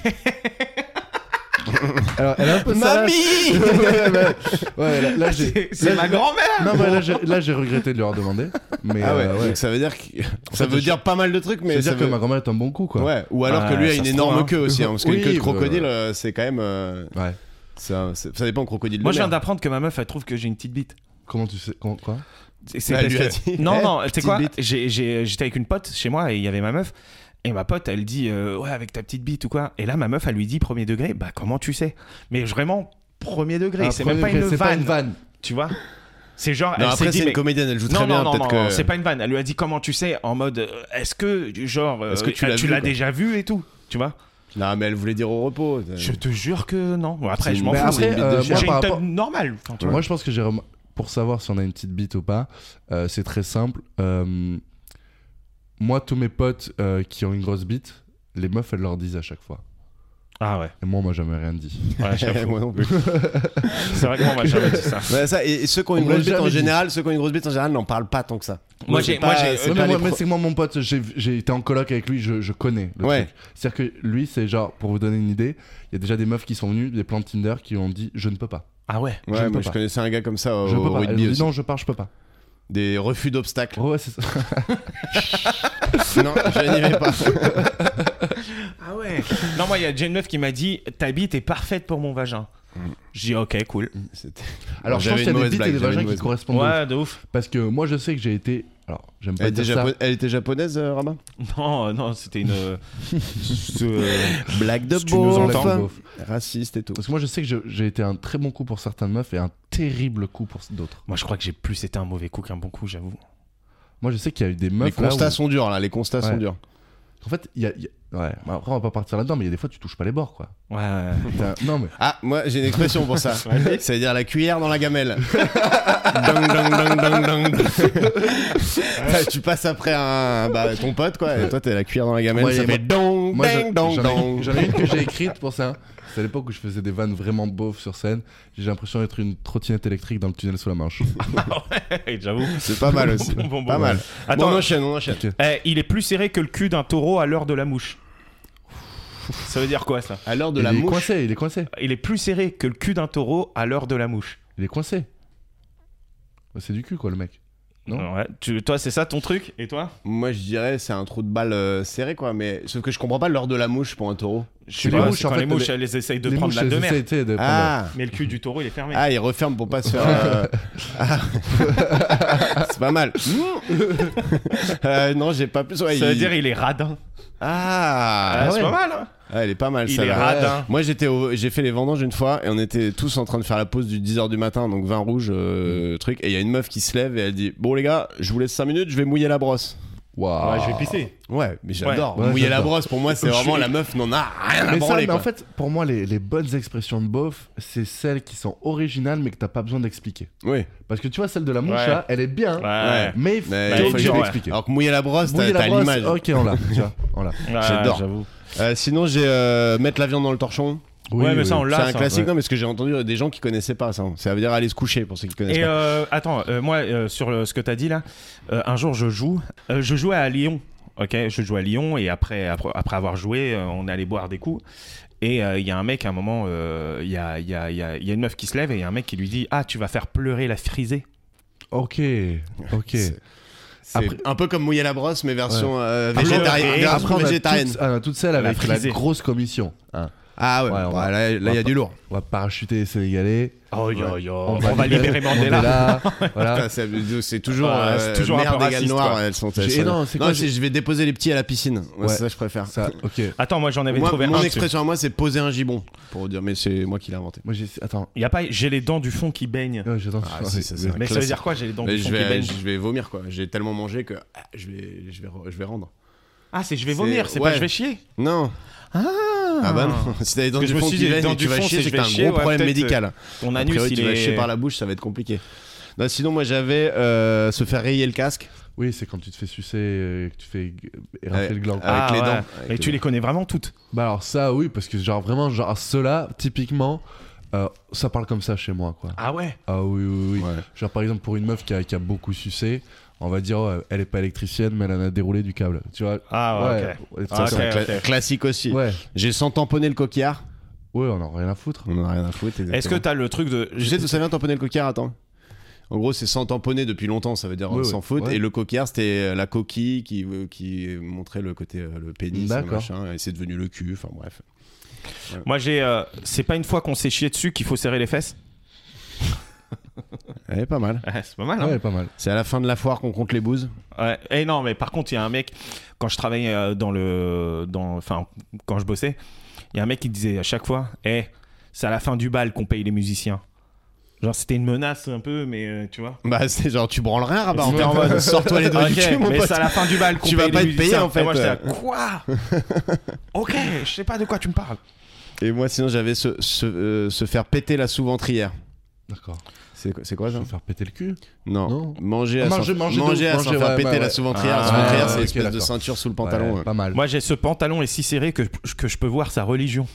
Alors, elle a un peu ça, là.
Mamie
[laughs]
Ah,
ouais, bah, ouais, là, là, j'ai-
[laughs] C'est
là,
c'est ma
j'ai-
grand-mère
Non, bah, là, j'ai- là, j'ai regretté de lui avoir demandé. Mais,
Ah ouais,
euh, ouais.
donc ça veut dire que...
fait,
ça veut
je-
dire pas mal de trucs, mais
C'est-à-dire
ça
que
veut-
ma grand-mère est un bon coup, quoi.
Ouais, ou alors
Ah,
que lui a
ça
une
se
énorme
trouve, hein.
queue aussi, hein, parce qu'une
Oui,
queue de
bah,
crocodile, euh, c'est quand même. euh,
Ouais.
c'est un- c'est- ça dépend au crocodile.
Moi,
de
je viens
mer.
d'apprendre que ma meuf, elle trouve que j'ai une petite bite.
Comment tu sais comment- Quoi
C'est- c'est
Elle
parce
lui a
que-
dit,
Non,
[laughs] Eh,
non, tu sais
petite
quoi
bite.
J'ai- j'ai- J'étais avec une pote chez moi et il y avait ma meuf. Et ma pote, elle dit euh, Ouais, avec ta petite bite ou quoi. Et là, ma meuf, elle lui dit Premier degré, bah comment tu sais Mais vraiment, premier degré,
Ah,
c'est
premier
même pas,
degré,
une
c'est
vanne,
vanne.
Tu vois C'est genre,
Non,
elle s'est
après,
dit
c'est
mais-
une comédienne, elle joue
Non, non,
très bien.
non,
Peut-être
non,
que.
c'est pas une vanne. Elle lui a dit Comment tu sais En mode euh, Est-ce que, du genre, euh,
Est-ce que tu l'as vu, quoi
déjà vu et tout Tu vois
Non, mais elle voulait dire au repos.
Je te jure que non. Bon, après,
C'est
je
une-
m'en
Mais
fous.
après,
c'est-
euh,
J'ai
moi,
une
par
teub
rapport-
normale. enfin, tu vois.
Moi, je pense que j'ai rem- pour savoir si on a une petite bite ou pas, euh, c'est très simple. Euh, moi, tous mes potes euh, qui ont une grosse bite, les meufs, elles leur disent à chaque fois.
Ah ouais.
Et moi, on m'a jamais rien dit.
Ouais, j'avoue.
[laughs] Moi non plus.
c'est vrai que moi, on m'a jamais dit ça.
Ouais, ça, et, et ceux qui ont une
On me l'a
grosse bite en
jamais dit.
général, ceux qui ont une grosse bite en général n'en parlent pas tant que ça.
Moi,
C'est
j'ai-
pas-
moi, j'ai- euh,
c'est pas
Ouais, mais
Euh, les
moi, mais
pro-
c'est que moi, mon pote, j'ai j'ai été en coloc avec lui, je, je connais le
Ouais.
truc. C'est-à-dire que lui, c'est genre, pour vous donner une idée, il y a déjà des meufs qui sont venues, des plans Tinder, qui ont dit je ne peux pas.
Ah ouais.
je ne
Ouais,
peux
moi je
pas.
connaissais un gars comme ça
Je peux
au
pas. Elles ont
rugby
dit,
aussi.
non, je pars, je peux pas.
Des refus d'obstacles.
Ouais, c'est ça. Oh.
non, je n'y vais pas.
Ah ouais. Non, moi, il y a déjà une meuf qui m'a dit Ta bite est parfaite pour mon vagin. J'ai dit Ok, cool.
C'était-
[laughs] Alors, je pense
J'avais
qu'il y
une
a des
mauvaise
bites et
blague,
des
j'avais une
vagins qui
mauvaise blague.
correspondent. de ouf.
Ouais, de ouf.
Parce que moi, je sais que j'ai été. Alors, j'aime pas
Elle était,
dire ça.
japo- elle était japonaise, euh, Rabat
Non, euh, non, c'était une. euh, ce- euh,
[laughs] Blague
Si tu nous
beauf.
entends,
beauf.
Raciste et tout.
Parce que moi, je sais que je- j'ai été un très bon coup pour certaines meufs et un terrible coup pour d'autres.
Moi, je crois que j'ai plus été un mauvais coup qu'un bon coup, j'avoue.
Moi, je sais qu'il y a eu des
Les
meufs. là
constats
où-
sont durs là, les constats
Ouais.
sont durs.
En fait, il y a. il y a- Ouais, mais après, on va pas partir là-dedans, mais il y a des fois, tu touches pas les bords, quoi.
Ouais, ouais.
[laughs] Putain, non, mais.
Ah, moi j'ai une expression pour
[laughs]
ça. C'est-à-dire la cuillère dans la gamelle. Dang, dang, dang, dang, dang. Bah, [laughs] tu passes après un, bah, ton pote quoi, et toi t'es la cuillère dans la gamelle.
Ouais,
ça
et
fait
[laughs]
dong,
Moi,
dang, dang,
j'en- j'en ai-
dang.
j'en ai une que j'ai écrite pour ça. C'est à l'époque où je faisais des vannes vraiment beaufs sur scène. J'ai l'impression d'être une trottinette électrique dans le tunnel sous
[laughs]
la Manche.
ouais, j'avoue.
C'est pas mal
[laughs]
aussi.
Bon, bon, bon,
pas
bon.
mal.
Attends.
Bon, on enchaîne, on enchaîne.
Eh, il est plus serré que le cul d'un taureau à l'heure de la mouche. Ça veut dire quoi, ça
À l'heure de
il
la
est
mouche.
coincé, il est coincé.
Il est plus serré que le cul d'un taureau à l'heure de la mouche.
Il est coincé. Bah, C'est du cul, quoi, le mec. Non.
Ouais. Tu- toi, c'est ça ton truc Et toi
Moi je dirais c'est un trou de balle euh, serré quoi, mais sauf que je comprends pas l'heure de la mouche pour un taureau.
Je
les
pas,
mouches,
c'est
en
quand
fait,
les mouches,
les-
elles essayent de
Les
prendre
mouches,
la
elles
demeure.
essaient, tu sais, de prendre la-
Ah,
Mais le cul du taureau, il est fermé.
ah, il referme pour pas se faire.
[laughs]
euh, ah, [laughs] c'est pas mal. Euh, non, j'ai pas plus. ouais,
ça veut
il-
dire il est radin.
Ah,
Ah,
ouais.
c'est pas mal, hein
Ah, elle est hein. pas mal
Il est
celle-là.
radin.
Moi j'étais au- j'ai fait les vendanges une fois et on était tous en train de faire la pause du 10h du matin donc vin rouge euh, truc et il y a une meuf qui se lève et elle dit "Bon les gars, je vous laisse 5 minutes, je vais mouiller la brosse."
Waouh.
pisser.
Ouais, mais j'adore.
Ouais,
mouiller la
j'adore.
brosse pour moi c'est
Je
vraiment
suis-
la meuf n'en a rien à
Mais ça,
branler
mais en
quoi.
fait, pour moi, les, les bonnes expressions de beauf, c'est celles qui sont originales mais que t'as pas besoin d'expliquer.
Oui.
Parce que tu vois, celle de la mouche,
Ouais.
là, elle est bien,
Ouais.
mais f-
Mais
t'es
il faut
obligé
dire, ouais.
d'expliquer.
Alors que mouiller la brosse, t'as
Bouillir la
t'as
brosse,
l'image.
ok, on [laughs] l'a. tu vois, on l'a.
Ouais,
J'adore.
J'avoue.
Euh, sinon j'ai euh, mettre la viande dans le torchon.
Oui,
ouais, mais
oui,
ça, on
oui.
l'a.
c'est un
ça.
classique
ouais.
non parce que j'ai entendu euh, des gens qui connaissaient pas ça. Ça veut dire aller se coucher pour ceux qui connaissent
Et
pas.
euh, attends, euh, moi, euh, sur euh, ce que t'as dit là, euh, un jour je joue, euh, je jouais à Lyon, ok Je jouais à Lyon et après, après, après avoir joué, euh, on allait boire des coups. Et euh, il y a un mec, à un moment, euh, il y, a, il y, a, il y a- il y a une meuf qui se lève et il y a un mec qui lui dit Ah, tu vas faire pleurer la frisée.
Ok, ok.
C'est- C'est
Après-
un peu comme mouiller la brosse mais version euh,
Après,
végétarienne.
après,
version
Après, on a
végétarienne.
toutes- on a toutes celles avec la
frisée.
grosse commission. hein.
Ah ouais,
Ouais,
bah,
on va-
là il y
va
a du
pas-
lourd.
On va parachuter les Sénégalais.
Oh, yo, yo. On, va, libérer
[laughs] libérer
Mandela. [laughs]
Mandela, voilà.
Putain, C'est c'est toujours,
Ouais,
euh,
c'est toujours un peu
merde égale
raciste,
noir,
quoi.
elles sont.
J'ai-
elles sont-
non, c'est quoi, j'ai-
c'est je vais déposer les petits à la piscine. Ouais,
Ouais.
C'est ça je préfère.
Ça, ok.
Attends, moi j'en avais
Moi,
trouvé un.
mon
dessus.
expression à moi, c'est poser un gibon. Pour dire, mais c'est moi qui l'ai inventé.
Moi, j'ai. Attends.
Il y a pas, j'ai les dents du fond qui baignent.
Ouais, j'attends.
Ah, si, ça, c'est vrai.
Mais ça veut
classique.
dire quoi, j'ai les dents
Mais
du fond
je
qui
vais,
baignent
je vais vomir quoi. J'ai tellement mangé que ah, je vais, je vais, re- je vais rendre.
Ah, c'est je vais
C'est-
vomir, c'est
ouais.
pas je vais chier.
Non. Ah, bah non. [laughs] Si t'as les dents
Parce que
du
je me
fond
suis
qui
dit, les
baignent
dents
et tu
du
vas
fond,
chier,
c'est je
c'est que
vais
t'as un
chier,
gros
ouais,
problème
peut-être,
médical.
Ton
A
anus,
priori,
il
tu vas
est.
chier par la bouche, ça va être compliqué. Non, sinon, moi j'avais euh, se faire rayer le casque.
Oui, c'est quand tu te fais sucer euh, et que tu fais
Ouais.
euh, rafler le gland. quoi.
Ah, avec les dents.
Et
Avec
tu
les
les connais vraiment toutes.
Bah alors ça oui parce que genre vraiment genre ceux-là typiquement Euh, ça parle comme ça chez moi, quoi.
Ah ouais
Ah oui, oui, oui.
Ouais.
Genre, par exemple, pour une meuf qui a, qui a beaucoup sucé, on va dire, oh, elle est pas électricienne, mais elle en a déroulé du câble. Tu vois
Ah ouais, ok.
ouais,
Ah,
ça,
ok.
ça-
Cla- Classique aussi.
ouais.
J'ai sans tamponner le coquillard.
Ouais, on en a rien à foutre.
On en a rien à foutre.
Est-ce que t'as le truc de.
Je sais d'où ça vient tamponner le coquillard, attends. En gros, c'est sans tamponner depuis longtemps, ça veut dire
Oui,
euh,
oui,
sans faute.
ouais.
Et le coquillard, c'était euh, la coquille qui, euh, qui montrait le côté, euh, le pénis, le
D'accord.
machin, et c'est devenu le cul, enfin bref.
Moi j'ai. euh, C'est pas une fois qu'on s'est chié dessus qu'il faut serrer les fesses
Elle est pas mal.
[laughs] Ouais, C'est pas mal, hein
Ouais, pas mal.
C'est à la fin de la foire qu'on compte les bouses.
Ouais. Et non, mais par contre, il y a un mec, quand je travaillais euh, dans le. dans- Enfin, quand je bossais, il y a un mec qui disait à chaque fois Eh, c'est à la fin du bal qu'on paye les musiciens. Genre, c'était une menace un peu, mais euh, tu vois.
Bah, [laughs] c'est genre, tu branles rien, rabat. On est en mode, sors-toi les doigts
Ok,
du cul, mon
mais
pote.
c'est à la fin du
[laughs]
bal qu'on
Tu vas
paye
pas
les
être payé,
musiciens.
en fait,
Et moi, j'étais là,
euh.
Quoi
[laughs]
Ok, je sais pas de quoi tu me parles.
Et moi, sinon, j'avais se, se, euh, se faire péter la sous-ventrière.
D'accord.
C'est quoi- c'est quoi
Je
ça
vais me faire péter le cul.
Non.
Non.
Manger à
Ah,
s'en-
manger- manger de
manger à
ouf,
s'en
manger,
faire
ouais,
péter
ouais,
la
ouais.
sous-ventrière. la
Ah,
sous-ventrière,
ouais,
c'est
ok,
l'espèce de
d'accord.
ceinture sous le
Ouais,
pantalon. ouais.
Pas mal.
Moi, j'ai ce pantalon est si serré que, que je peux voir sa religion.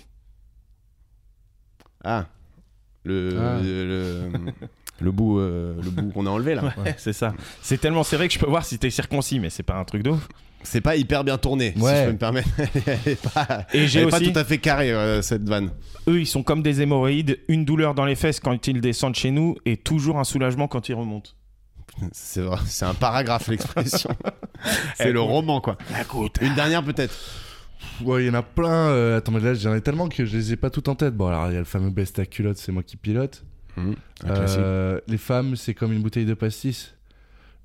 Ah. Le,
Ah.
le, le bout, euh, le bout qu'on a enlevé là.
Ouais, c'est ça. C'est tellement serré que je peux voir si t'es circoncis, mais c'est pas un truc de ouf.
C'est pas hyper bien tourné, si
Ouais.
je peux me permettre. [laughs] Elle est pas,
Et j'ai
elle est
aussi-
pas tout à fait carrée euh, cette vanne.
Eux, ils sont comme des hémorroïdes, une douleur dans les fesses quand ils descendent chez nous et toujours un soulagement quand ils remontent.
C'est vrai, c'est un paragraphe l'expression. c'est
Eh,
le
écoute.
roman quoi. Une dernière peut-être.
Ouais, il y en a plein. euh, attends, mais là, j'en ai tellement que je les ai pas toutes en tête. Bon, alors, il y a le fameux best à culotte, c'est moi qui pilote.
Un classique.
Euh, les femmes, c'est comme une bouteille de pastis.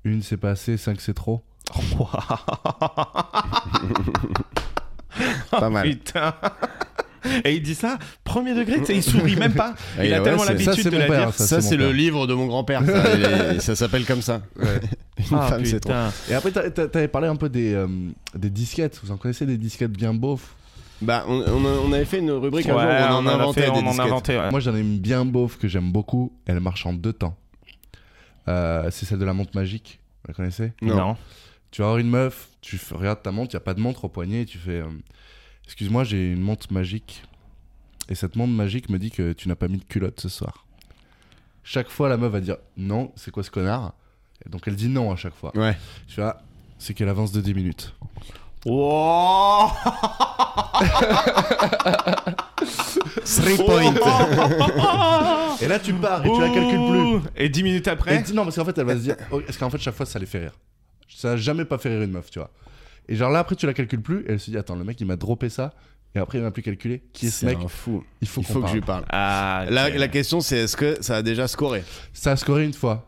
Une, c'est pas assez, cinq, c'est trop.
[laughs]
Pas mal.
Putain. Et il dit ça, premier degré, tu sais, il sourit même pas. Il
Et
a
ouais,
tellement
c'est-
ça,
l'habitude
c'est
de
mon
la
père,
dire.
ça,
Ça,
c'est
c'est
mon
le
père.
livre de mon grand-père. ça, il est- Ça s'appelle comme ça. [laughs] [laughs] Une
Ah,
femme, c'est trop.
putain.
Et après, t'a- t'a- t'avais parlé un peu des, euh, des disquettes. Vous en connaissez des disquettes bien beaufs
Bah, on, on a- on avait fait une rubrique un jour
Ouais,
où on,
on
en inventait
fait,
des
on en
disquettes.
inventait. ouais.
Moi, j'en ai une bien beauf que j'aime beaucoup. Elle marche en deux temps. Euh, c'est celle de la montre magique. Vous la connaissez
Non.
Non.
Tu vas avoir une meuf, tu f- regardes ta montre, il n'y a pas de montre au poignet, et tu fais euh, Excuse-moi, j'ai une montre magique. Et cette montre magique me dit que tu n'as pas mis de culotte ce soir. Chaque fois, la meuf va dire Non, c'est quoi ce connard Et Donc elle dit non à chaque fois.
Ouais.
Tu vois, c'est qu'elle avance de 10 minutes.
Wow.
Three point.
Et là, tu pars et tu la calcules plus.
Et 10 minutes
Et
après,
elle dit non, parce qu'en fait, elle va se dire oh, Est-ce qu'en fait, chaque fois, ça les fait rire Ça a jamais pas fait rire une meuf, tu vois. Et genre là, après, tu la calcules plus, et elle se dit Attends, le mec, il m'a droppé ça. Et après, il m'a plus calculé. Qui est ce
C'est
mec
un fou.
Il faut,
Il faut que je lui parle.
ah,
La,
ok.
la question c'est est-ce que ça a déjà scoré
Ça a scoré une fois.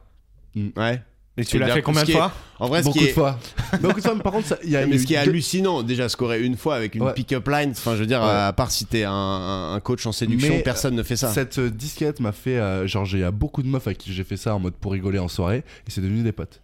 Ouais.
Et tu l'as
C'est-à-dire
fait combien
ce
de
qui est-
fois
En vrai, ce
Beaucoup
qui
de
est, [laughs]
fois. Beaucoup de fois, mais par contre, ça- il y a
mais
eu
ce qui est
deux-
hallucinant, déjà scoré une fois avec une
Ouais.
pick-up line, enfin je veux dire,
Ouais.
à part si t'es un- un, un coach en séduction,
Mais,
personne ne fait ça.
Cette euh, disquette m'a fait. euh, genre, il y a beaucoup de meufs à qui j'ai fait ça en mode pour rigoler en soirée, et c'est devenu des potes.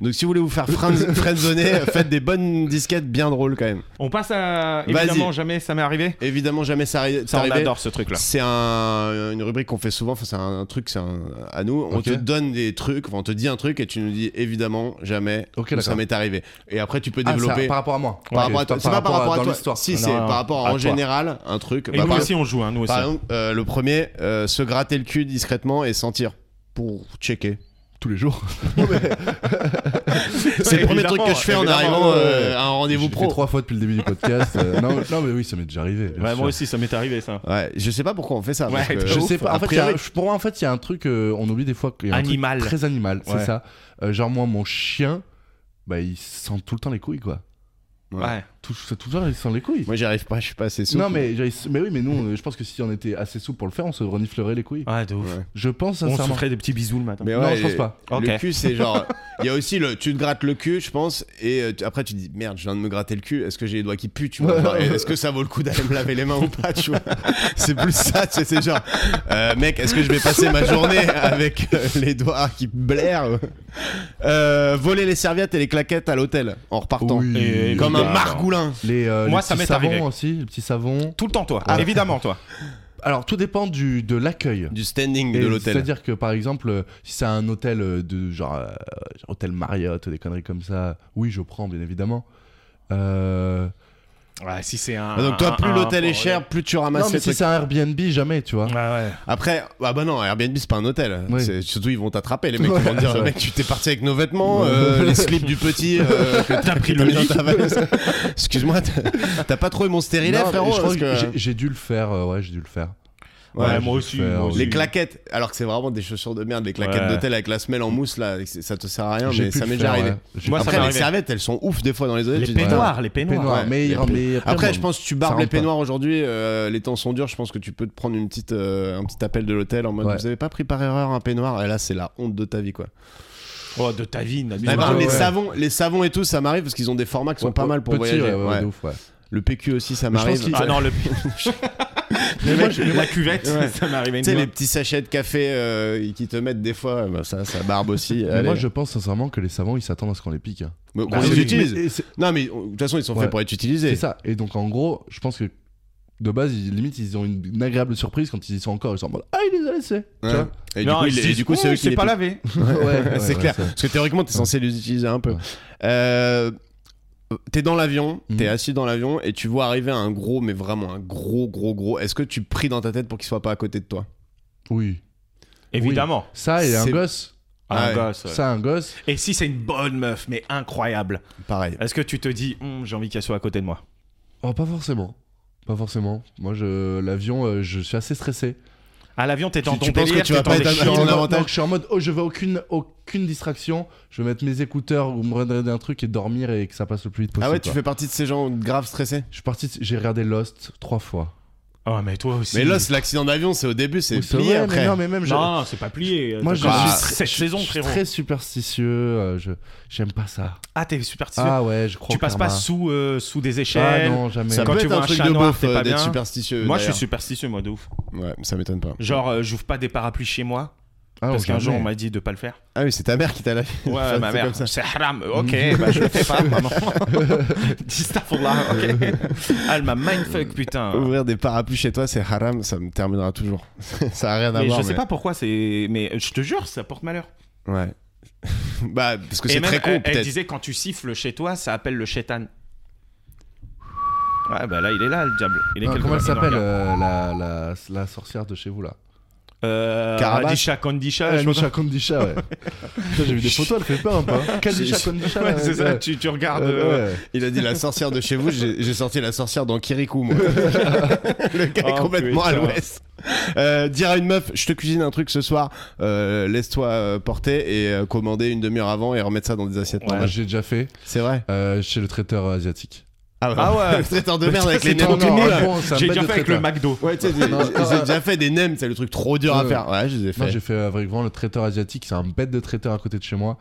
Donc si vous voulez vous faire
[laughs]
friends- friendzonner, faites des bonnes disquettes bien drôles quand même.
On passe à.
Vas-y.
Évidemment, jamais ça m'est arrivé.
Évidemment, jamais ça arrive.
Ça, on adore ce truc-là.
C'est un- une rubrique qu'on fait souvent, enfin, c'est un, un truc, c'est un- à nous. On
Ok.
te donne des trucs, enfin, on te dit un truc et tu nous dis évidemment jamais
Ok,
où
d'accord.
ça m'est arrivé. Et après, tu peux
Ah,
développer.
ça, par rapport à moi.
Par
Ok,
rapport à toi, c'est pas par rapport à
dans
toi.
l'histoire.
Si,
Non,
c'est
non,
par rapport
à
à,
toi.
en général un truc.
Et
Bah,
nous
par,
aussi, on joue, hein, nous aussi.
par exemple, euh, le premier, euh, se gratter le cul discrètement et sentir pour
[laughs]
checker.
Tous les jours.
C'est le premier truc que je fais en
évidemment,
arrivant
ouais.
euh, à un rendez-vous
J'ai fait
pro.
trois fois depuis le début du podcast.
[laughs]
euh, non, non, mais oui, ça m'est déjà arrivé. bien
Ouais,
sûr.
moi aussi, ça m'est arrivé ça.
Ouais, je sais pas pourquoi on fait ça.
Ouais,
parce que-
de
Je
ouf. euh,
sais pas. En fait,
Après,
il y a-
avec-
je- pour moi, en fait, il y a un truc. euh, on oublie des fois qu'il y a un truc
Animal.
très animal,
Ouais.
c'est ça. Euh, genre moi, mon chien, bah, il sent tout le temps les couilles, quoi.
Ouais.
Ouais.
Tout, tout le temps, il sent les couilles.
Moi, j'y arrive pas, je suis pas assez souple.
non, mais, j'avais- mais oui, mais nous, on- je pense que si on était assez souple pour le faire, on se reniflerait les couilles.
Ouais, de ouf.
Ouais.
Je pense
Ah. On se
sincèrement.
ferait des petits bisous le matin.
Mais
Non,
ouais,
je pense
et-
pas.
Ok.
Le cul, c'est genre.
[laughs]
Il y a aussi le. Tu te grattes le cul, je pense, et euh, tu- après tu te dis merde, je viens de me gratter le cul, est-ce que j'ai les doigts qui puent, tu vois
Ouais.
genre, Est-ce que ça vaut le coup d'aller me laver les mains ou pas, tu vois [laughs] C'est plus ça, tu sais, c'est genre. euh, mec, est-ce que je vais passer ma journée avec euh, les doigts qui blairent Euh, Voler les serviettes et les claquettes à l'hôtel en repartant.
Oui.
Et- et
Comme un
bah,
margoulin.
Les, euh,
Moi,
les
ça
petits
m'est
savons
arrivé.
aussi, le petit savon.
Tout le temps, toi.
Ah.
Ouais.
Évidemment, toi.
Alors, tout dépend du, de l'accueil.
Du standing
Et
de l'hôtel.
C'est-à-dire que par exemple, euh, si c'est un hôtel euh, de genre euh, hôtel Marriott, des conneries comme ça, oui, je prends bien évidemment. Euh,
Ouais, si c'est un.
Ah, donc toi,
un-
plus
un-
l'hôtel est
pour-
cher, plus tu ramasses
Non, mais
ces
si
trucs.
c'est un Airbnb, jamais, tu vois.
Ouais, ouais.
Après, ah bah non, Airbnb c'est pas un hôtel.
Oui.
C'est- Surtout ils vont t'attraper, les mecs.
Ouais,
ils vont te
c'est
dire,
vrai.
mec, tu t'es parti avec nos vêtements, euh, les slips du petit
[laughs]
euh, que t'as pris le dans ta valise. Excuse-moi, t'as- t'as pas trouvé mon stérilet,
Non, mais
frérot.
je crois
parce
que
que-
j'ai- j'ai dû le faire, euh, ouais, j'ai dû le faire.
Ouais,
j'ai
moi
dû
aussi,
le
moi aussi.
Les claquettes, alors que c'est vraiment des chaussures de merde, les claquettes
Ouais.
d'hôtel avec la semelle en mousse là, c'est- ça te sert à rien,
J'ai
mais
pu
ça
le
m'est déjà
faire,
arrivé.
ouais. Ah, J'ai
Moi,
pu
ça
Après,
m'est
le
les
arrivé.
serviettes, elles sont ouf des fois dans les hôtels.
Les
tu dis, ouais.
peignoirs, les
faire.
peignoirs.
Peignoir,
ouais.
mais,
Les
mais après,
Après,
bon,
je pense que tu
ça
barbes les
rentre pas.
peignoirs aujourd'hui, euh, les temps sont durs, je pense que tu peux te prendre une petite, euh, un petit appel de l'hôtel en mode
Ouais.
vous avez pas pris par erreur un peignoir, et là c'est la honte de ta vie quoi.
Oh, de ta vie, n'abuse
Ah,
Ouais,
par
pas.
contre,
Bah, ouais,
les,
ouais.
savons, les savons et tout, ça m'arrive parce qu'ils ont des formats qui sont
Ouais,
pas mal pour
petit,
voyager.
ouais, ouais,
ouais.
de ouf, ouais.
Le PQ aussi, ça
Mais je pense
m'arrive.
qu'ils-
Ah
[laughs]
non, le...
Les mecs,
la cuvette,
Ouais.
ça m'est arrivé
tu
une
sais,
fois.
les petits sachets de café euh, qui te mettent des fois, bah, ça, ça barbe aussi.
Mais
Allez.
moi, je pense sincèrement que les savants, ils s'attendent à ce qu'on les pique. hein.
Mais qu'on
Bah,
Ah, les
oui.
utilise.
Mais- et c'est-
Non, mais on- de toute façon, ils sont
Ouais.
faits pour être utilisés.
C'est ça. Et donc, en gros, je pense que de base, ils, limite, ils ont une, une agréable surprise quand ils y sont encore. Ils sont en mode Ah, il les a laissés. Tu
Ouais.
vois
Hein Et
Non,
du
ils se
coup, il- et
disent,
du coup, c'est
Ouh,
eux qui les
pas
piquent.
lavé.
[laughs]
Ouais, ouais,
c'est
ouais,
clair.
c'est-
Parce que théoriquement, t'es censé les utiliser un peu.
Ouais.
Euh, T'es dans l'avion,
Mhm.
t'es assis dans l'avion et tu vois arriver un gros, mais vraiment un gros, gros, gros. Est-ce que tu pries dans ta tête pour qu'il soit pas à côté de toi
Oui.
Évidemment.
Ça et un
C'est-
gosse.
Ah,
Ouais.
gosse, ouais.
Ça, un gosse.
Et si c'est une bonne meuf, mais incroyable,
Pareil.
est-ce que tu te dis, Hum, j'ai envie qu'elle soit à côté de moi
Oh, pas forcément. Pas forcément. Moi, je l'avion, euh, je suis assez stressé.
[laughs]
À Ah, l'avion, t'es dans
Tu-
ton
tu penses que
délire,
tu vas
t'es
pas
dans
être
des
un-
chiens.
en
Non,
avantage.
non, je suis en mode, oh, je veux aucune, aucune distraction. Je vais mettre mes écouteurs ou me regarder un truc et dormir et que ça passe le plus vite possible.
Ah ouais, tu
quoi.
fais partie de ces gens grave stressés
Je suis parti, j'ai regardé Lost trois fois.
Oh, mais toi aussi.
Mais là, c'est l'accident d'avion, c'est au début, c'est
Oui, c'est
plié
vrai,
après.
mais non, mais même je-
Non, c'est pas plié.
Moi, je
T'as pas- Euh,
suis
très-
Ah, Cette saison,
je suis
frérot.
très superstitieux. euh, je j'aime pas ça.
Ah, t'es superstitieux.
Ah ouais, je crois.
oh,
Tu
au
passes pas
karma.
sous euh, sous des
Ah
échelles.
non, jamais.
Ça
Quand
peut
tu
être
vois
un
un
truc
chat
de
noir,
beauf
t'es
euh,
pas
d'être
bien.
superstitieux.
Moi, je suis
d'ailleurs.
superstitieux, moi, de ouf.
Ouais, ça m'étonne pas.
Genre, euh, j'ouvre pas des parapluies chez moi.
Ah non,
parce qu'un
jamais.
jour, on m'a dit de pas le faire.
Ah oui, c'est ta mère qui t'a la
Ouais, ma mère,
[laughs] c'est comme [laughs] ça.
c'est haram. Ok, bah je le fais
[laughs]
pas, maman. [laughs] Distafullah, ok. Elle m'a mindfuck, putain.
Ouvrir des parapluies chez toi, c'est haram, ça me terminera toujours. [laughs] ça a rien à
Mais
voir.
je sais pas pourquoi, c'est. Mais je te jure, ça porte malheur.
Ouais. [laughs] bah, parce que
Et
c'est
même,
très con,
elle, elle
peut-être.
disait quand tu siffles chez toi, ça appelle le chétan. Ouais, bah là, il est là, le diable. Il est
Non,
quelque
comment elle
part, il
s'appelle
regarde.
euh, la, la, la sorcière de chez vous là
Euh,
Carabas
Radisha Kandisha, je
Anisha Kondisha,
[laughs]
ouais. Putain, J'ai vu des photos, elle fait peur un peu. hein. Kadisha Kondisha.
crois. Ouais,
[laughs] ouais,
[laughs] c'est ça,
ouais.
tu, tu regardes. euh,
Euh, ouais.
Il a dit la sorcière de chez vous, j'ai j'ai sorti la sorcière dans
[laughs]
Kirikou, moi. [laughs] le gars est
Oh,
complètement à
putain.
l'ouest. Euh, dire à une meuf, je te cuisine un truc ce soir, euh, laisse-toi euh, porter et euh, commander une demi-heure avant et remettre ça dans des assiettes
Ouais.
Moi,
normales.
j'ai déjà fait
C'est vrai.
euh, chez le traiteur euh, asiatique.
Ah ouais.
Ah
[laughs]
ouais.
le traiteur de merde avec les
C'est
nems
trop
tout
nul,
nuls,
là.
là.
bon, ça
J'ai
me
déjà
bête
fait
de
avec le
traiteur.
McDo.
Ouais, tu sais, j'ai- j'ai déjà fait des nems, c'est le truc trop dur à
Ouais.
faire. Ouais, je les ai
Moi,
fait.
j'ai fait avec vraiment le traiteur asiatique. C'est un bête de traiteur à côté de chez moi.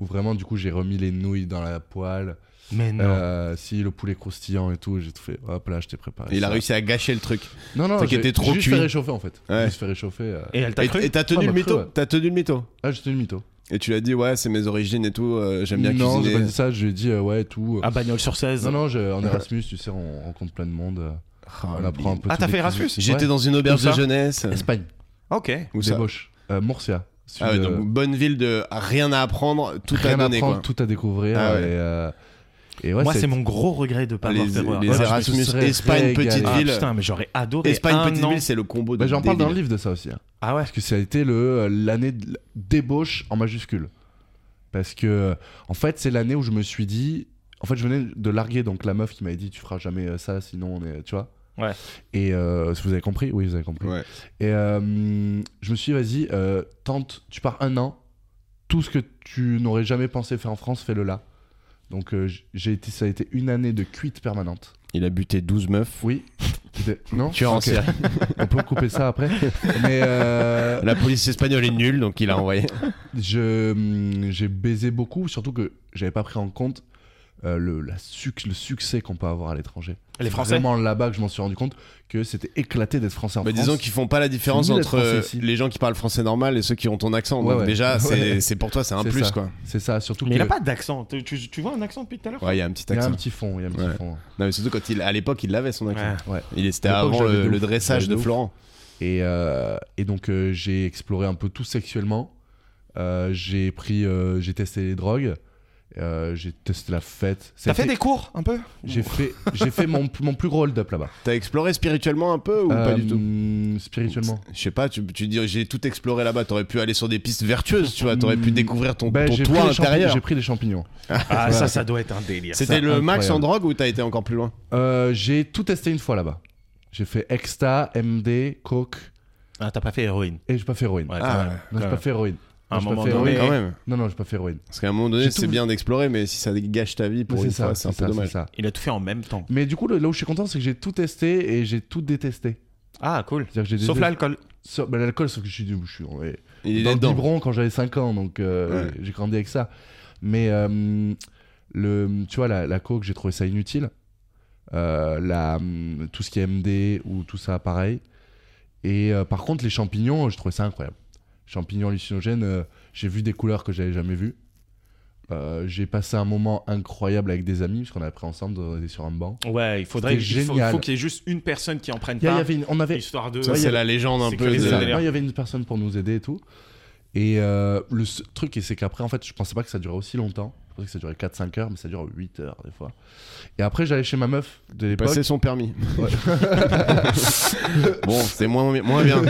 Où vraiment, du coup, j'ai remis les nouilles dans la poêle.
Mais
Euh, si, le poulet croustillant et tout. J'ai tout fait. Hop là, je t'ai préparé.
Il a
ça.
réussi à gâcher le truc.
Non, non,
T'as
j'ai
qu'était trop
juste
cuit.
fait réchauffer en fait.
Ouais.
Juste fait réchauffer. euh.
Et elle t'a
Et
cru
et t'as tenu
Ouais,
le
bah, cru,
mytho.
ouais.
T'as tenu le mytho.
Ah, j'étais une mytho.
Et tu lui as dit, ouais, c'est mes origines et tout, euh, j'aime bien
non, j'ai pas
cuisiner. Ah,
dit ça. Je lui ai dit, euh, ouais, et tout.
À bagnole sur 16.
non, non, je- en Erasmus, tu sais, on rencontre plein de monde. euh,
Oh,
on apprend un peu.
Ah,
tous
t'as
les
fait
cuisines.
Erasmus
J'étais
Ouais.
dans une auberge
Où ça
de jeunesse.
Espagne.
Ok.
Où ça
Débauche. Euh, Murcia.
Ah ouais,
Sud,
donc
euh,
bonne ville de rien à apprendre, tout
rien
à donner
à prendre,
quoi.
tout à découvrir.
Ah ouais.
et, euh, et ouais,
Moi, c'est
c'est-
mon gros regret de pas
les
avoir fait
les
Ouais, Ah, je me
Erasmus,
serais
Espagne,
régalé.
petite
Ah,
ville.
putain, mais j'aurais adoré. un
Espagne, petite
an.
ville, c'est le combo de.
Bah, J'en parle dans le
délire.
livre de ça aussi. hein.
Ah ouais.
Parce que ça a été le- euh, l'année de l- débauche en majuscule. Parce que, euh, en fait, c'est l'année où je me suis dit. En fait, je venais de larguer donc la meuf qui m'avait dit tu feras jamais euh, ça, sinon on est. Tu vois
Ouais.
Et euh, si vous avez compris Oui, vous avez compris.
Ouais.
Et euh, je me suis dit vas-y, euh, tente, tu pars un an. Tout ce que tu n'aurais jamais pensé faire en France, fais-le là. Donc, euh, j- j'ai été, ça a été une année de cuite permanente.
Il a buté 12 meufs.
Oui. C'était- Non
Tu es en
Ok.
Syrie.
On peut couper ça
[laughs]
après. Mais euh,
La police espagnole est nulle, donc il a
[laughs]
envoyé.
je hum, j'ai baisé beaucoup, surtout que j'avais pas pris en compte euh, le, la suc- le succès qu'on peut avoir à l'étranger.
Les
C'est
Français.
Vraiment là-bas que je m'en suis rendu compte que c'était éclaté d'être français en
Bah,
France.
disons qu'ils font pas la différence
nul, les
entre
Français,
euh,
ici.
les gens qui parlent français normal et ceux qui ont ton accent.
Ouais,
donc
[laughs] ouais.
déjà, c'est-
Ouais.
c'est pour toi, c'est un
C'est
plus
ça.
quoi.
C'est ça, surtout
Mais
que-
il a pas d'accent. Tu, tu- tu vois un accent depuis tout à l'heure
Ouais, il y a un petit
il y a
accent.
un petit fond, il y a un petit
Ouais.
fond.
Non, mais surtout quand il, à l'époque, il avait son accent.
Ouais.
Il c'était
À l'époque,
avant
j'avais
le,
de
le
ouf.
dressage
J'avais
de
de ouf.
Florent.
Et, euh, et donc euh, j'ai exploré un peu tout sexuellement. Euh, j'ai pris, euh, j'ai testé les drogues. Euh, j'ai testé la fête. Ça
T'as
a
fait
été-
des cours un peu
J'ai fait, j'ai fait mon, mon plus gros hold-up là-bas.
T'as exploré spirituellement un peu ou pas du tout
Euh, Spirituellement.
Je sais pas, tu, tu dis j'ai tout exploré là-bas, t'aurais pu aller sur des pistes vertueuses, tu vois, t'aurais pu
Hmm.
découvrir ton,
Ben,
ton
j'ai pris
toit
les champi-
intérieur.
J'ai pris des champignons.
Ah, ça, ça doit être un délire.
C'était
ça,
le max en
incroyable.
drogue ou t'as été encore plus loin
Euh, j'ai tout testé une fois là-bas. J'ai fait Exta, MD, Coke
Ah, t'as pas fait héroïne.
et j'ai pas fait héroïne.
Ouais,
Ah,
quand même,
non, j'ai
quand
pas
même.
fait héroïne.
À un
j'ai pas
moment
fait
donné.
Oui,
héroïne.
mais-
quand même.
Non, non, j'ai pas fait héroïne.
Parce qu'à un moment donné,
J'ai
c'est
tout-
bien d'explorer, mais si ça gâche ta vie pour
C'est
une
ça,
fois, c'est un
c'est
peu
ça, c'est
dommage.
ça.
Il a tout fait en même temps.
Mais du coup, le- là où je suis content, c'est que j'ai tout testé et j'ai tout détesté.
Ah, cool.
C'est-à-dire que j'ai
Sauf
détesté-
l'alcool.
Sauf- ben, l'alcool, sauf que je suis, je suis on est-
Il
dans
est
le
dedans.
biberon quand j'avais 5 ans, donc euh,
Ouais.
j'ai grandi avec ça. Mais euh, le, tu vois, la, la coke, j'ai trouvé ça inutile. Euh, la, hum, tout ce qui est MD ou tout ça, pareil. Et euh, par contre, les champignons, je trouvais ça incroyable. Champignons hallucinogènes, euh, j'ai vu des couleurs que j'avais jamais vues. Euh, j'ai passé un moment incroyable avec des amis, parce qu'on a pris ensemble, on était sur un banc.
Ouais, il faudrait
C'était
il faut, il
génial.
faut qu'il y ait juste une personne qui en prenne
Il y a- il y
part.
avait une- on avait,
Histoire de.
Ça,
Ouais, euh, il y
c'est
a-
la légende un
c'est
peu.
que
C'est
les
de-
ça.
délire.
Non, il y avait une personne pour nous aider et tout. Et euh, le s- truc, et c'est qu'après, en fait, je pensais pas que ça durait aussi longtemps. Je pensais que ça durait 4-5 heures, mais ça dure 8 heures des fois. Et après, j'allais chez ma meuf de l'époque.
Passer son permis. [laughs] bon, c'est moins, moins [laughs] bien.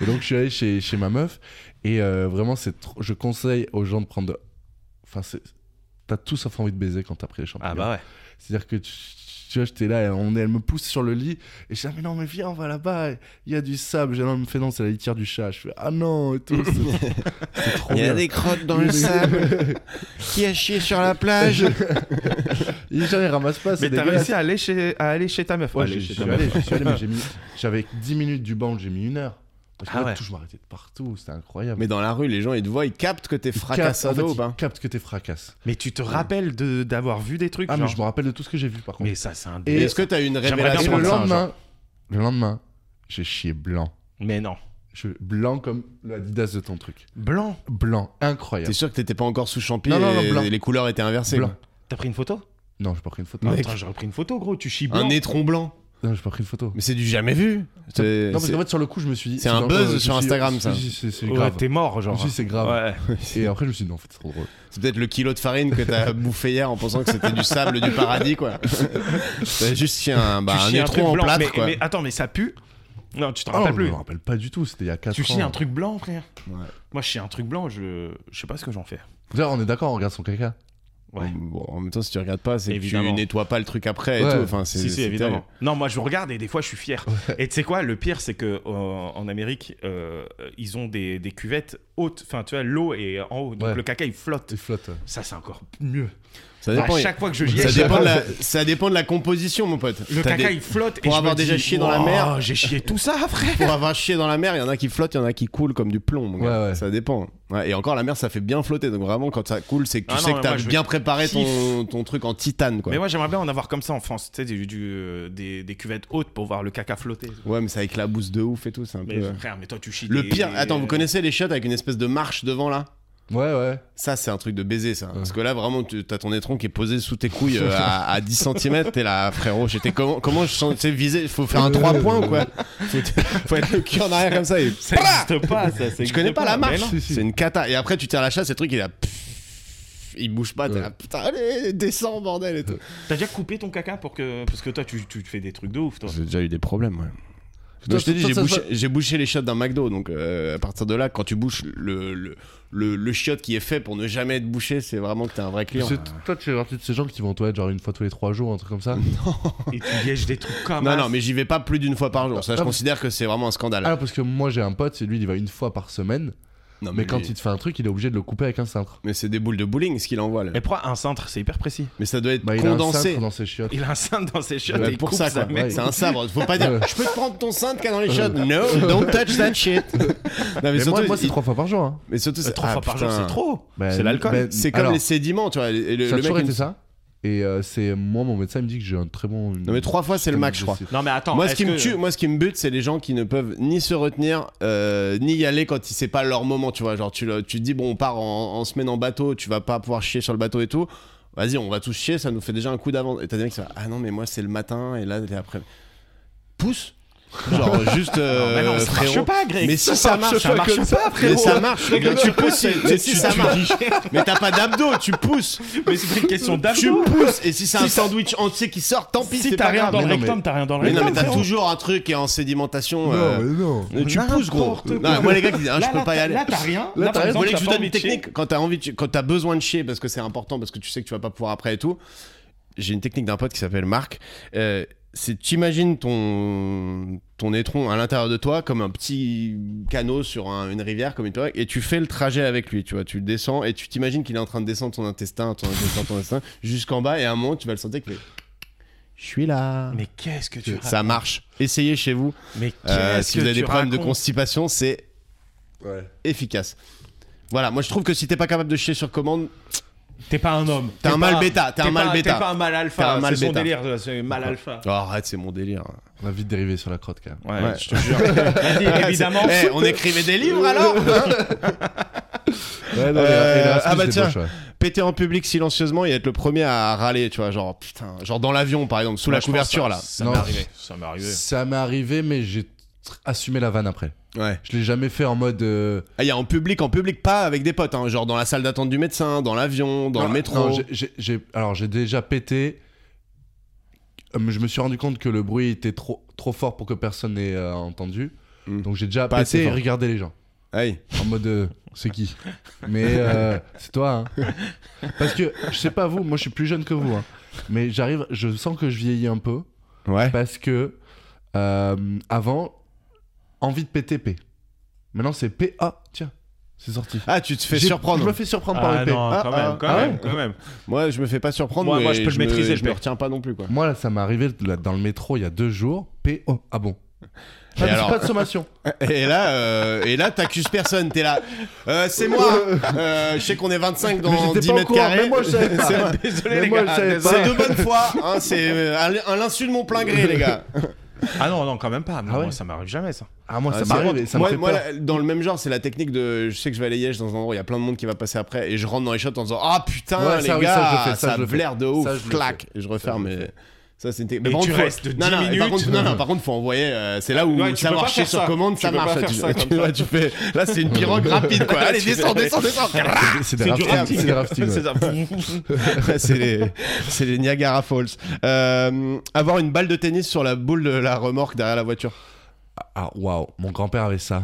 Et donc, je suis allé chez, chez ma meuf. Et euh, vraiment, c'est trop- je conseille aux gens de prendre. de- Enfin, c'est- t'as tout sauf envie de baiser quand t'as pris les champignons.
Ah, bah ouais.
C'est-à-dire que tu, tu vois, j'étais là, elle, on, est- elle me pousse sur le lit, et je dis, ah, mais non, mais viens, on va là-bas, il y a du sable. J'ai dit, non, elle me fait non, c'est la litière du chat. Je fais, ah non,
[laughs]
et tout. C'est c'est trop bien.
crottes
Il y a des-
Qui a chié sur la plage
Les gens, ils ramassent pas, [laughs] c'est
Mais t'as
dégueulasse.
réussi à aller chez, à aller chez ta meuf.
Ouais,
Aller
j'y
chez
suis
ta
allé,
meuf.
j'y suis allé, mais j'ai mis- j'avais 10 minutes du banc, j'ai mis une heure. Parce que
Ah
moi,
ouais.
tout, je m'arrêtais de partout, c'était incroyable.
Mais dans la rue, les gens, ils te voient, ils captent que t'es
Ils captent- en fait,
fracassado ou
ils
pas
captent que t'es fracasse.
Mais tu te rappelles de- d'avoir vu des trucs
Ah,
genre-
mais je me rappelle de tout ce que j'ai vu par contre.
Mais ça, c'est un
Et-
Et
délire.
Est-ce que t'as eu une
J'aimerais
Et
bien
révélation
le
de ça, genre
lendemain, le lendemain, j'ai chié blanc.
Mais non.
Je, blanc comme l'Adidas de ton truc.
Blanc.
Blanc, incroyable.
T'es sûr que t'étais pas encore sous champi
Non, non, non,
et
blanc.
les couleurs étaient inversées
Blanc.
quoi. Ah.
T'as pris une photo
Non, j'ai pas pris une photo.
Non,
Non,
attends, j'aurais pris une photo, gros. Tu chies blanc.
Un étron blanc.
j'ai pas pris une photo.
Mais c'est du jamais vu. C'est-
Non, parce
c'est-
qu'en fait, sur le coup, je me suis dit.
C'est un
dans- euh,
buzz
je me
sur
suis dit,
Instagram,
oh,
ça.
c'est- C'est c'est
Ouais,
grave.
t'es mort,
Je me
genre.
suis dit, c'est grave.
Ouais.
Et après, je me suis dit, non, en fait, c'est trop drôle.
[laughs] C'est peut-être le kilo de farine que
[laughs]
t'as bouffé hier en pensant que c'était du sable du paradis, quoi. t'as juste chié un, bah,
tu
un
chies un truc
étron en
blanc.
plâtre,
mais,
quoi. Oh,
mais attends, mais ça pue. Non, tu t'en
Ah,
rappelles
je me
plus.
rappelle pas du tout, c'était il y a 4 ans.
Tu chies un truc blanc, frère.
Ouais.
Moi, je chie un truc blanc, je, je sais pas ce que j'en fais.
Déjà, on est d'accord, on regarde son caca.
Ah, Ouais.
Bon, en même temps, si tu regardes pas, c'est que tu
Évidemment.
nettoies pas le truc après et
Ouais.
tout. Enfin, c'est,
Si,
c'est
si, évidemment. Non, moi, je regarde et des fois, je suis fier. Et tu sais quoi, le pire, c'est que euh, en Amérique, euh, ils ont des, des cuvettes hautes. Enfin, tu vois, l'eau est en haut. Donc,
Ouais.
le caca, il flotte.
Il flotte.
Ça, c'est encore mieux.
terrible. Ça
À
dépend,
chaque fois que je
il-
gère,
ça, dépend de la, ça dépend de la composition, mon pote.
le
T'as
caca,
des-
il flotte.
Pour
et je
avoir
me
déjà
dis,
chié dans la mer.
Wow, J'ai chié tout ça, frère.
Pour avoir chié dans la mer, il y en a qui flottent, il y en a qui coulent comme du plomb, mon gars.
Ouais, ouais.
Ça dépend. Ouais, et encore, la mer, ça fait bien flotter. Donc vraiment, quand ça coule, c'est que tu
Ah
sais
non,
que
mais
t'as
moi, je
bien préparé ton,
kiffe.
ton truc en titane, quoi.
Mais moi, j'aimerais bien en avoir comme ça en France. Tu sais, du- du, euh, des, des cuvettes hautes pour voir le caca flotter.
Ouais, mais ça éclabousse de ouf et tout, c'est un
Mais
peu. euh,
frère, mais toi, tu chies.
Le
des-
pire, attends, vous connaissez les chiottes avec une espèce de marche devant là
Ouais, ouais.
Ça, c'est un truc de baiser, ça. Parce que là, vraiment, tu- t'as ton étron qui est posé sous tes couilles euh, à, à 10 cm. T'es là, ah, frérot, j'étais comment, comment je sens, tu sais, viser Faut faire un 3 points ou quoi faut, faut être le cul en arrière comme ça. Et...
Ça n'existe pas,
[laughs]
ça. ça
Je connais
existe
pas la
mais
marche.
non.
Si, si.
C'est une cata. Et après, tu tires la chasse, et le truc, il a. Il bouge pas, t'es là, putain, allez, descends, bordel et tout.
T'as déjà coupé ton caca pour que. Parce que toi, tu, tu fais des trucs de ouf, toi.
J'ai déjà eu des problèmes, ouais.
Toi,
je t'ai dit,
toi,
j'ai
ça se
bouché, j'ai bouché les chiottes d'un McDo, donc euh, à partir de là, quand tu bouches le, le, le, le chiotte qui est fait pour ne jamais être bouché, c'est vraiment que t'es un vrai client.
Parce que Toi, tu es partie de ces gens qui vont aux toilettes genre une fois tous les 3 jours, un truc
[laughs]
comme ça.
Et tu lièges des trucs comme
Non, non, mais j'y vais pas plus d'une fois par jour. Ça, je
Ah,
considère que c'est vraiment un scandale.
Alors, Ah, parce que moi, j'ai un pote, lui, il y va une fois par semaine,
non,
mais quand
lui-
il te fait un truc, il est obligé de le couper avec un cintre.
mais c'est des boules de bowling ce qu'il envoie là.
Et pourquoi un cintre C'est hyper précis.
Mais ça doit être
Bah, il a un
condensé.
cintre dans ses chiottes.
Il a un cintre dans ses chiottes
Ouais,
et il
pour
coupe
ça,
sa
quoi.
mère.
mec.
C'est un sabre. Faut pas dire,
Ouais.
je peux te prendre ton cintre [laughs] qu'il y a dans les chiottes. No, don't touch that shit. Euh. [laughs] non, mais,
Mais moi,
surtout,
moi, c'est
il-
trois fois par jour. hein.
mais surtout,
Euh,
c'est
Trois
ah,
fois par jour,
putain.
c'est trop.
Bah,
c'est l'alcool.
ben,
C'est comme
alors,
les sédiments, tu vois. et le,
Ça a
le mec,
toujours
il me-
été ça. Et euh, c'est moi, mon médecin, il me dit que j'ai un très bon.
Non, mais trois fois, c'est le max, je crois.
Non, mais attends.
moi, ce
est-ce
qui me
que-
tue, moi, ce qui me bute, c'est les gens qui ne peuvent ni se retenir, euh, ni y aller quand il- c'est pas leur moment, tu vois. Genre, tu, le- tu te dis, bon, on part en, en semaine en bateau, tu vas pas pouvoir chier sur le bateau et tout. Vas-y, on va tous chier, ça nous fait déjà un coup d'avance. Et t'as des mecs qui sont là, ah non, mais moi, c'est le matin, et là, t'es après. Pousse
[laughs]
Genre juste euh,
Ah, mais non, ça marche
frérot.
pas, Greg.
Mais si ça marche, ça marche pas, frérot. Mais ça marche.
Greg,
Mais
le
tu
gars, [laughs]
pousses,
il-
mais si ça marche.
[laughs]
Mais t'as pas d'abdos, tu pousses.
Mais c'est pas une question
Tu
d'abdos.
pousses. Et si c'est un
Si ça-
sandwich entier qui sort, tant pis.
Si
c'est
t'as
pas
rien
grave.
dans le
Mais non, mais-
rectum, t'as rien dans le
Mais non,
rectum.
mais t'as
frérot.
toujours un truc qui est en sédimentation.
Non,
euh,
mais non.
Et tu pousses gros.
N'importe quoi.
Non, moi les gars qui disent ah,
Là,
je peux
là,
pas y
t'as-
aller.
Là, t'as rien.
Là,
Là,
t'as
par
rien.
Vous
exemple,
voulez que je vous
t'as
donne une
pas envie de
technique quand t'as envie, de- quand t'as besoin de chier parce que c'est important parce que tu sais que tu vas pas pouvoir après et tout. J'ai une technique d'un pote qui s'appelle Marc. Euh, c'est t'imagines ton ton étron à l'intérieur de toi comme un petit canot sur un- une rivière comme une toile et tu fais le trajet avec lui. Tu vois, tu le descends et tu t'imagines qu'il est en train de descendre ton intestin, ton intestin, ton intestin jusqu'en bas et à un moment tu vas le sentir que je suis là.
Mais qu'est-ce que tu
Ça marche. Essayez chez vous.
Mais
Euh,
qu'est-ce
si
que
vous avez
tu
des problèmes de
racontes
constipation, c'est efficace. Voilà, moi je trouve que si t'es pas capable de chier sur commande,
T'es pas un homme.
T'es un mâle
pas-
bêta, t'es un mâle
pas-
bêta.
T'es pas un mal
T'es un
alpha.
mâle
C'est son
bêta.
délire, euh, c'est mal alpha.
Oh, arrête, c'est mon délire.
On a vite dérivé sur la crotte quand même.
Ouais,
Ouais.
je te jure.
[laughs]
Vas-y, évidemment.
Eh, on écrivait des livres
[laughs]
alors [laughs]
Ouais,
non, mais Euh, Erasmus,
ah
ah bah
bah
c'est tiens. moche, Péter en public silencieusement et être le premier à râler, tu vois, genre putain, genre dans l'avion par exemple, sous la couverture là.
Ça
Non.
m'est arrivé. Ça m'est arrivé.
Ça m'est arrivé, mais j'ai tr- assumé la vanne après.
Ouais.
Je l'ai jamais fait en mode. euh,
Ah, il y a en public, en public, pas avec des potes, hein, genre dans la salle d'attente du médecin, dans l'avion, dans
non,
le métro.
Ah, non, j'ai- j'ai- j'ai- alors j'ai déjà pété. Euh, Je me suis rendu compte que le bruit était trop, trop fort pour que personne n'ait euh, entendu.
Mm.
Donc j'ai déjà
Pas assez
pété et
fort.
regardé les gens.
Aïe.
En mode euh, c'est qui Mais euh, c'est toi. hein. Parce que je sais pas vous, moi je suis plus jeune que vous. hein. Mais j'arrive, je sens que je vieillis un peu.
Ouais.
Parce que euh, avant, envie de PTP. Maintenant c'est P. Ah, tiens, c'est sorti.
Ah, tu te fais
J'ai-
surprendre.
Je me fais surprendre par
Ah
le P.
non,
Ah,
quand
ah,
même, quand
ah
même,
ouais.
quand même.
Moi, je me fais pas surprendre.
Moi- moi,
mais
je peux le
me-
maîtriser,
Je
je
me
peux.
retiens pas non plus, quoi.
Moi, là, ça m'est arrivé là, dans le métro il y a deux jours. P. Oh, ah bon. Ah, mais c'est
alors-
pas de
[laughs]
sommation.
Et là, euh, et là, t'accuses personne. T'es là. Euh, c'est moi. Euh, je sais qu'on est 25
Mais
dans
j'étais
10
pas au
mètres
courant,
carrés.
mais moi, je savais pas.
C'est vrai.
Désolé,
Mais
les
moi, je
gars.
savais
désolé.
C'est de bonne foi, hein, c'est euh, un, un insu de mon plein gré, les gars.
Ah non, non, quand même pas. Non,
Ah ouais.
Moi, ça m'arrive jamais, ça.
Ah, moi,
Ah,
ça
c'est-
m'arrive et ça
moi,
me fait
moi,
peur.
la- dans le même genre, c'est la technique de je sais que je vais aller Liège dans un endroit où il y a plein de monde qui va passer après et je rentre dans les shots en disant Ah putain,
Ouais, ça,
les
oui,
gars,
ça, je le fais, ça,
ça,
je le fais.
flaire de ouf,
Ça, je le
clac. Et je referme.
Ça, je le
et- Ça, c'est une technique.
Et
par
tu
contre, faut-
restes
non,
10
non, et par
minutes.
contre, non, non, par contre, faut envoyer. euh, c'est là où
Ouais, tu peux
savoir
pas
chier
faire
sur
ça.
commande,
Tu
ça
peux pas
marche.
faire
[laughs] tu-
ça
tu-
comme ça.
ouais, tu fais- Là, c'est une
[laughs]
pirogue rapide, quoi. Allez,
Tu fais-
descends, descends, descends.
C'est
C'est du
rafting,
rafting.
c'est des raftings, ouais.
C'est ça.
c'est les, c'est les Niagara Falls. Euh, avoir une balle de tennis sur la boule de la remorque derrière la voiture.
Ah, waouh, mon grand-père avait ça.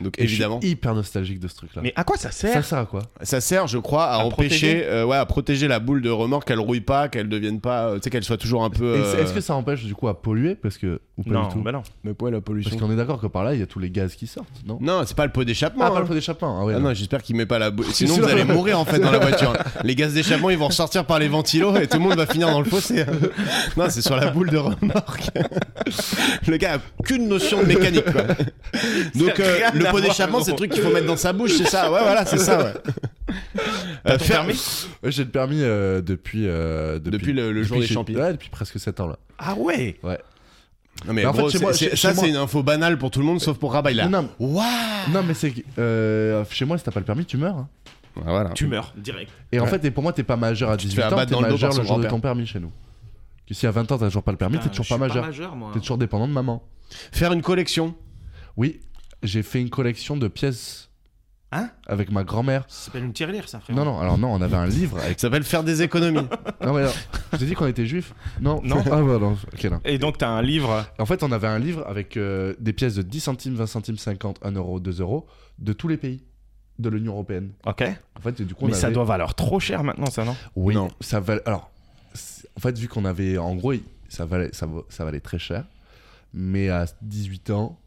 Donc
Et je suis
évidemment,
hyper nostalgique de ce truc-là.
Mais à quoi ça sert
ça sert à quoi
ça sert, je crois, à,
À
empêcher,
protéger.
euh, ouais, à protéger la boule de remorque, qu'elle rouille pas, qu'elle devienne pas, euh, tu sais, qu'elle soit toujours un peu.
Et c'est-
euh,
Est-ce que ça empêche du coup à polluer parce que ou pas
Non,
du tout
bah non.
mais ouais, la
Parce
pollution.
qu'on est d'accord que par là il y a tous les gaz qui sortent, non
Non, c'est pas le pot d'échappement.
Ah, pas
hein.
le feu d'échappement. Ah ouais.
Ah
non.
non, j'espère qu'il met pas la boule. Sinon,
sûr.
vous allez mourir en fait dans la voiture. Les gaz d'échappement, ils vont ressortir par les ventilos et tout le monde va finir dans le fossé. hein. Non, c'est sur la boule de remorque. [laughs] Le gars a qu'une notion de mécanique. quoi. Donc,
Ça a
euh,
rien
le
à
pot
voir,
d'échappement,
gros.
c'est le truc qu'il faut mettre dans sa bouche, c'est ça. Ouais, voilà, c'est ça. Ouais. Euh,
Ton
faire-
permis
Ouais, J'ai le permis euh, depuis, euh, depuis
Depuis le- le jour
depuis
des
j'ai-
champignons.
Ouais, depuis presque 7 ans là.
Ah ouais.
Non, mais,
Mais en
gros,
fait, chez
c'est-
moi-
c'est-
chez-
ça,
chez moi-
c'est une info banale pour tout le monde, sauf pour Rabat. Il a.
Non, non,
Waouh
non, mais c'est que, euh, chez moi si t'as pas le permis tu meurs. hein.
Bah, Voilà.
Tu meurs direct.
Et en
Ouais.
fait et pour moi t'es pas majeur à
Tu te
18
fais
ans,
abattre
t'es
dans le dos
majeur
par
le
son
jour de ton
grand-père.
permis chez nous. Que si à 20 ans t'as toujours pas le permis t'es
Putain,
toujours
je
pas
suis
majeur.
majeur, moi.
hein.
T'es toujours dépendant de maman.
Faire une collection.
Oui, j'ai fait une collection de pièces.
Hein
Avec ma grand-mère.
Ça s'appelle une tirelire, ça, frère.
Non non alors non on avait Bah, un livre avec.
Ça s'appelle faire des
[laughs]
économies. [laughs]
Non mais alors, je t'ai dit qu'on était juifs. Non
Non.
Ah bah non. Ok non.
Et donc, t'as un livre.
En fait, on avait un livre avec euh, des pièces de 10 centimes, 20 centimes, 50, 1 euro, 2 euros de tous les pays de l'Union européenne.
Ok.
En fait, du
Oh, bah
coup, on
Mais ça
avait-
doit valoir trop cher maintenant, ça, non
Oui.
Non.
Ça valait. Alors, c'est- en fait, vu qu'on avait, en gros, ça valait, ça, va- ça valait très cher. Mais à 18 ans,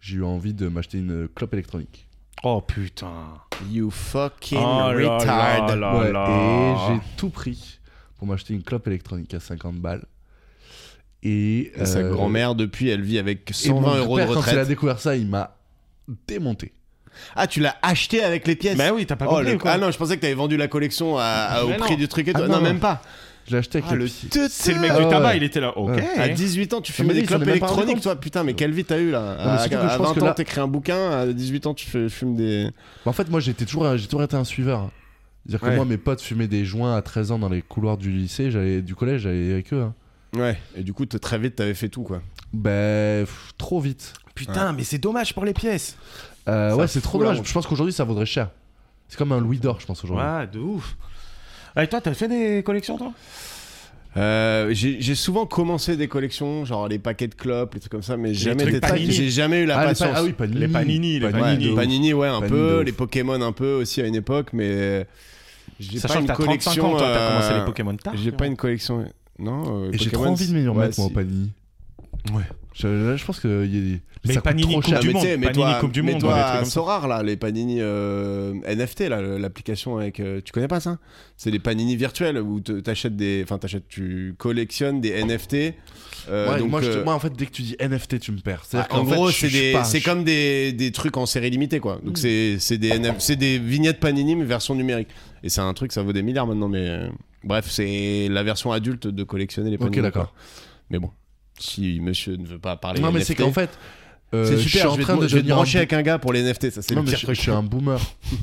j'ai eu envie de m'acheter une clope électronique.
Oh putain.
You fucking
oh là
retard.
là là
Ouais,
là.
Et j'ai tout pris pour m'acheter une clope électronique à 50 balles. Et
Et Sa
euh,
grand-mère, depuis, elle vit avec
et mon
120 euros de
père, Quand il a
retraite.
découvert ça, il m'a démonté.
Ah, tu l'as acheté avec les pièces
Mais Bah oui, t'as pas
Oh,
compris
le-
ou quoi
Ah non, je pensais que t'avais vendu la collection à- à- au
Mais
prix
non.
du truc et
Ah
tout.
non,
non,
non.
même pas.
Je l'ai acheté avec
Ah, le
le petit-
C'est le mec
Ah
du
ouais.
tabac, il était là. Ok.
Ouais.
À 18 ans, tu fumais
mais
des
lui, il s'en
clopes
est même pas rendu
électroniques,
compte.
toi. Putain, mais quelle vie t'as eu là
mais
À
surtout que je
à
pense
20
que là-
ans, t'écris un bouquin. À 18 ans, tu fais- fumes des.
Bah, En fait, moi, j'étais toujours, j'ai toujours été un suiveur. hein. C'est-à-dire que
Ouais.
moi, mes potes fumaient des joints à 13 ans dans les couloirs du lycée, j'allais du collège, j'allais avec eux. hein.
Ouais. Et du coup, t- très vite, t'avais fait tout, quoi.
Ben, pff, trop vite.
Putain, mais c'est dommage pour les pièces.
Euh,
Ça
ouais, c'est trop
fout la
dommage.
honte.
Je pense qu'aujourd'hui, ça vaudrait cher. C'est comme un louis d'or, je pense, aujourd'hui.
Ouais, de ouf. Ah, et toi, t'as fait des collections, toi
Euh, j'ai j'ai souvent commencé des collections, genre les paquets de clopes, les trucs comme ça, mais jamais
trucs
été-
Panini.
j'ai jamais eu la
Ah, les pa-
patience.
ah oui, Panini.
Les Panini, les
Ouais,
Panini
Panini,
de
ouais,
ouf.
un
Panini de
peu,
ouf.
les Pokémon un peu aussi à une époque, mais euh, j'ai
Sachant
pas
que
une
t'as 35
collection.
ans, toi, t'as
euh,
commencé les Pokémon tard.
J'ai pas une collection. Non. euh,
Et j'ai trop
Pokémon,
envie de me les
ouais,
remettre, moi,
si.
au Panini.
Ouais.
Je, je pense que. y a-
Mais
ça coûte
Panini
trop
Coupe
cher.
du
mais
Monde,
tu sais, mais
Panini
toi,
Coupe du
mais
Monde,
toi,
ouais, des trucs comme ça.
Sorare, là, les Panini euh, NFT, là, le- l'application avec. euh, tu connais pas ça C'est les Panini virtuels où te- t'achètes des. Enfin, t'achètes, tu collectionnes des NFT. euh,
Ouais,
donc,
moi, je te-
euh,
moi, en fait, dès que tu dis NFT, tu me perds.
ah,
C'est-à-dire
en
qu'en fait,
gros,
je-
c'est
je suis
des-
pas- Mm.
c'est comme des, des trucs en série limitée, quoi. Donc, c'est c'est des, NF c'est des vignettes Panini, mais version numérique. Et c'est un truc, ça vaut des milliards maintenant, mais. euh, bref, c'est la version adulte de collectionner les Panini.
Ok, d'accord.
quoi. Mais bon, si monsieur ne veut pas parler.
Non, mais
NFT,
c'est qu'en fait. euh,
c'est super,
je suis en
vais te-
train de
je vais te
devenir un
brancher avec un gars pour les NFT, ça c'est
Non,
le
mais
pire
je,
truc.
je suis un boomer. [laughs]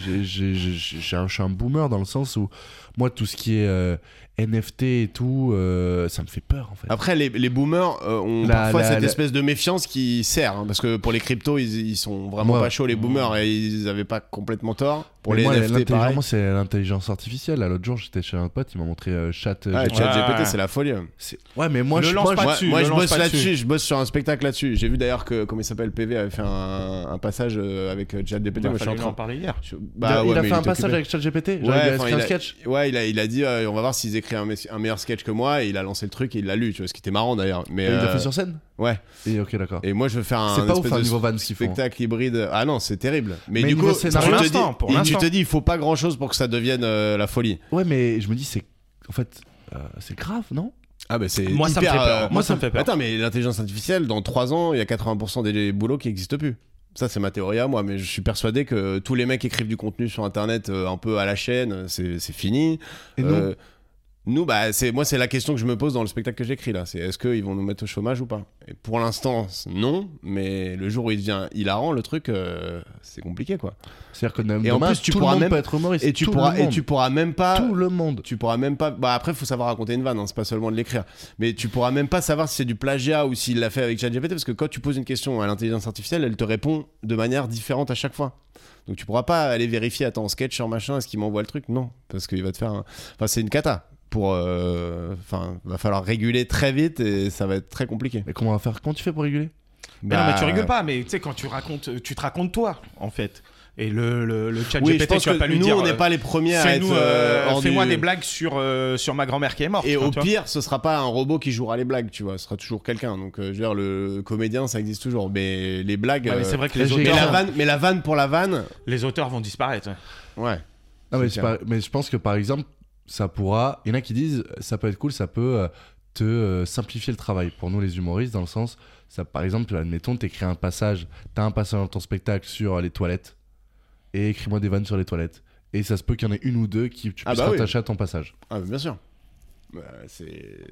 J'ai- j'ai- j'ai- j'ai- j'ai un- Je suis un boomer dans le sens où, moi, tout ce qui est euh, NFT et tout, euh, ça me fait peur en fait.
Après, les, les boomers euh, ont
La-
parfois
la-
cette
la-
espèce de méfiance qui sert, hein, parce que pour les cryptos, ils, ils sont vraiment
Ouais.
pas chauds, les boomers, et ils avaient pas complètement tort. Pour
Mais
les
moi,
NFT,
l'intelligence,
pareil.
c'est l'intelligence artificielle. Là, L'autre jour, j'étais chez un pote, il m'a montré euh, chat. euh,
Ah,
GPT.
chat
Ouais.
GPT, c'est la folie.
C'est- ouais, mais moi,
Ne
je
lance
moi,
pas
je-
Moi,
dessus,
moi,
ne
je
lance
bosse
pas dessus.
là-dessus, je bosse sur un spectacle là-dessus. J'ai vu d'ailleurs que, comment il s'appelle, PV avait fait un, un passage euh, avec euh, chat GPT.
Bah,
moi, je suis en
fallait en
train.
parler hier.
je-
il
bah
a- il
ouais,
a
mais
fait un
était
passage
occupé.
avec ChatGPT. Genre,
Ouais,
il
enfin,
a écrit
il
un
a-
sketch.
Ouais, il a, il a dit euh, on va voir s'ils écrivent un, me- un meilleur sketch que moi. Et il a lancé le truc et il l'a lu, tu vois, ce qui était marrant d'ailleurs. Mais
Et Il l'a
euh,
fait sur scène.
ouais.
Et ok, d'accord.
Et moi, je veux faire un
C'est pas ouf
espèce
un
de
niveau van ce qu'ils font. hein.
spectacle hybride. Ah non, c'est terrible. Mais,
Mais
du
niveau
coup,
scénario-
Pour
tu te
l'instant,
dis-
pour
et tu
l'instant.
te dis, il faut pas grand chose pour que ça devienne euh, la folie.
Ouais, mais je me dis, c'est en fait, euh, c'est grave, non
Ah bah c'est
Moi, ça me fait
hyper, euh,
peur. Moi, ça me fait peur.
Attends, mais l'intelligence artificielle, dans 3 ans, il y a 80% des boulots qui n'existent plus. Ça, c'est ma théorie à moi, mais je suis persuadé que tous les mecs écrivent du contenu sur Internet euh, un peu à la chaîne, c'est c'est fini.
Et nous
Euh, nous, bah, c'est moi, c'est la question que je me pose dans le spectacle que j'écris là. C'est est-ce qu'ils vont nous mettre au chômage ou pas Et pour l'instant, c'est non. Mais le jour où il devient hilarant, le truc, euh, c'est compliqué quoi.
C'est-à-dire que même
Et en
demain,
plus, tu
tout le
pourras
monde
même-
peut être humoriste.
Et tu
tout
pourras,
le
et
monde.
tu pourras même pas.
tout le monde.
Tu pourras même pas. Bah après, faut savoir raconter une vanne, hein, c'est pas seulement de l'écrire. Mais tu pourras même pas savoir si c'est du plagiat ou s'il l'a fait avec ChatGPT, parce que quand tu poses une question à l'intelligence artificielle, elle te répond de manière différente à chaque fois. Donc tu pourras pas aller vérifier, attends, en sketch, en machin, est-ce qu'il m'envoie le truc Non, parce qu'il va te faire. un- Enfin, c'est une cata. Pour. euh, Enfin, va falloir réguler très vite et ça va être très compliqué. Bah,
Mais comment on va faire Comment tu fais pour réguler
Mais non, mais tu rigoles pas, mais tu sais, quand tu racontes, euh, tu te racontes toi, en fait. Et le, le, le chat
Oui, je
GPT,
pense
tu vas
que
pas lui
nous,
dire.
on n'est
euh,
pas les premiers à être.
Fais-nous, euh,
euh, hors
fais-moi
du-
des blagues sur, euh, sur ma grand-mère qui est morte.
Et
hein,
au
tu vois.
pire, ce sera pas un robot qui jouera les blagues, tu vois. Ce sera toujours quelqu'un. Donc, euh, je veux dire, le comédien, ça existe toujours. Mais les blagues.
Ah, mais
euh,
c'est vrai que
là,
les
j'ai-
mais, la
auteurs,
vanne, mais la vanne pour la vanne,
les auteurs vont disparaître. ouais.
ouais.
Non, mais,
C'est
c'est pas- mais je pense que par exemple, ça pourra. Il y en a qui disent ça peut être cool, ça peut euh, te euh, simplifier le travail pour nous les humoristes, dans le sens, ça, par exemple, admettons, t'écris un passage, t'as un passage dans ton spectacle sur les toilettes, et écris-moi des vannes sur les toilettes. Et ça se peut qu'il y en ait une ou deux qui tu
Ah
puisses
bah oui.
rattacher à ton passage.
Ah, mais bien sûr. Bah, c'est. Mais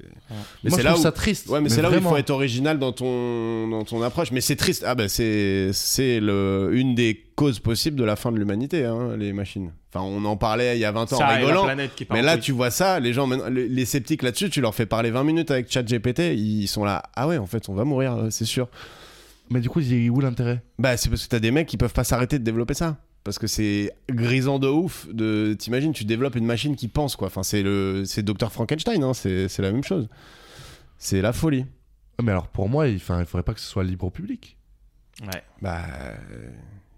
Moi,
c'est
je
là
trouve
où.
ça triste.
Ouais, mais, c'est là où il
vraiment.
faut être original dans ton, dans ton approche. Mais c'est triste. Ah, bah, c'est, c'est le, une des causes possibles de la fin de l'humanité, hein, les machines. Enfin, on en parlait il y a 20 ans en
Ça et la
rigolant.
planète qui part
Mais
en
là,
couille.
tu vois ça, les gens, maintenant- les, les sceptiques là-dessus, tu leur fais parler 20 minutes avec ChatGPT, ils sont là. Ah ouais, en fait, on va mourir, euh, c'est sûr.
Mais du coup, il y a où l'intérêt
Bah, c'est parce que t'as des mecs qui peuvent pas s'arrêter de développer ça. Parce que c'est grisant de ouf. De... T'imagines, tu développes une machine qui pense, quoi. Enfin, c'est le c'est Dr. Frankenstein, hein, c'est c'est la même chose. C'est la folie.
Mais alors pour moi, il, 'fin, il faudrait pas que ce soit libre au public.
Ouais.
Bah. euh,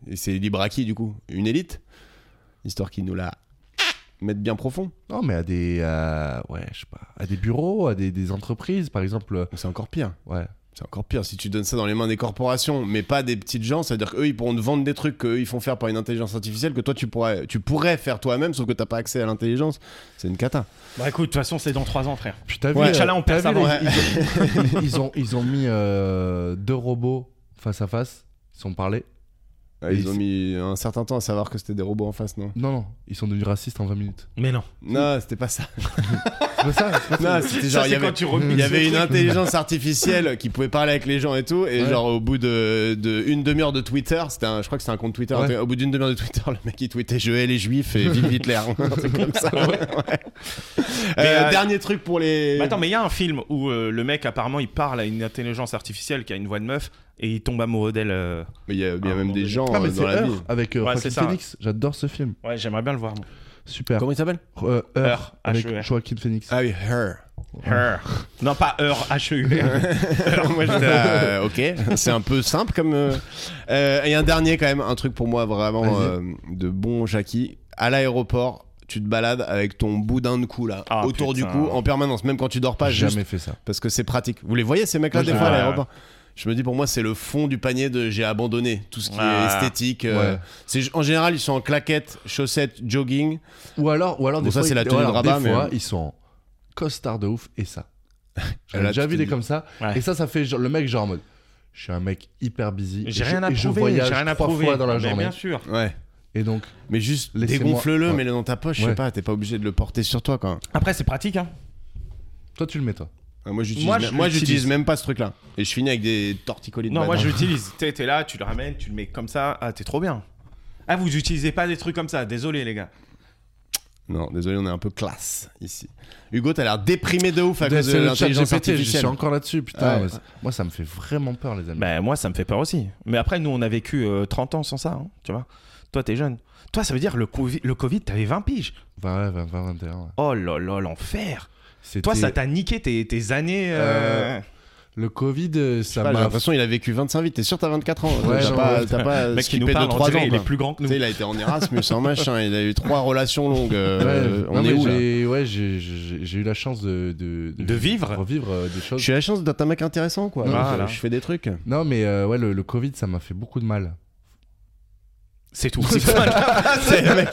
Et c'est libre à qui, du coup Une élite Histoire qu'ils nous la mettent bien profond.
Non, mais à des, euh, ouais, je sais pas, à des bureaux, à des, des entreprises, par exemple. euh,
C'est encore pire.
Ouais.
C'est encore pire si tu donnes ça dans les mains des corporations, mais pas des petites gens. C'est-à-dire qu'eux, ils pourront te vendre des trucs qu'eux, ils font faire par une intelligence artificielle que toi, tu pourrais, tu pourrais faire toi-même, sauf que t'as pas accès à l'intelligence. C'est une cata.
Bah écoute, de toute façon, c'est dans 3 ans, frère.
Puis t'as vu,
Ouais,
euh,
Inch'Allah, on perd
t'as
ça
vu,
avant.
les- ils, ont, ils ont mis euh, deux robots face à face, ils se sont parlé.
Ah, ils ont mis un certain temps à savoir que c'était des robots en face, non
Non, non, ils sont devenus racistes en 20 minutes.
Mais non.
Non, c'était pas ça.
C'est pas ça, c'est pas ça.
Non, c'était genre, il y avait, il y avait une intelligence artificielle qui pouvait parler avec les gens et tout. Et
Ouais.
genre, au bout de, de une demi-heure de Twitter, c'était un, je crois que c'était un compte Twitter.
Ouais.
Au bout d'une demi-heure de Twitter, le mec il tweetait Je hais les juifs et vive Hitler. un truc comme ça. Ouais.
Mais,
Euh,
euh,
Dernier truc pour les.
Mais attends, mais il y a un film où euh, le mec apparemment il parle à une intelligence artificielle qui a une voix de meuf et il tombe amoureux d'elle. euh.
Mais il y a, il y a
Ah,
même
bon,
des
mais-
gens
Ah,
euh,
mais c'est
dans la vie.
Heure avec euh,
Ouais,
Joaquin
c'est ça.
Phoenix. J'adore ce film.
Ouais, j'aimerais bien le voir. moi.
Super.
il s'appelle
Euh, Heure,
Heure,
avec
H-E-U-R.
Joaquin Phoenix.
Ah oui, Her.
Her. E Non, pas Heur, H-E-U.
[laughs] Moi j'étais là, euh, ok, c'est un peu simple comme. euh, euh, et un dernier quand même, un truc pour moi vraiment
Vas-y.
euh, de bon Jackie. À l'aéroport, tu te balades avec ton boudin de cou là,
Ah,
autour
putain.
du cou, en permanence, même quand tu dors pas,
J'ai
juste
jamais fait ça.
parce que c'est pratique. Vous les voyez ces mecs là
Ouais,
des
je-
fois à
ouais,
l'aéroport Je me dis pour moi c'est le fond du panier de j'ai abandonné tout ce qui
Ah.
est esthétique. euh,
Ouais.
c'est en général ils sont en claquettes, chaussettes, jogging.
Ou alors, ou alors
Bon,
des
ça,
fois,
c'est la
ils-
tenue
ou
de
alors,
Rabat,
des
mais- euh, Ah,
fois, ils sont en costard de ouf et ça. J'ai
Là,
déjà
tu
vu
te
des
dis-
comme ça.
Ouais.
Et ça, ça fait genre- le mec genre en mode. Je suis un mec hyper busy. et
J'ai
je-
rien à
et je
prouver.
voyage
J'ai rien à
trois
prouver.
fois dans la
Mais
journée.
bien sûr.
Ouais.
Et donc,
Mais juste
Laissez-moi-
dégonfle-le,
Ouais.
mets-le dans ta poche, je
Ouais.
sais pas, t'es pas obligé de le porter sur toi quand même.
Après, c'est pratique. Hein.
toi, tu le mets, toi.
Ah, Moi, j'utilise
Moi,
même-
je
moi,
l'utilise.
j'utilise même pas ce truc-là. Et je finis avec des torticolis. de
Bah,
Non, moi
banane.
j'utilise. T'es t'es là, tu le ramènes, tu le mets comme ça. Ah, t'es trop bien. Ah, vous utilisez pas des trucs comme ça. Désolé, les gars.
Non, désolé, on est un peu classe ici. Hugo, t'as l'air déprimé de ouf à cause de
C'est le chat
l'intelligence
GPT, je
artificielle.
suis encore là-dessus, putain.
Ouais. Bah.
mais c'est- Moi, ça me fait vraiment peur, les amis.
Ben, moi, ça me fait peur aussi. Mais après, nous, on a vécu euh, 30 ans sans ça. hein, tu vois. Toi, t'es jeune. Toi, ça veut dire le Covid, le COVID t'avais 20 piges.
20, 20, 21. ouais.
Oh là là, l'enfer.
C'était-
Toi, ça t'a niqué tes, tes années.
Euh,
euh,
Le Covid, euh, ça
J'ai
m'a.
l'impression il a vécu 25 vite. T'es sûr, t'as 24 ans. hein.
Ouais,
t'as
non,
pas,
ouais.
t'as pas
le mec qui
skippé
nous parle,
Euh, de
on
3
dirait,
ans.
il est
quoi.
plus grand que
Tu
nous.
sais, il a été en Erasmus, en machin. Il a eu trois relations longues.
Ouais,
euh,
non,
on est
mais
où là
j'ai- ouais, j'ai- j'ai j'ai eu la chance de, de,
De vivre.
revivre, euh, des choses.
Je suis à la chance d'être un mec intéressant, quoi.
Ouais,
Donc, euh,
voilà.
Je fais des trucs. [laughs]
Non, mais euh, ouais, le, le Covid, ça m'a fait beaucoup de mal.
C'est
[laughs]
tout. C'est tout. [laughs]
C'est le mec-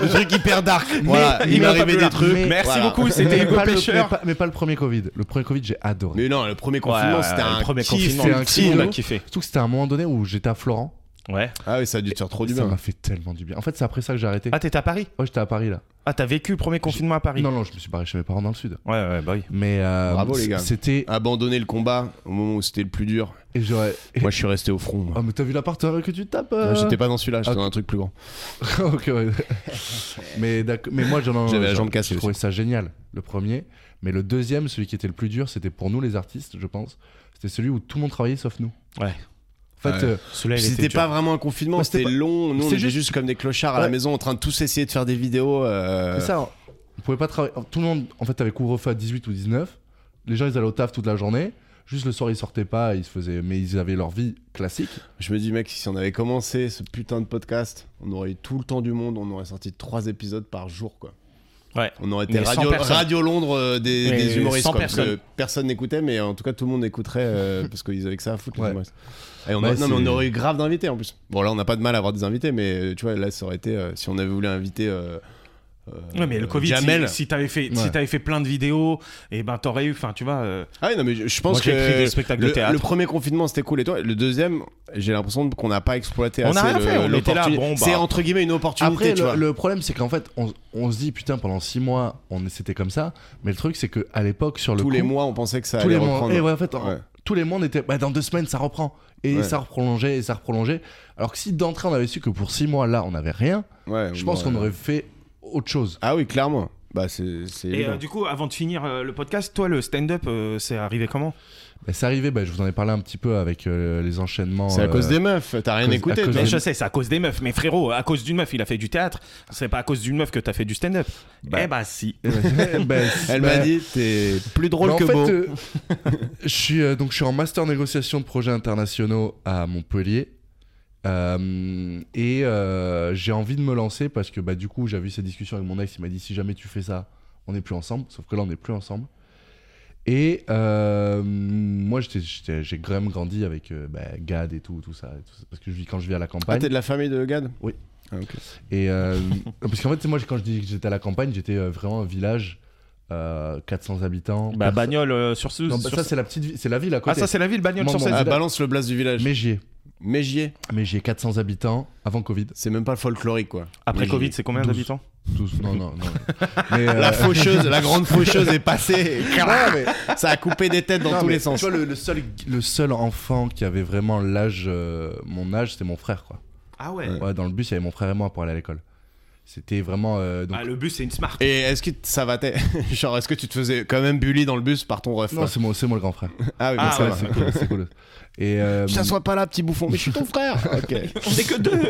le truc hyper dark. Voilà,
il
il
m'a
m'est
pas
arrivé
plu,
des
là.
trucs.
Mais-
Merci
Voilà.
beaucoup, c'était Hugo
pas le-
Pêcheur.
mais pas- mais pas le premier Covid. Le premier Covid, j'ai adoré.
Mais non, le premier confinement,
Ouais,
c'était
ouais,
un
le premier
kiff hein.
confinement,
c'était un
ultime.
kiff de ouf.
kiffé.
Surtout que c'était à un moment donné où j'étais à Florent.
Ouais.
Ah oui, ça a dû te faire trop du
ça
bien.
m'a fait tellement du bien. En fait, c'est après ça que j'ai arrêté.
Ah, t'étais à Paris
Ouais, j'étais à Paris là.
Ah, t'as vécu le premier confinement à Paris
Non, non, je me suis barré chez mes parents dans le sud.
Ouais, ouais, bah oui.
Mais euh,
Bravo, les
c-
gars.
C'était.
abandonner le combat au moment où c'était le plus dur.
et j'aurais- et-
Moi, je suis resté au front. moi.
Oh, mais t'as vu l'appart euh, que tu tapes euh
Ouais,
[laughs]
J'étais pas dans celui-là, j'étais
ok.
dans un truc plus grand.
Ok, ouais. mais, d'accord- mais moi, j'en
J'avais la
j'en-
jambe cassée
J'ai trouvé ça génial, le premier. Mais le deuxième, celui qui était le plus dur, c'était pour nous les artistes, je pense. C'était celui où tout le monde travaillait sauf nous.
Ouais.
En fait,
Ouais.
euh,
Celui-là, il était
C'était
dur.
pas vraiment un confinement,
Ouais, c'était
c'était
pas-
long. Nous, on
C'est
était
juste-
juste comme des clochards à la
Ouais.
maison en train de tous essayer de faire des vidéos. euh,
c'est ça. hein. On pouvait pas travailler. Tout le monde, en fait, avait couvre-feu à 18 ou 19. Les gens, ils allaient au taf toute la journée. Juste le soir, ils sortaient pas, ils se faisaient. Mais ils avaient leur vie classique.
Je me dis, mec, si on avait commencé ce putain de podcast, on aurait eu tout le temps du monde, on aurait sorti trois épisodes par jour, quoi.
Ouais.
On aurait été
Mais sans
Radio,
personne.
Radio Londres euh, des,
Mais
des humoristes,
sans
quoi, parce
personne.
que personne n'écoutait, mais en tout cas, tout le monde écouterait
[laughs]
euh, parce qu'ils avaient que ça à foutre. les
Ouais.
humoristes. Et on
Ouais,
aurait- non, mais on
c'est-
aurait eu grave d'invités en plus. Bon, là, on n'a pas de mal à avoir des invités, mais euh, tu vois, là, ça aurait été euh, si on avait voulu inviter. euh, euh,
Ouais, mais le Covid,
Jamel.
si, si t'avais fait,
Ouais.
si t'avais fait plein de vidéos, et ben t'aurais eu, enfin, tu vois. euh,
Ah oui, non, mais je, je pense
Moi,
que
j'ai écrit des spectacles de
le,
théâtre.
le premier confinement c'était cool et toi, le deuxième, j'ai l'impression qu'on n'a pas exploité
On
assez
n'a rien
le-
fait, on était là,
l'opportuni-
bon, bah.
C'est entre guillemets une opportunité,
Après,
tu
le,
vois.
le problème, c'est qu'en fait, on, on se dit, putain, pendant 6 mois, on c'était comme ça. Mais le truc, c'est que à l'époque, sur le
Tous
coup,
les mois, on pensait que ça
tous
allait
les mois,
reprendre.
et ouais, en fait, en-
Ouais.
tous les mois, on était, bah, dans deux semaines, ça reprend. Et
Ouais.
ça reprolongeait, et ça reprolongeait. Alors que si d'entrée, on avait su que pour 6 mois, là, on n'avait rien,
Ouais,
je
bon,
pense qu'on
Ah ouais.
aurait fait autre chose.
Ah oui, clairement. Bah c'est c'est
Et
évident.
euh, du coup, avant de finir euh, le podcast, toi, le stand-up, euh, c'est arrivé comment
Bah, c'est arrivé, bah, je vous en ai parlé un petit peu avec euh, les enchaînements.
C'est à
euh,
cause des meufs, t'as rien
cause-
écouté.
à cause
toi.
Mais je sais, c'est à cause des meufs. Mais frérot, à cause d'une meuf, il a fait du théâtre. C'est pas à cause d'une meuf que t'as fait du stand-up.
Bah.
Eh bah si.
[laughs] Bah,
Elle
bah,
m'a dit t'es plus drôle
Mais en
que
fait,
beau.
euh,
[laughs]
je suis euh, donc je suis en master négociation de projets internationaux à Montpellier. Euh, et euh, j'ai envie de me lancer parce que bah, du coup j'avais eu cette discussion avec mon ex, il m'a dit si jamais tu fais ça, on n'est plus ensemble, sauf que là on n'est plus ensemble. Et euh, moi j'étais- j'étais- j'ai quand même grandi avec euh, bah, Gad et tout, tout ça, et tout ça. parce que je vis quand je vis à la
Ah
campagne.
t'es de la famille de Gad.
Oui.
Ah, ok.
[laughs] Et euh, parce qu'en fait, moi, quand je dis que j'étais à la campagne, j'étais euh, vraiment un village euh, 400 habitants.
Bah,
Perso-
bagnole euh, sur ce.
Non, bah,
sur
ça,
ce-
c'est la petite ville, c'est la ville à
ah,
côté.
ça, c'est la ville, bagnole
Moi,
sur
mon-
ce.
Ah,
Ah, balance le blast du village.
Mégier.
Mégier,
Mégier, 400 habitants avant Covid.
c'est même pas le folklorique quoi.
Après
Mégier.
Covid, c'est combien
12.
d'habitants
Tous- Non, non, non.
[laughs]
Mais, euh,
La faucheuse, la grande faucheuse est passée.
non, mais-
Ça a coupé des têtes dans
non,
tous
mais
les sens.
Tu vois, le, le seul, le seul enfant qui avait vraiment l'âge, euh, mon âge, c'était mon frère, quoi.
Ah ouais.
Ouais, dans le bus, il y avait mon frère et moi pour aller à l'école. C'était vraiment. euh, donc-
Ah, le bus, c'est une smart.
Et est-ce que t- ça va t'être- [laughs] Genre, est-ce que tu te faisais quand même bully dans le bus par ton ref
Non,
là
c'est moi, c'est moi le grand frère.
Ah oui, bon,
Ah,
ça
ouais,
va.
C'est cool, c'est cool.
[laughs]
Et, euh,
Putain, sois pas là, petit bouffon. Mais je suis ton frère. [laughs] Ok.
On est que deux.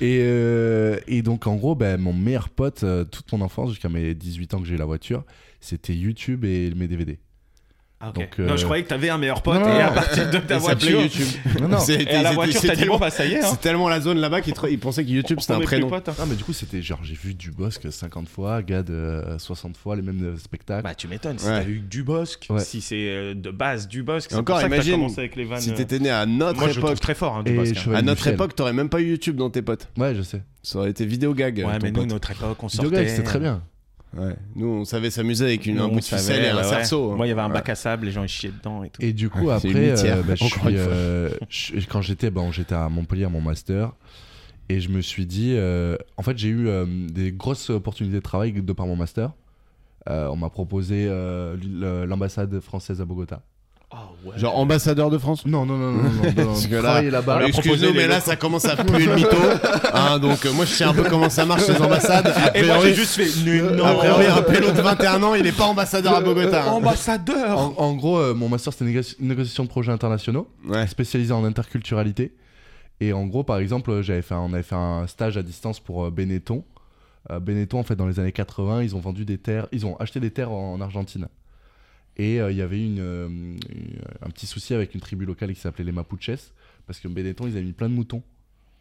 et, euh, et donc, en gros, ben, mon meilleur pote, euh, toute mon enfance, jusqu'à mes 18 ans que j'ai eu la voiture, c'était YouTube et
[laughs]
mes DVD.
Ah, ok.
Donc, euh,
Non, je croyais que t'avais un meilleur pote
Non, non,
et à
non.
partir de ta
Il s'appelait
voiture.
YouTube.
Non, non.
C'est-
Et à la
c'est-
voiture,
c'est
t'as dit
tellement-
bon, bah ça y est. hein.
C'est tellement la zone là-bas qu'ils te- ils pensaient que YouTube c'était
On
un
est plus
prénom.
potes, hein.
Non, mais du coup, c'était genre, j'ai vu Dubosc 50 fois, Gad euh, 60 fois, les mêmes euh, spectacles.
Bah, tu m'étonnes. Si
Ouais.
t'as eu du Bosque,
Ouais.
si c'est euh, de base du Bosque, c'est
Encore,
pour ça que t'as
imagine,
commencé avec les vannes.
Si
euh,
t'étais né à notre
Moi, je le trouve
époque,
très fort, hein, du
Et
Bosque. hein.
Chevalier
à
du
notre
Fiel.
époque, t'aurais même pas eu YouTube dans tes potes.
Ouais, je sais.
Ça aurait été vidéo gag.
Ouais,
ton
mais nous,
pote.
notre époque, on sortait. euh,
Videogag, c'était très bien.
Ouais. Nous, on savait s'amuser avec une,
Nous,
un
on
bout de
savait,
ficelle et un
ouais, ouais.
cerceau. hein.
Moi, il y avait un bac à sable, les gens ils chiaient dedans et tout.
Et du coup,
euh, Ouais, c'est une
après,
litière,
euh, bah, je
encore
suis,
une fois.
euh, je- quand j'étais bon, j'étais à Montpellier à mon master, et je me suis dit, euh, en fait, j'ai eu euh, des grosses opportunités de travail de par mon master. Euh, on m'a proposé euh, l- l'ambassade française à Bogota.
Oh,
Genre ambassadeur de France.
Non, non, non, non, non, [laughs] non, non,
Parce que là-
travailler
Alors,
là-bas.
a proposé
Ah, Excuse-nous,
les
mais là,
locaux.
ça commence à puer le [laughs] mytho. Hein, donc, euh, moi, je sais un peu comment ça marche, les ambassades. A
Et moi,
priori,
j'ai juste
[laughs]
fait. Non,
a priori, un pélo de 21 ans, il est pas ambassadeur à Bogota. hein.
ambassadeur
En, en gros, euh, mon master, c'était négo- négociation de projets internationaux,
Ouais.
spécialisé en interculturalité. Et en gros, par exemple, j'avais fait un- on avait fait un stage à distance pour euh, Benetton. Euh, Benetton, en fait, dans les années 80, ils ont vendu des terres, ils ont acheté des terres en, en Argentine. Et euh, il y avait une, euh, une- un petit souci avec une tribu locale qui s'appelait les Mapuches, parce que Benetton, ils avaient mis plein de moutons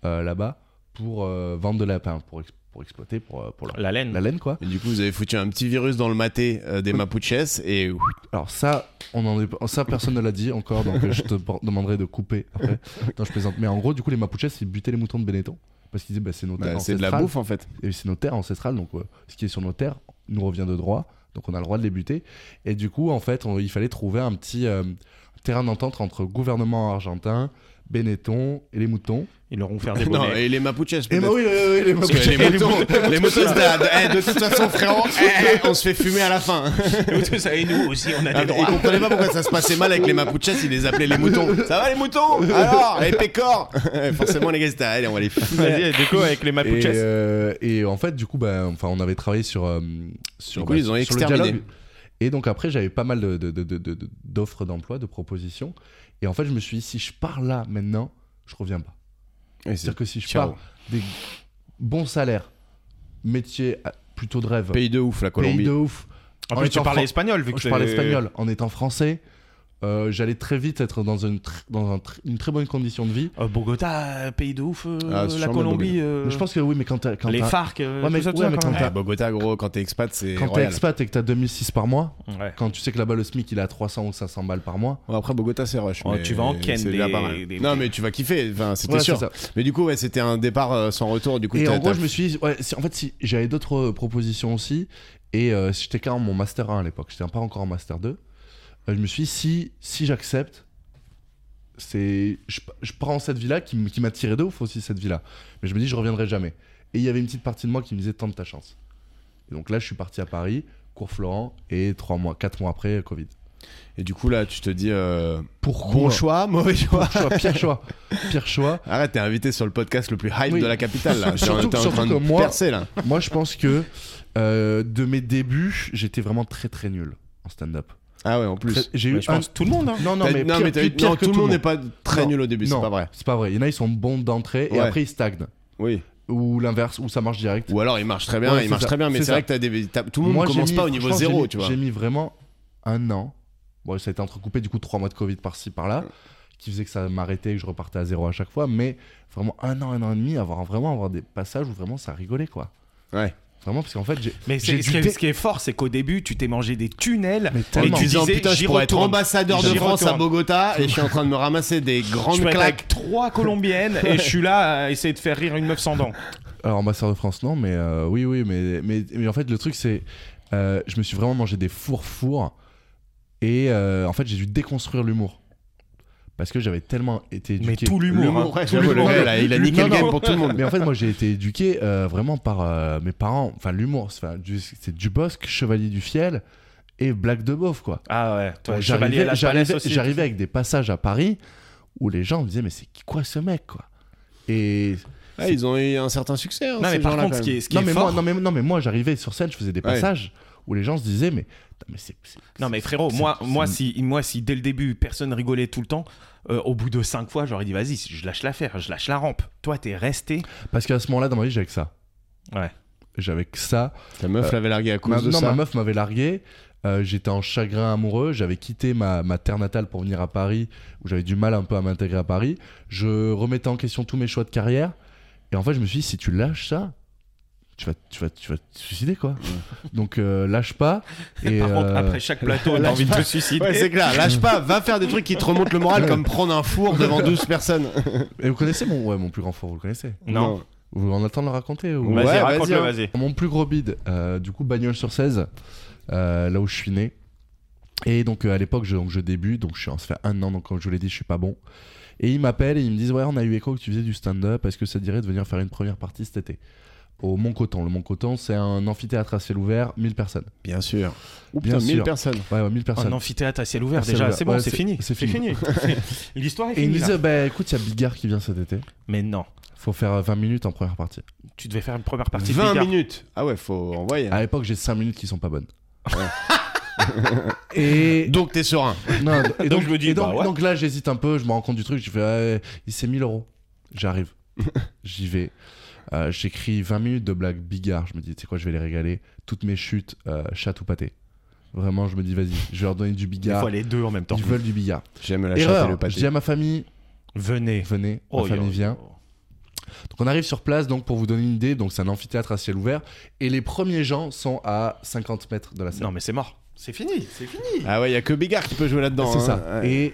euh, là-bas pour euh, vendre de la pain, pour, ex- pour exploiter, pour, euh, pour leur-
La laine.
la laine, quoi.
Et du coup, vous avez foutu un petit virus dans le maté euh, des Mapuches et ouf,
Alors ça, on en est... ça personne ne l'a dit encore, donc euh, je te [laughs] por- demanderai de couper après. Non, je plaisante. Mais en gros, du coup, les Mapuches, ils butaient les moutons de Benetton. Parce qu'ils disaient, bah, c'est nos terres
bah, c'est
ancestrales.
de la bouffe en fait.
Et c'est nos terres ancestrales, donc euh, ce qui est sur nos terres nous revient de droit, donc on a le droit de les buter. Et du coup, en fait, on- il fallait trouver un petit euh, terrain d'entente entre gouvernement argentin, Benetton et les moutons.
Ils leur ont fait des
[laughs] non,
bonnets.
et les Mapuches.
Et bah
peut-être.
oui, les
Parce que les moutons, les moutons, c'est de, la- de- eh, de toute façon, frérot, eh, eh, on se fait fumer à la [laughs] fin.
Et tout ça, et nous aussi, on a des
Ah, mais Ils
droits.
comprenaient pas pourquoi ça se passait mal avec les Mapuches, ils les appelaient les moutons. Ça
Ah,
va les moutons Alors, les pécores [laughs] Forcément, les gars, c'était allez, on va les fumer.
Vas-y, du coup, avec les
Et,
Mapuches.
euh, et en fait, du coup, bah, enfin, on avait travaillé sur, euh, sur,
Du coup, ils ont
sur le
exterminé.
dialogue. Et donc après, j'avais pas mal d'offres de, de, de- de- d'offres d'emploi, de propositions. Et en fait, je me suis dit, si je pars là maintenant, je reviens pas. C'est-à-dire que si je
Ciao.
pars des bons salaires, métier à- plutôt de rêve,
Pays de ouf, la
pays
Colombie.
de ouf.
En
en
plus, tu
étant
parlais
fran-
espagnol, vu que
je parle
t'es-
espagnol en étant français. euh, J'allais très vite être dans, une, tr- dans un tr- une très bonne condition de vie.
Euh, Bogota, euh, pays de ouf, euh,
Ah, c'est
la
charmé,
Colombie, euh,
Mais je pense que oui, mais quand t'as- quand
les
t'as-
FARC, euh,
Ouais, mais-
tout ça, tout
ouais,
ça,
mais
quand
quand
même.
Ouais, Bogota, gros, quand t'es expat, c'est
quand t'es
royal.
expat et que t'as 2006 par mois,
Ouais.
quand tu sais que là-bas le SMIC il est à 300 ou 500 balles par mois.
Ouais, après, Bogota, c'est rush.
Oh,
mais
tu vas en ken
c'est
des-
déjà pas mal.
des-
Non, mais tu vas kiffer, enfin, c'était
Ouais,
sûr.
c'est ça.
Mais du coup, ouais, c'était un départ euh, sans retour. Du coup,
Et
t'as-
en gros,
t'as-
je me suis dit, ouais, si- en fait, si j'avais d'autres euh, propositions aussi, et euh, j'étais carrément mon master 1 à l'époque, j'étais pas encore en master 2, euh, je me suis dit, si, si j'accepte, c'est, je, je prends cette vie-là qui, m- qui m'a tiré de ouf aussi, cette vie-là. Mais je me dis, je reviendrai jamais. Et il y avait une petite partie de moi qui me disait, tente ta chance. Et donc là, je suis parti à Paris, cours Florent, et 3 mois, 4 mois après, euh, Covid.
Et du coup, là, tu te dis, euh,
Pourquoi
bon choix, mauvais choix.
Choix, Pire choix. Pire choix.
Arrête, t'es invité sur le podcast le plus hype
Oui.
de la capitale,
[laughs]
là. T'es en-
Surtout-
t'es en
surtout
train
que
de
moi-
percer, là.
Moi, je pense que euh, de mes débuts, j'étais vraiment très très nul en stand-up.
Ah ouais, en plus.
Très- J'ai
Mais
eu
je
un-
pense tout le monde. hein.
Non, non,
T'as-
mais,
non,
pire-
t'as-
plus pire
non,
que
tout le monde n'est pas très
Non.
nul au début, c'est
Non.
pas vrai.
C'est pas vrai. Il y en a, ils sont bons d'entrée
Ouais.
et après ils stagnent.
Oui.
Ou l'inverse, ou ça marche direct.
Ou alors il marche très bien,
Ouais,
il
c'est
marche
ça,
très bien, mais
c'est
c'est vrai
ça.
que t'as des, t'as- tout le monde
Moi, j'ai
commence
mis-
pas au niveau
franchement, j'ai
zéro,
mis-
tu vois.
J'ai mis vraiment un an. Bon, ça a été entrecoupé du coup trois mois de Covid par-ci par-là, qui faisait que ça m'arrêtait et que je repartais à zéro à chaque fois. Mais vraiment un an, un an et demi, avoir vraiment avoir des passages où vraiment ça rigolait quoi.
Ouais.
Vraiment parce qu'en fait j'ai.
Mais
j'ai
c'est- ce,
dû
qui
dé-
est, ce qui est fort, c'est qu'au début, tu t'es mangé des tunnels.
Mais
et
tellement.
tu
disant
disais,
putain, je
j'y
pourrais être
retourne.
ambassadeur de
J'y
France à
retourne.
Bogota et je suis en train de me ramasser des
Je
grandes
peux être
claques.
avec trois colombiennes et je suis là à essayer de faire rire une meuf sans dents.
Alors, ma sœur de France, non, mais euh, oui, oui, mais, mais, mais en fait, le truc, c'est. euh, je me suis vraiment mangé des fours-fours. Et euh, en fait, j'ai dû déconstruire l'humour. Parce que j'avais tellement été éduqué.
Mais tout l'humour. hein.
Ouais,
Tout
j'avoue, le
l'humour.
gars, il a- il a niqué
Non,
le game
non.
pour tout le monde.
Mais en fait, moi, j'ai été éduqué euh, vraiment par euh, mes parents. Enfin, l'humour, c'est enfin, du- c'est Dubosc, Chevalier du Fiel et Blague de Beauf, quoi.
Ah ouais, toi,
Donc,
Chevalier à
J'arrivais
la Palace
j'arrivais-
aussi.
j'arrivais avec des passages à Paris où les gens me disaient, mais c'est qui- quoi ce mec, quoi Et
Ah, ils ont eu un certain succès. hein,
Non, mais
ces
par
gens-là,
contre,
quand
ce qui
même.
est, ce qui
non
est
mais,
fort.
moi, non, mais, non, mais moi, j'arrivais sur scène, je faisais des
Ouais.
passages où les gens se disaient, mais, putain, mais c'est. c'est-
Non mais frérot,
c'est-
moi,
c'est-
moi,
c'est-
si, moi si dès le début personne rigolait tout le temps, euh, au bout de cinq fois j'aurais dit vas-y, je lâche l'affaire, je lâche la rampe. Toi t'es resté.
Parce qu'à ce moment-là, dans ma vie, j'avais que ça.
Ouais.
J'avais que ça.
Ta meuf l'avait largué à cause
Ma-
de
non,
ça.
ma meuf m'avait largué. euh, J'étais en chagrin amoureux. J'avais quitté ma, ma terre natale pour venir à Paris, où j'avais du mal un peu à m'intégrer à Paris. Je remettais en question tous mes choix de carrière. Et en fait, je me suis dit, si tu lâches ça, tu vas, tu vas, tu vas te suicider, quoi. Donc, euh, lâche pas.
[laughs]
Et,
Par contre
euh,
après chaque plateau t'as
lâche
envie de te
pas.
suicider.
Ouais, c'est clair. Lâche pas. Va faire des trucs qui te remontent le moral, comme prendre un four devant 12 personnes.
et vous connaissez mon, ouais, mon plus grand fort, vous le connaissez
non.
Vous en attendez de le raconter ou...
Vas-y,
Ouais,
raconte-le,
vas-y, hein.
vas-y.
Mon plus gros bide, euh, du coup, bagnole sur 16, euh, là où je suis né. Et donc euh, à l'époque, je, donc, je débute, donc je suis, ça fait un an, donc comme je vous l'ai dit, je suis pas bon. Et ils m'appellent et ils me disent Ouais, on a eu écho que tu faisais du stand-up, est-ce que ça te dirait de venir faire une première partie cet été Au Mont-Coton. Le Mont-Coton, c'est un amphithéâtre à ciel ouvert, 1000 personnes.
Bien sûr. Ou
Bien
putain, 1000
sûr.
personnes.
Ouais, ouais, 1000 personnes.
Un amphithéâtre à ciel ouvert
À ciel
déjà,
ouvert.
c'est bon,
Ouais,
c'est
c'est-
fini.
c'est
fini. [laughs] L'histoire est
et ils me
finie. là.
disent Bah écoute, il y a Bigard qui vient cet été,
Mais non,
faut faire euh, 20 minutes en première partie.
tu devais faire une première partie. de
20
Bigard.
minutes. Ah ouais, faut envoyer.
À l'époque, j'ai 5 minutes qui sont pas bonnes. et
Donc t'es serein.
Non, et donc,
je me dis,
et donc,
bah ouais.
donc là, j'hésite un peu, je me rends compte du truc, je fais, ouais, il c'est 1000 euros.
[laughs]
J'arrive, j'y vais. Euh, J'écris 20 minutes de blague bigard. Je me dis, tu sais quoi, je vais les régaler. Toutes mes chutes, euh, chatte ou pâté. Vraiment, je me dis, vas-y, je vais leur donner du
Il
bigard.
faut les deux en même temps.
Ils veulent du bigard.
J'aime la chatte et le
Erreur.
pâté.
Je dis à ma famille,
Venez.
venez,
Oh,
ma famille
yo.
vient. Donc on arrive sur place, donc pour vous donner une idée, donc c'est un amphithéâtre à ciel ouvert. Et les premiers gens sont à 50 mètres de la scène.
Non mais c'est mort. C'est fini, c'est fini.
Ah ouais, il y a que Bigard qui peut jouer là-dedans.
C'est
hein.
ça.
Ouais.
Et,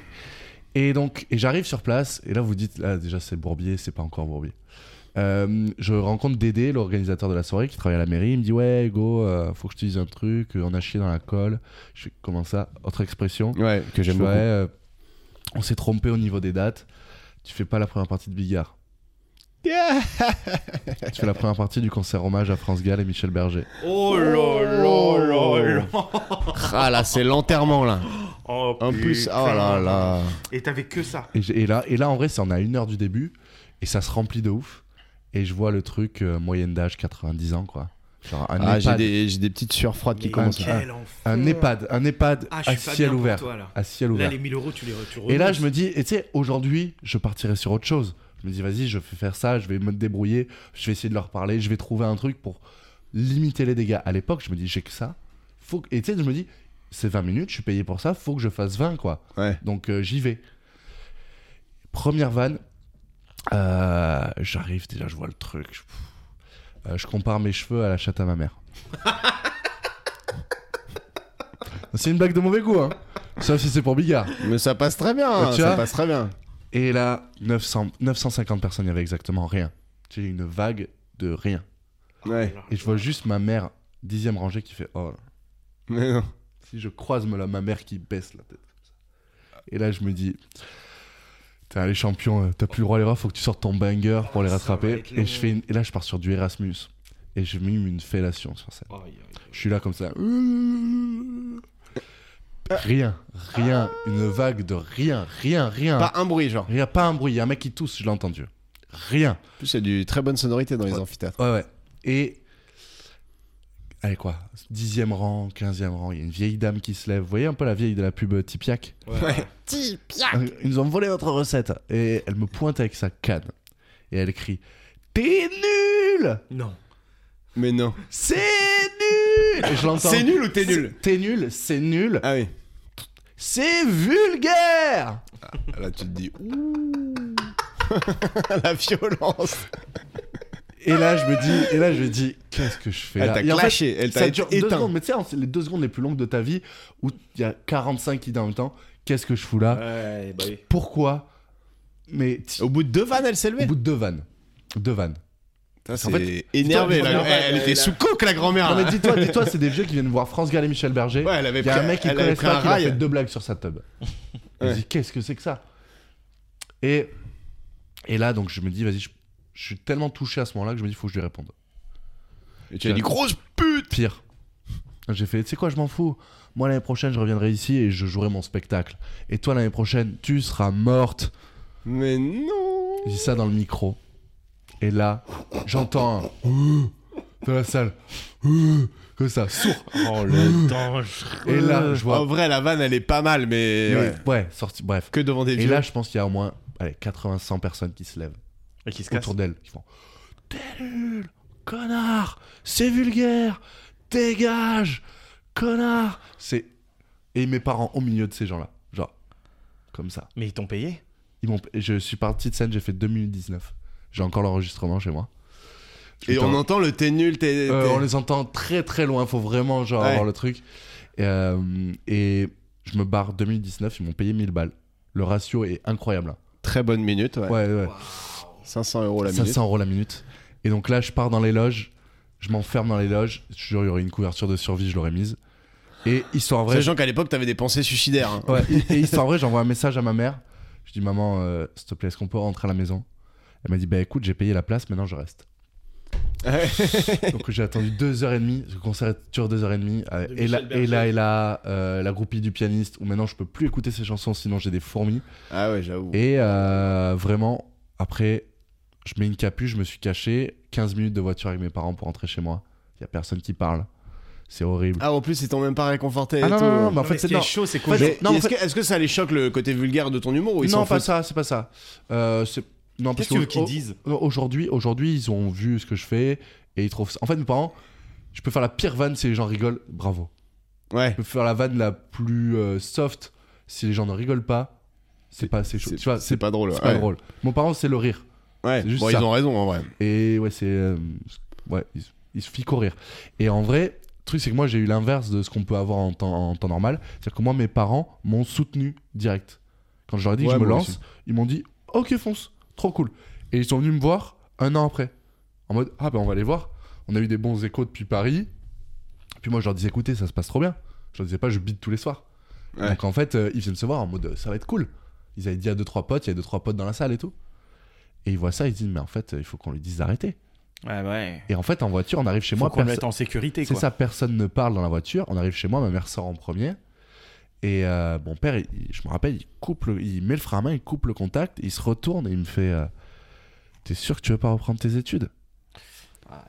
et donc, et j'arrive sur place, et là vous dites, là déjà c'est Bourbier, c'est pas encore Bourbier. Euh, je rencontre Dédé, l'organisateur de la soirée qui travaille à la mairie. Il me dit Ouais, Hugo, euh, faut que je te dise un truc. euh, On a chié dans la colle. Je fais Comment ça Autre expression.
Ouais, que j'aime
Je fais,
beaucoup.
Ouais, euh, on s'est trompé au niveau des dates. Tu fais pas la première partie de Bigard. tu fais la première partie du concert hommage à France Gall et Michel Berger.
Oh là
Oh.
là là là.
Ah là, c'est l'enterrement là.
Oh,
En plus,
putain.
oh là là.
Et t'avais que ça.
Et, j'ai- et là, et là, en vrai, c'est on est à une heure du début et ça se remplit de ouf. Et je vois le truc euh, moyenne d'âge 90 ans quoi. Genre un
Ah, j'ai
EHPAD,
des, j'ai des petites sueurs froides qui
Mais
commencent.
quel
là.
Ah, quel enfer.
un EHPAD, un EHPAD
Ah, je
à
suis pas bien
ciel
pour
ouvert,
toi, là.
à ciel
Là,
ouvert.
les 1000 euros, tu les, re- tu
Et là,
remontes.
je me dis, et tu sais, aujourd'hui, je partirai sur autre chose. Je me dis, vas-y, je vais faire ça, je vais me débrouiller, je vais essayer de leur parler, je vais trouver un truc pour limiter les dégâts. À l'époque, je me dis, j'ai que ça. Faut que... Et tu sais, je me dis, c'est 20 minutes, je suis payé pour ça, faut que je fasse 20, quoi.
Ouais.
Donc euh, j'y vais. Première vanne, euh, j'arrive déjà, je vois le truc. Je, pff. Euh, je compare mes cheveux à la chatte à ma mère. c'est une blague de mauvais goût, hein. Sauf si c'est pour Bigard.
Mais ça passe très bien.
Ah,
hein,
tu
ça
vois
passe très bien.
Et là, 900, 950 personnes, il n'y avait exactement rien. J'ai eu une vague de rien.
Ouais.
Et je vois juste ma mère, dixième rangée, qui fait Oh,
Mais non.
si je croise me la- ma mère qui baisse la tête. comme ça. Et là, je me dis T'as les champions, euh, t'as plus le droit à l'erreur, faut que tu sortes ton banger pour les
Ça va
rattraper.
être
Et, je fais une- et là, je pars sur du Erasmus. Et j'ai mis une fellation sur scène.
Aïe, aïe, aïe.
Je suis là comme ça. Rien, rien, une vague de rien, rien, rien.
Pas un bruit, genre.
Il n'y a pas un bruit, il y a un mec qui tousse, je l'ai entendu. Rien.
En plus, il y a du très bonne sonorité dans les
Ouais.
amphithéâtres.
Ouais, ouais. Et. Allez, quoi Dixième rang, quinzième rang, il y a une vieille dame qui se lève. Vous voyez un peu la vieille de la pub euh, Tipiak
Ouais.
Euh, Ils nous ont volé votre recette. Et elle me pointe avec sa canne. Et elle crie T'es nul
Non.
Mais non.
C'est nul Et je l'entends.
C'est nul ou t'es nul
T'es nul, c'est nul,
Ah oui.
c'est vulgaire
Ah, Là, tu te dis. ouh. [laughs] La violence.
Et là, je me dis, et là, je me dis, qu'est-ce que je fais
Elle
là
t'a
Et en fait,
clashé, elle t'a
ça dure deux
éteint.
secondes, mais tu sais, c'est les deux secondes les plus longues de ta vie où il y a 45 idées en même temps. Qu'est-ce que je fous là
Ouais, bah oui.
Pourquoi Mais t-
Au bout de deux vannes, elle s'est
au
levée.
bout de deux vannes, deux vannes,
Putain,
En
C'est énervé
dis-toi,
là.
dis-toi,
Elle était sous coke la grand-mère.
Non mais
là.
dis-toi, dis-toi, c'est des vieux qui viennent voir France Gall et Michel Berger.
Ah. Ouais, elle avait
Il y a un
pris-
mec qui
elle avait
connaît
pris un
pas qui leur fait
rail.
deux blagues sur sa tub. Il
Ouais.
dit qu'est-ce que c'est que ça Et et là donc je me dis vas-y, je, je suis tellement touché à ce moment-là que je me dis faut que je lui réponde.
Et tu as dit grosse pute.
Pire. J'ai fait tu sais quoi, je m'en fous. Moi l'année prochaine, je reviendrai ici et je jouerai mon spectacle. Et toi l'année prochaine, tu seras morte.
Mais non.
J'ai dit ça dans le micro. Et là, j'entends un dans la salle. Comme ça, sourd.
Oh le danger.
Et là, je vois
Euh, En vrai, la vanne, elle est pas mal, mais,
Mais-
ouais.
ouais. sorti, bref.
que devant des
Et
vieux.
là, je pense qu'il y a au moins allez, 80-100 personnes qui se lèvent
Et qui se casse.
autour d'elle, qui font T'es nul, connard, c'est vulgaire, dégage, connard. C'est et mes parents au milieu de ces gens-là, genre comme ça.
Mais ils t'ont payé
Ils m'ont, je suis parti de scène, j'ai fait 2 minutes 19. J'ai encore l'enregistrement chez moi.
et on
Putain.
entend le t'es nul, t'es.
Euh,
t'es-
on les entend très très loin, faut vraiment genre
Ouais.
avoir le truc. Et, euh, et je me barre 2019, ils m'ont payé 1000 balles. Le ratio est incroyable. hein.
Très bonne minute, ouais.
ouais. ouais.
500 euros la minute.
500 euros la minute. Et donc là, je pars dans les loges, je m'enferme dans les loges. Je te jure, il y aurait une couverture de survie, je l'aurais mise. Et histoire vraie,
Sachant qu'à l'époque, t'avais des pensées suicidaires. hein.
ouais, et et histoire vraie, j'envoie un message à ma mère. Je dis maman, euh, s'il te plaît, est-ce qu'on peut rentrer à la maison Elle m'a dit bah écoute, j'ai payé la place, maintenant je reste. Donc j'ai attendu deux heures et demie, ce concert dure deux heures et demie. euh,
De
et, là,
Michel Berger.
et là, et là, euh, la groupie du pianiste. Où maintenant je peux plus écouter ces chansons, sinon j'ai des fourmis.
[laughs] ah ouais, j'avoue.
Et euh, vraiment, après, je mets une capuche, je me suis caché. 15 minutes de voiture avec mes parents pour rentrer chez moi. Il y a personne qui parle. C'est horrible.
Ah, en plus, ils t'ont même pas réconforté.
Ah
et
non,
tout.
non, non, mais en
Non,
fait,
mais ce
c'est
qui est
non.
chaud, c'est qu'au
En fait,
Mais
non, en
est-ce
fait-
que, est-ce que ça les choque le côté vulgaire de ton humour ou ils
non,
s'en
pas
foutent
ça, c'est pas ça. Euh, c'est- non,
Qu'est-ce
parce
que tu veux
qu'au-
qu'ils
au-
disent
Aujourd'hui, aujourd'hui, ils ont vu ce que je fais et ils trouvent. ça- En fait, mes parents, je peux faire la pire vanne si les gens rigolent. Bravo.
Ouais.
Je peux faire la vanne la plus euh, soft si les gens ne rigolent pas. C'est pas assez chaud. Tu vois,
c'est pas drôle.
c'est pas
ouais.
drôle. Mon parent, c'est le rire.
Ouais.
C'est juste
bon, ils
ça.
ont raison en vrai.
Et ouais, c'est. euh, ouais, il, se- il se fit courir. Et en vrai, le truc, c'est que moi, j'ai eu l'inverse de ce qu'on peut avoir en temps, en temps normal. C'est-à-dire que moi, mes parents m'ont soutenu direct. Quand je leur ai dit
Ouais,
que je me
moi
lance,
aussi.
ils m'ont dit Ok, fonce, trop cool. Et ils sont venus me voir un an après. En mode Ah, ben on va aller voir. On a eu des bons échos depuis Paris. Puis moi, je leur disais Écoutez, ça se passe trop bien. Je leur disais pas Je bide tous les soirs.
Ouais.
Donc en fait, euh, ils viennent se voir en mode Ça va être cool. Ils avaient dit à deux trois potes, il y a deux trois potes dans la salle et tout. Et ils voient ça, ils disent mais en fait, euh, il faut qu'on lui dise d'arrêter.
Ouais, ouais.
Et en fait, en voiture, on arrive chez
Faut
moi.
qu'on le
perso-
mette en sécurité,
C'est
quoi.
ça, personne ne parle dans la voiture. On arrive chez moi, ma mère sort en premier. Et euh, mon père, il- il- je me rappelle, il, coupe le- il met le frein à main, il coupe le contact, il se retourne et il me fait euh, T'es sûr que tu veux pas reprendre tes études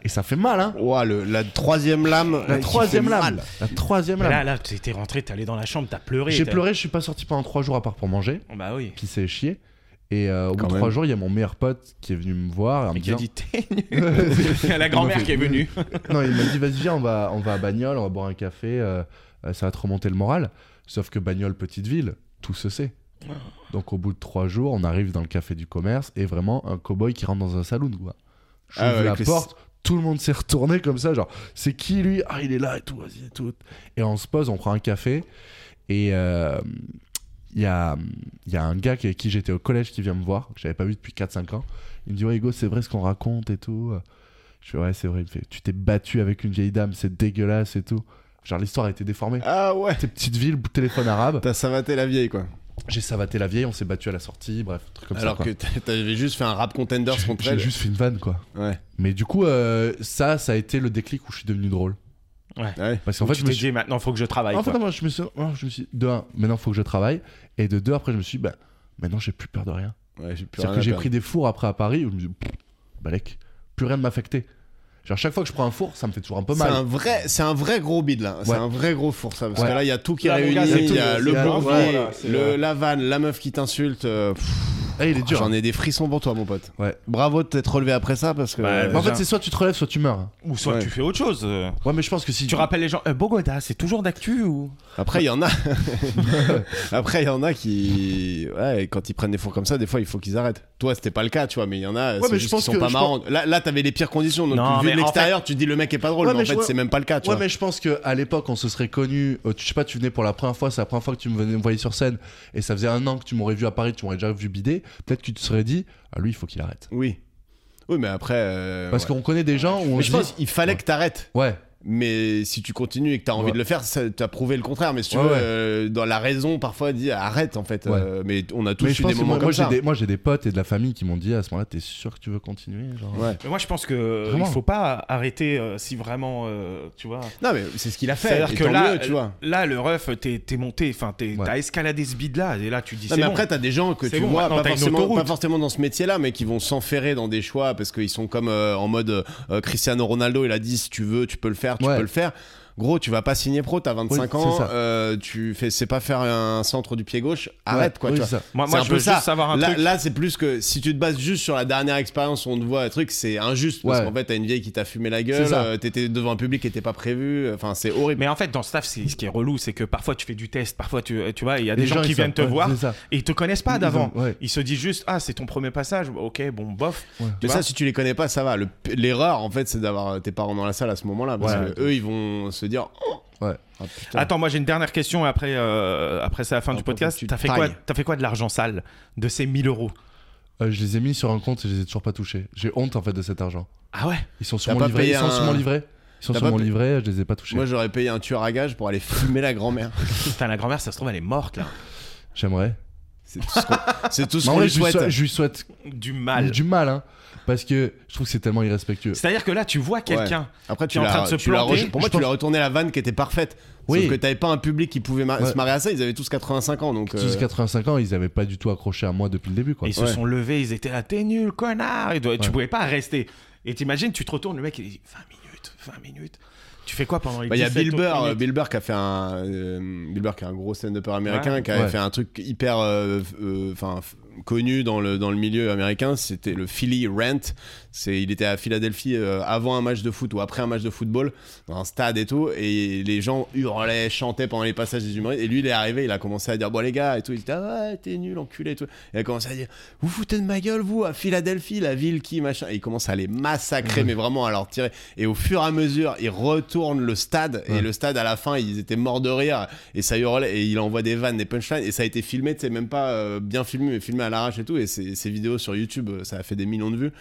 Et ça fait mal, hein
Ouah, le- la troisième lame.
La
qui
troisième
fait mal.
lame La troisième
Mais Là,
lame
là, t'es t'es rentré, t'es allé dans la chambre, t'as pleuré.
J'ai
t'as-
pleuré, je suis pas sorti pendant trois jours à part pour manger,
Bah oui.
qui s'est chié. Et euh, au bout
Quand
de
même.
trois jours, il y a mon meilleur pote qui est venu me voir. en me
Et qui a
disant-
dit
[laughs]
t'es nul. Il y a la grand-mère qui est venue.
Non, il m'a dit vas-y viens, on va, on va à Bagnoles, on va boire un café, euh, euh, ça va te remonter le moral. Sauf que Bagnoles, petite ville, tout se sait. Donc au bout de trois jours, on arrive dans le café du commerce et vraiment un cow-boy qui rentre dans un saloon quoi. J'ouvre
Ah, avec
la
les-
porte, tout le monde s'est retourné comme ça, genre c'est qui lui Ah il est là et tout, vas-y et tout. Et on se pose, on prend un café et euh, il y, a, il y a un gars qui- avec qui j'étais au collège qui vient me voir, que j'avais pas vu depuis 4-5 ans. Il me dit Ouais, Hugo, c'est vrai ce qu'on raconte et tout. Je fais Ouais, c'est vrai. Il me fait Tu t'es battu avec une vieille dame, c'est dégueulasse et tout. Genre, l'histoire a été déformée.
Ah ouais.
Tes petites villes, téléphone arabe.
T'as savaté la vieille quoi.
J'ai savaté la vieille, on s'est battu à la sortie, bref, truc comme
Alors
ça.
que
quoi.
t'a- t'avais juste fait un rap contenders contre
J'ai
elle.
juste fait une vanne, quoi.
Ouais.
Mais du coup, euh, ça, ça a été le déclic où je suis devenu drôle.
Ouais.
Parce qu'en
En
fait,
fait,
je
tu
me
t'es
suis-
dit maintenant, faut que je travaille.
En fait,
quoi.
moi, je me suis, oh, je me suis de un, maintenant faut que je travaille, et de deux, après, je me suis, dit, bah, maintenant j'ai plus peur de rien.
Ouais, j'ai plus
C'est-à-dire
rien
que
à
j'ai
perdre.
pris des fours après à Paris où je me dis, pff, balèque, plus rien ne m'affectait. Genre, chaque fois que je prends un four, ça me fait toujours un peu
C'est
mal.
un vrai, c'est un vrai gros bid là. C'est
Ouais.
un vrai gros four ça. Parce
Ouais.
que là, il y a tout qui est
Là, mon
réuni.
gars,
c'est
Il y
tout,
a
c'est
le
un
vrai,
bourbier,
là, c'est
le
vrai.
la vanne, la meuf qui t'insulte. euh, pff,
Ah, il est dur.
J'en ai des frissons pour toi, mon pote.
Ouais.
Bravo de t'être relevé après ça parce que. euh,
Bah,
Mais en
Déjà.
fait, c'est soit tu te relèves, soit tu meurs. hein.
Ou soit
Ouais.
tu fais autre chose. euh.
Ouais, mais je pense que si.
Tu rappelles les gens. Euh, Bogoda, c'est toujours d'actu ou
Après, il y en
[laughs]
a. [laughs] Après, il y en a qui. Ouais, quand ils prennent des fours comme ça, des fois, il faut qu'ils arrêtent. Toi, c'était pas le cas, tu vois, mais il y en a.
mais
c'est
je
juste qu'ils
pense
sont
que-
pas
je
marrants. Là, là t'avais les pires conditions. Donc,
Non,
vu de
mais en
l'extérieur, tu te dis le mec est pas drôle,
Ouais,
mais,
mais
en
je
fait,
vois-
c'est même pas le cas, tu
Ouais,
vois.
mais je pense que à l'époque, on se serait connus. euh, tu- je sais pas, tu venais pour la première fois, c'est la première fois que tu me venais me voyais sur scène, et ça faisait un an que tu m'aurais vu à Paris, tu m'aurais déjà vu bider. Peut-être que tu te serais dit, ah, lui, il faut qu'il arrête.
Oui. Oui, mais après. euh,
Parce
ouais.
qu'on connaît des gens où on
Mais
se
je
dit-
pense qu'il fallait que t'arrêtes.
Ouais,
Mais si tu continues et que t'as envie
Ouais.
de le faire, ça- t'as prouvé le contraire. Mais si tu
Ouais,
veux,
ouais.
euh, dans la raison, parfois, dis arrête en fait.
Ouais.
Euh, mais on a tous
mais
eu
je
des
pense que
moments
moi,
comme
moi, j'ai
ça.
des, moi j'ai des potes et de la famille qui m'ont dit ah, à ce moment-là, t'es sûr que tu veux continuer genre
Ouais.
Mais moi, je pense que euh,
Vraiment.
il faut pas arrêter euh, si vraiment, euh, tu vois.
Non, mais c'est ce qu'il a fait.
C'est-à-dire
et
que
tant
là,
mieux,
euh,
tu vois.
là, le ref, t'es t'es monté, enfin, t'es-
Ouais.
t'as escaladé ce bid là, et là, tu dis
Non,
c'est
mais
bon.
après, t'as des gens que
C'est
tu
bon,
vois
maintenant,
pas
t'as une
forcément,
autoroute.
pas forcément dans ce métier-là, mais qui vont s'enferrer dans des choix parce qu'ils sont comme euh, en mode euh, Cristiano Ronaldo, il a dit si tu veux, tu peux le faire, tu
Ouais.
peux le faire. Gros, tu vas pas signer pro, t'as 25
Oui, c'est
ans,
ça.
euh, tu fais, c'est pas faire un centre du pied gauche, arrête
Ouais,
quoi.
oui,
tu vois.
c'est ça.
moi,
C'est
moi
un
je
peu
veux
ça.
juste savoir un
là,
truc.
là, c'est plus que si tu te bases juste sur la dernière expérience où on te voit un truc, c'est injuste parce
Ouais.
qu'en fait, t'as une vieille qui t'a fumé la gueule,
C'est ça.
euh, t'étais devant un public qui était pas prévu, enfin, c'est horrible.
Mais en fait, dans le staff, c'est- ce qui est relou, c'est que parfois tu fais du test, parfois tu, tu vois, il y a
Les
des gens,
gens,
qui
ils sont-
viennent te
ouais,
voir
c'est ça.
et ils te connaissent
Ils
pas
ont-
d'avant.
ouais.
Ils se disent juste, ah, c'est ton premier passage, ok, bon, bof.
Ouais.
Tu
Mais
vois
ça, si tu les connais pas, ça va. Le p- L'erreur, en fait, c'est d'avoir euh, tes parents dans la salle à ce moment-là. Parce
Ouais.
que eux, ils vont se dire. Oh,
Ouais.
ah, putain.
Attends, moi j'ai une dernière question après, euh, après c'est la fin
Ah,
du
faut que
podcast.
tu
T'as fait,
tailles.
quoi- t'as fait quoi de l'argent sale de ces 1000 euros
Euh, je les ai mis sur un compte et je les ai toujours pas touchés. J'ai honte en fait de cet argent.
Ah ouais
Ils sont sur
T'as
mon
pas
livret.
payé
Ils sont sur mon
un-
livret. Ils sont
T'as
sur
pas
mon
payé-
livret. Je les ai pas touchés.
Moi, j'aurais payé un tueur à gage pour aller fumer la grand-mère. [laughs]
Putain, la grand-mère, ça se trouve, elle est morte là.
J'aimerais.
C'est tout ce qu'on- c'est tout ce
Mais en
qu'on
vrai,
lui
je lui
souhaite.
souhaite, je lui souhaite
Du mal.
du mal, hein, parce que je trouve que c'est tellement irrespectueux.
C'est-à-dire que là, tu vois quelqu'un.
Après, tu
qui est en
l'as-
train de se
tu l'as
planter,
rejet- Pour moi,
je
tu l'as retourné la vanne qui était parfaite.
Oui.
Sauf que t'avais pas un public qui pouvait mar-
Ouais.
se marier à ça. Ils avaient tous 85 ans. Donc, euh,
Tous 85 ans, ils n'avaient pas du tout accroché à moi depuis le début, quoi.
Ils se
Ouais.
sont levés, ils étaient là, t'es nul, connard. Et tu
Ouais.
pouvais pas rester. Et t'imagines, tu te retournes, le mec, il dit 20 minutes, 20 minutes. Tu fais quoi pendant les
bah, Il y a
17
Bill
autres
Burr, euh,
minutes
Bill Burr qui a fait un, euh, Bill Burr qui est un gros stand-upper américain,
Ouais.
qui avait
Ouais.
fait un truc hyper, euh, f- euh, enfin, f- connu dans le dans le milieu américain. C'était le Philly Rant. C'est, il était à Philadelphie euh, avant un match de foot ou après un match de football dans un stade et tout, et les gens hurlaient, chantaient pendant les passages des humoristes. Et lui, il est arrivé, il a commencé à dire bon les gars et tout. Il était ah ouais, t'es nul, enculé et tout. Il a commencé à dire vous foutez de ma gueule vous à Philadelphie, la ville qui machin. Et il commence à les massacrer, mais vraiment à leur tirer. Et au fur et à mesure, il retourne le stade.
Ouais.
Et le stade, à la fin, ils étaient morts de rire. Et ça hurlait. Et il envoie des vannes, des punchlines. Et ça a été filmé, tu sais, même pas euh, bien filmé, mais filmé à l'arrache et tout. Et ces ces vidéos sur YouTube, euh, ça a fait des millions de vues.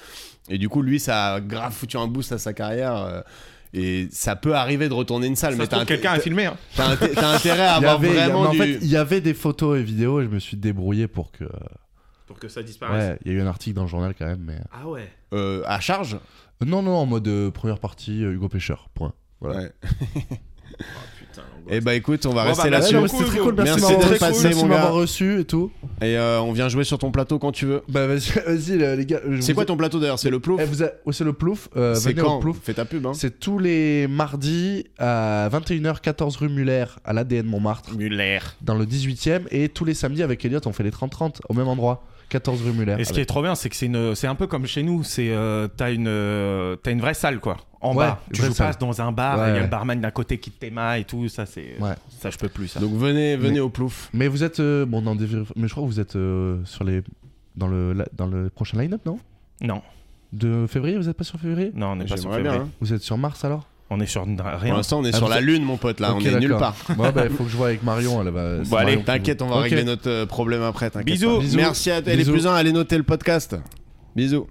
Et du coup, lui, ça a grave foutu un boost à sa carrière. euh, et ça peut arriver de retourner une salle,
Ça
mais
se
t'as
trouve,
inté-
quelqu'un a filmé. hein.
t'as inté- t'as intérêt à
[laughs] Il y
avoir
avait- il y a-
vraiment
mais en
du.
fait, il y avait des photos et vidéos et je me suis débrouillé pour que.
Pour que ça disparaisse.
Ouais, il y a eu un article dans le journal quand même, mais.
Ah ouais.
Euh, à charge
Euh, Non, non, en mode euh, première partie, euh, Hugo Pêcheur, point. Voilà.
Ouais.
Oh, putain, l'angoisse.
Et bah écoute, on va
Bon,
rester
bah,
Ouais,
là-dessus.
non, mais c'était
beaucoup,
très cool,
Hugo.
merci,
Merci
de
d'être
m'avoir reçu,
passé,
merci
mon
de m'avoir
gars.
reçu et tout.
Et euh, on vient jouer sur ton plateau quand tu veux.
Bah vas-y, [laughs] vas-y le- les gars. je
C'est
vous
quoi
ai-
ton plateau d'ailleurs C'est le plouf
Eh, vous a- oh, C'est le plouf. euh,
C'est
venez au
quand
plouf.
Fais ta pub. Hein.
C'est tous les mardis à 21h, 14 rue Muller à l'ADN Montmartre,
Muller.
dans le 18ème. Et tous les samedis avec Elliot, on fait les 30-30 au même endroit, 14 rue Muller.
Et ce qui est trop bien, c'est que c'est une, c'est un peu comme chez nous. C'est euh, t'as une, euh, t'as une vraie salle quoi. En
Ouais,
bas, tu
vraie
joues
salle.
pas dans un bar. Il
Ouais,
y a
ouais.
le barman d'à côté qui te téma et tout. Ça c'est,
Ouais.
ça je peux plus. Ça.
Donc venez, venez
Mais-
au plouf.
Mais vous êtes. euh, bon, dans des... mais je crois que vous êtes euh, sur les... dans, le... la- dans le prochain line-up, non
non,
De février Vous êtes pas sur février
non, on n'est pas sur
J'aimerais bien.
février.
hein.
Vous êtes sur mars alors
On est sur n-
Pour
rien.
l'instant, on est
Ah,
sur
vous
la
êtes-
lune, mon pote. Là,
Ok,
on est nulle
d'accord.
part.
Bon, bah, il faut que je vois avec Marion. Elle va. c'est
Bon, allez,
Marion qui-
T'inquiète, on va
Ok.
régler notre euh, problème après. t'inquiète
Bisous.
pas.
Bisous.
Merci à toi. Les
Bisous.
plus un, allez noter le podcast. Bisous.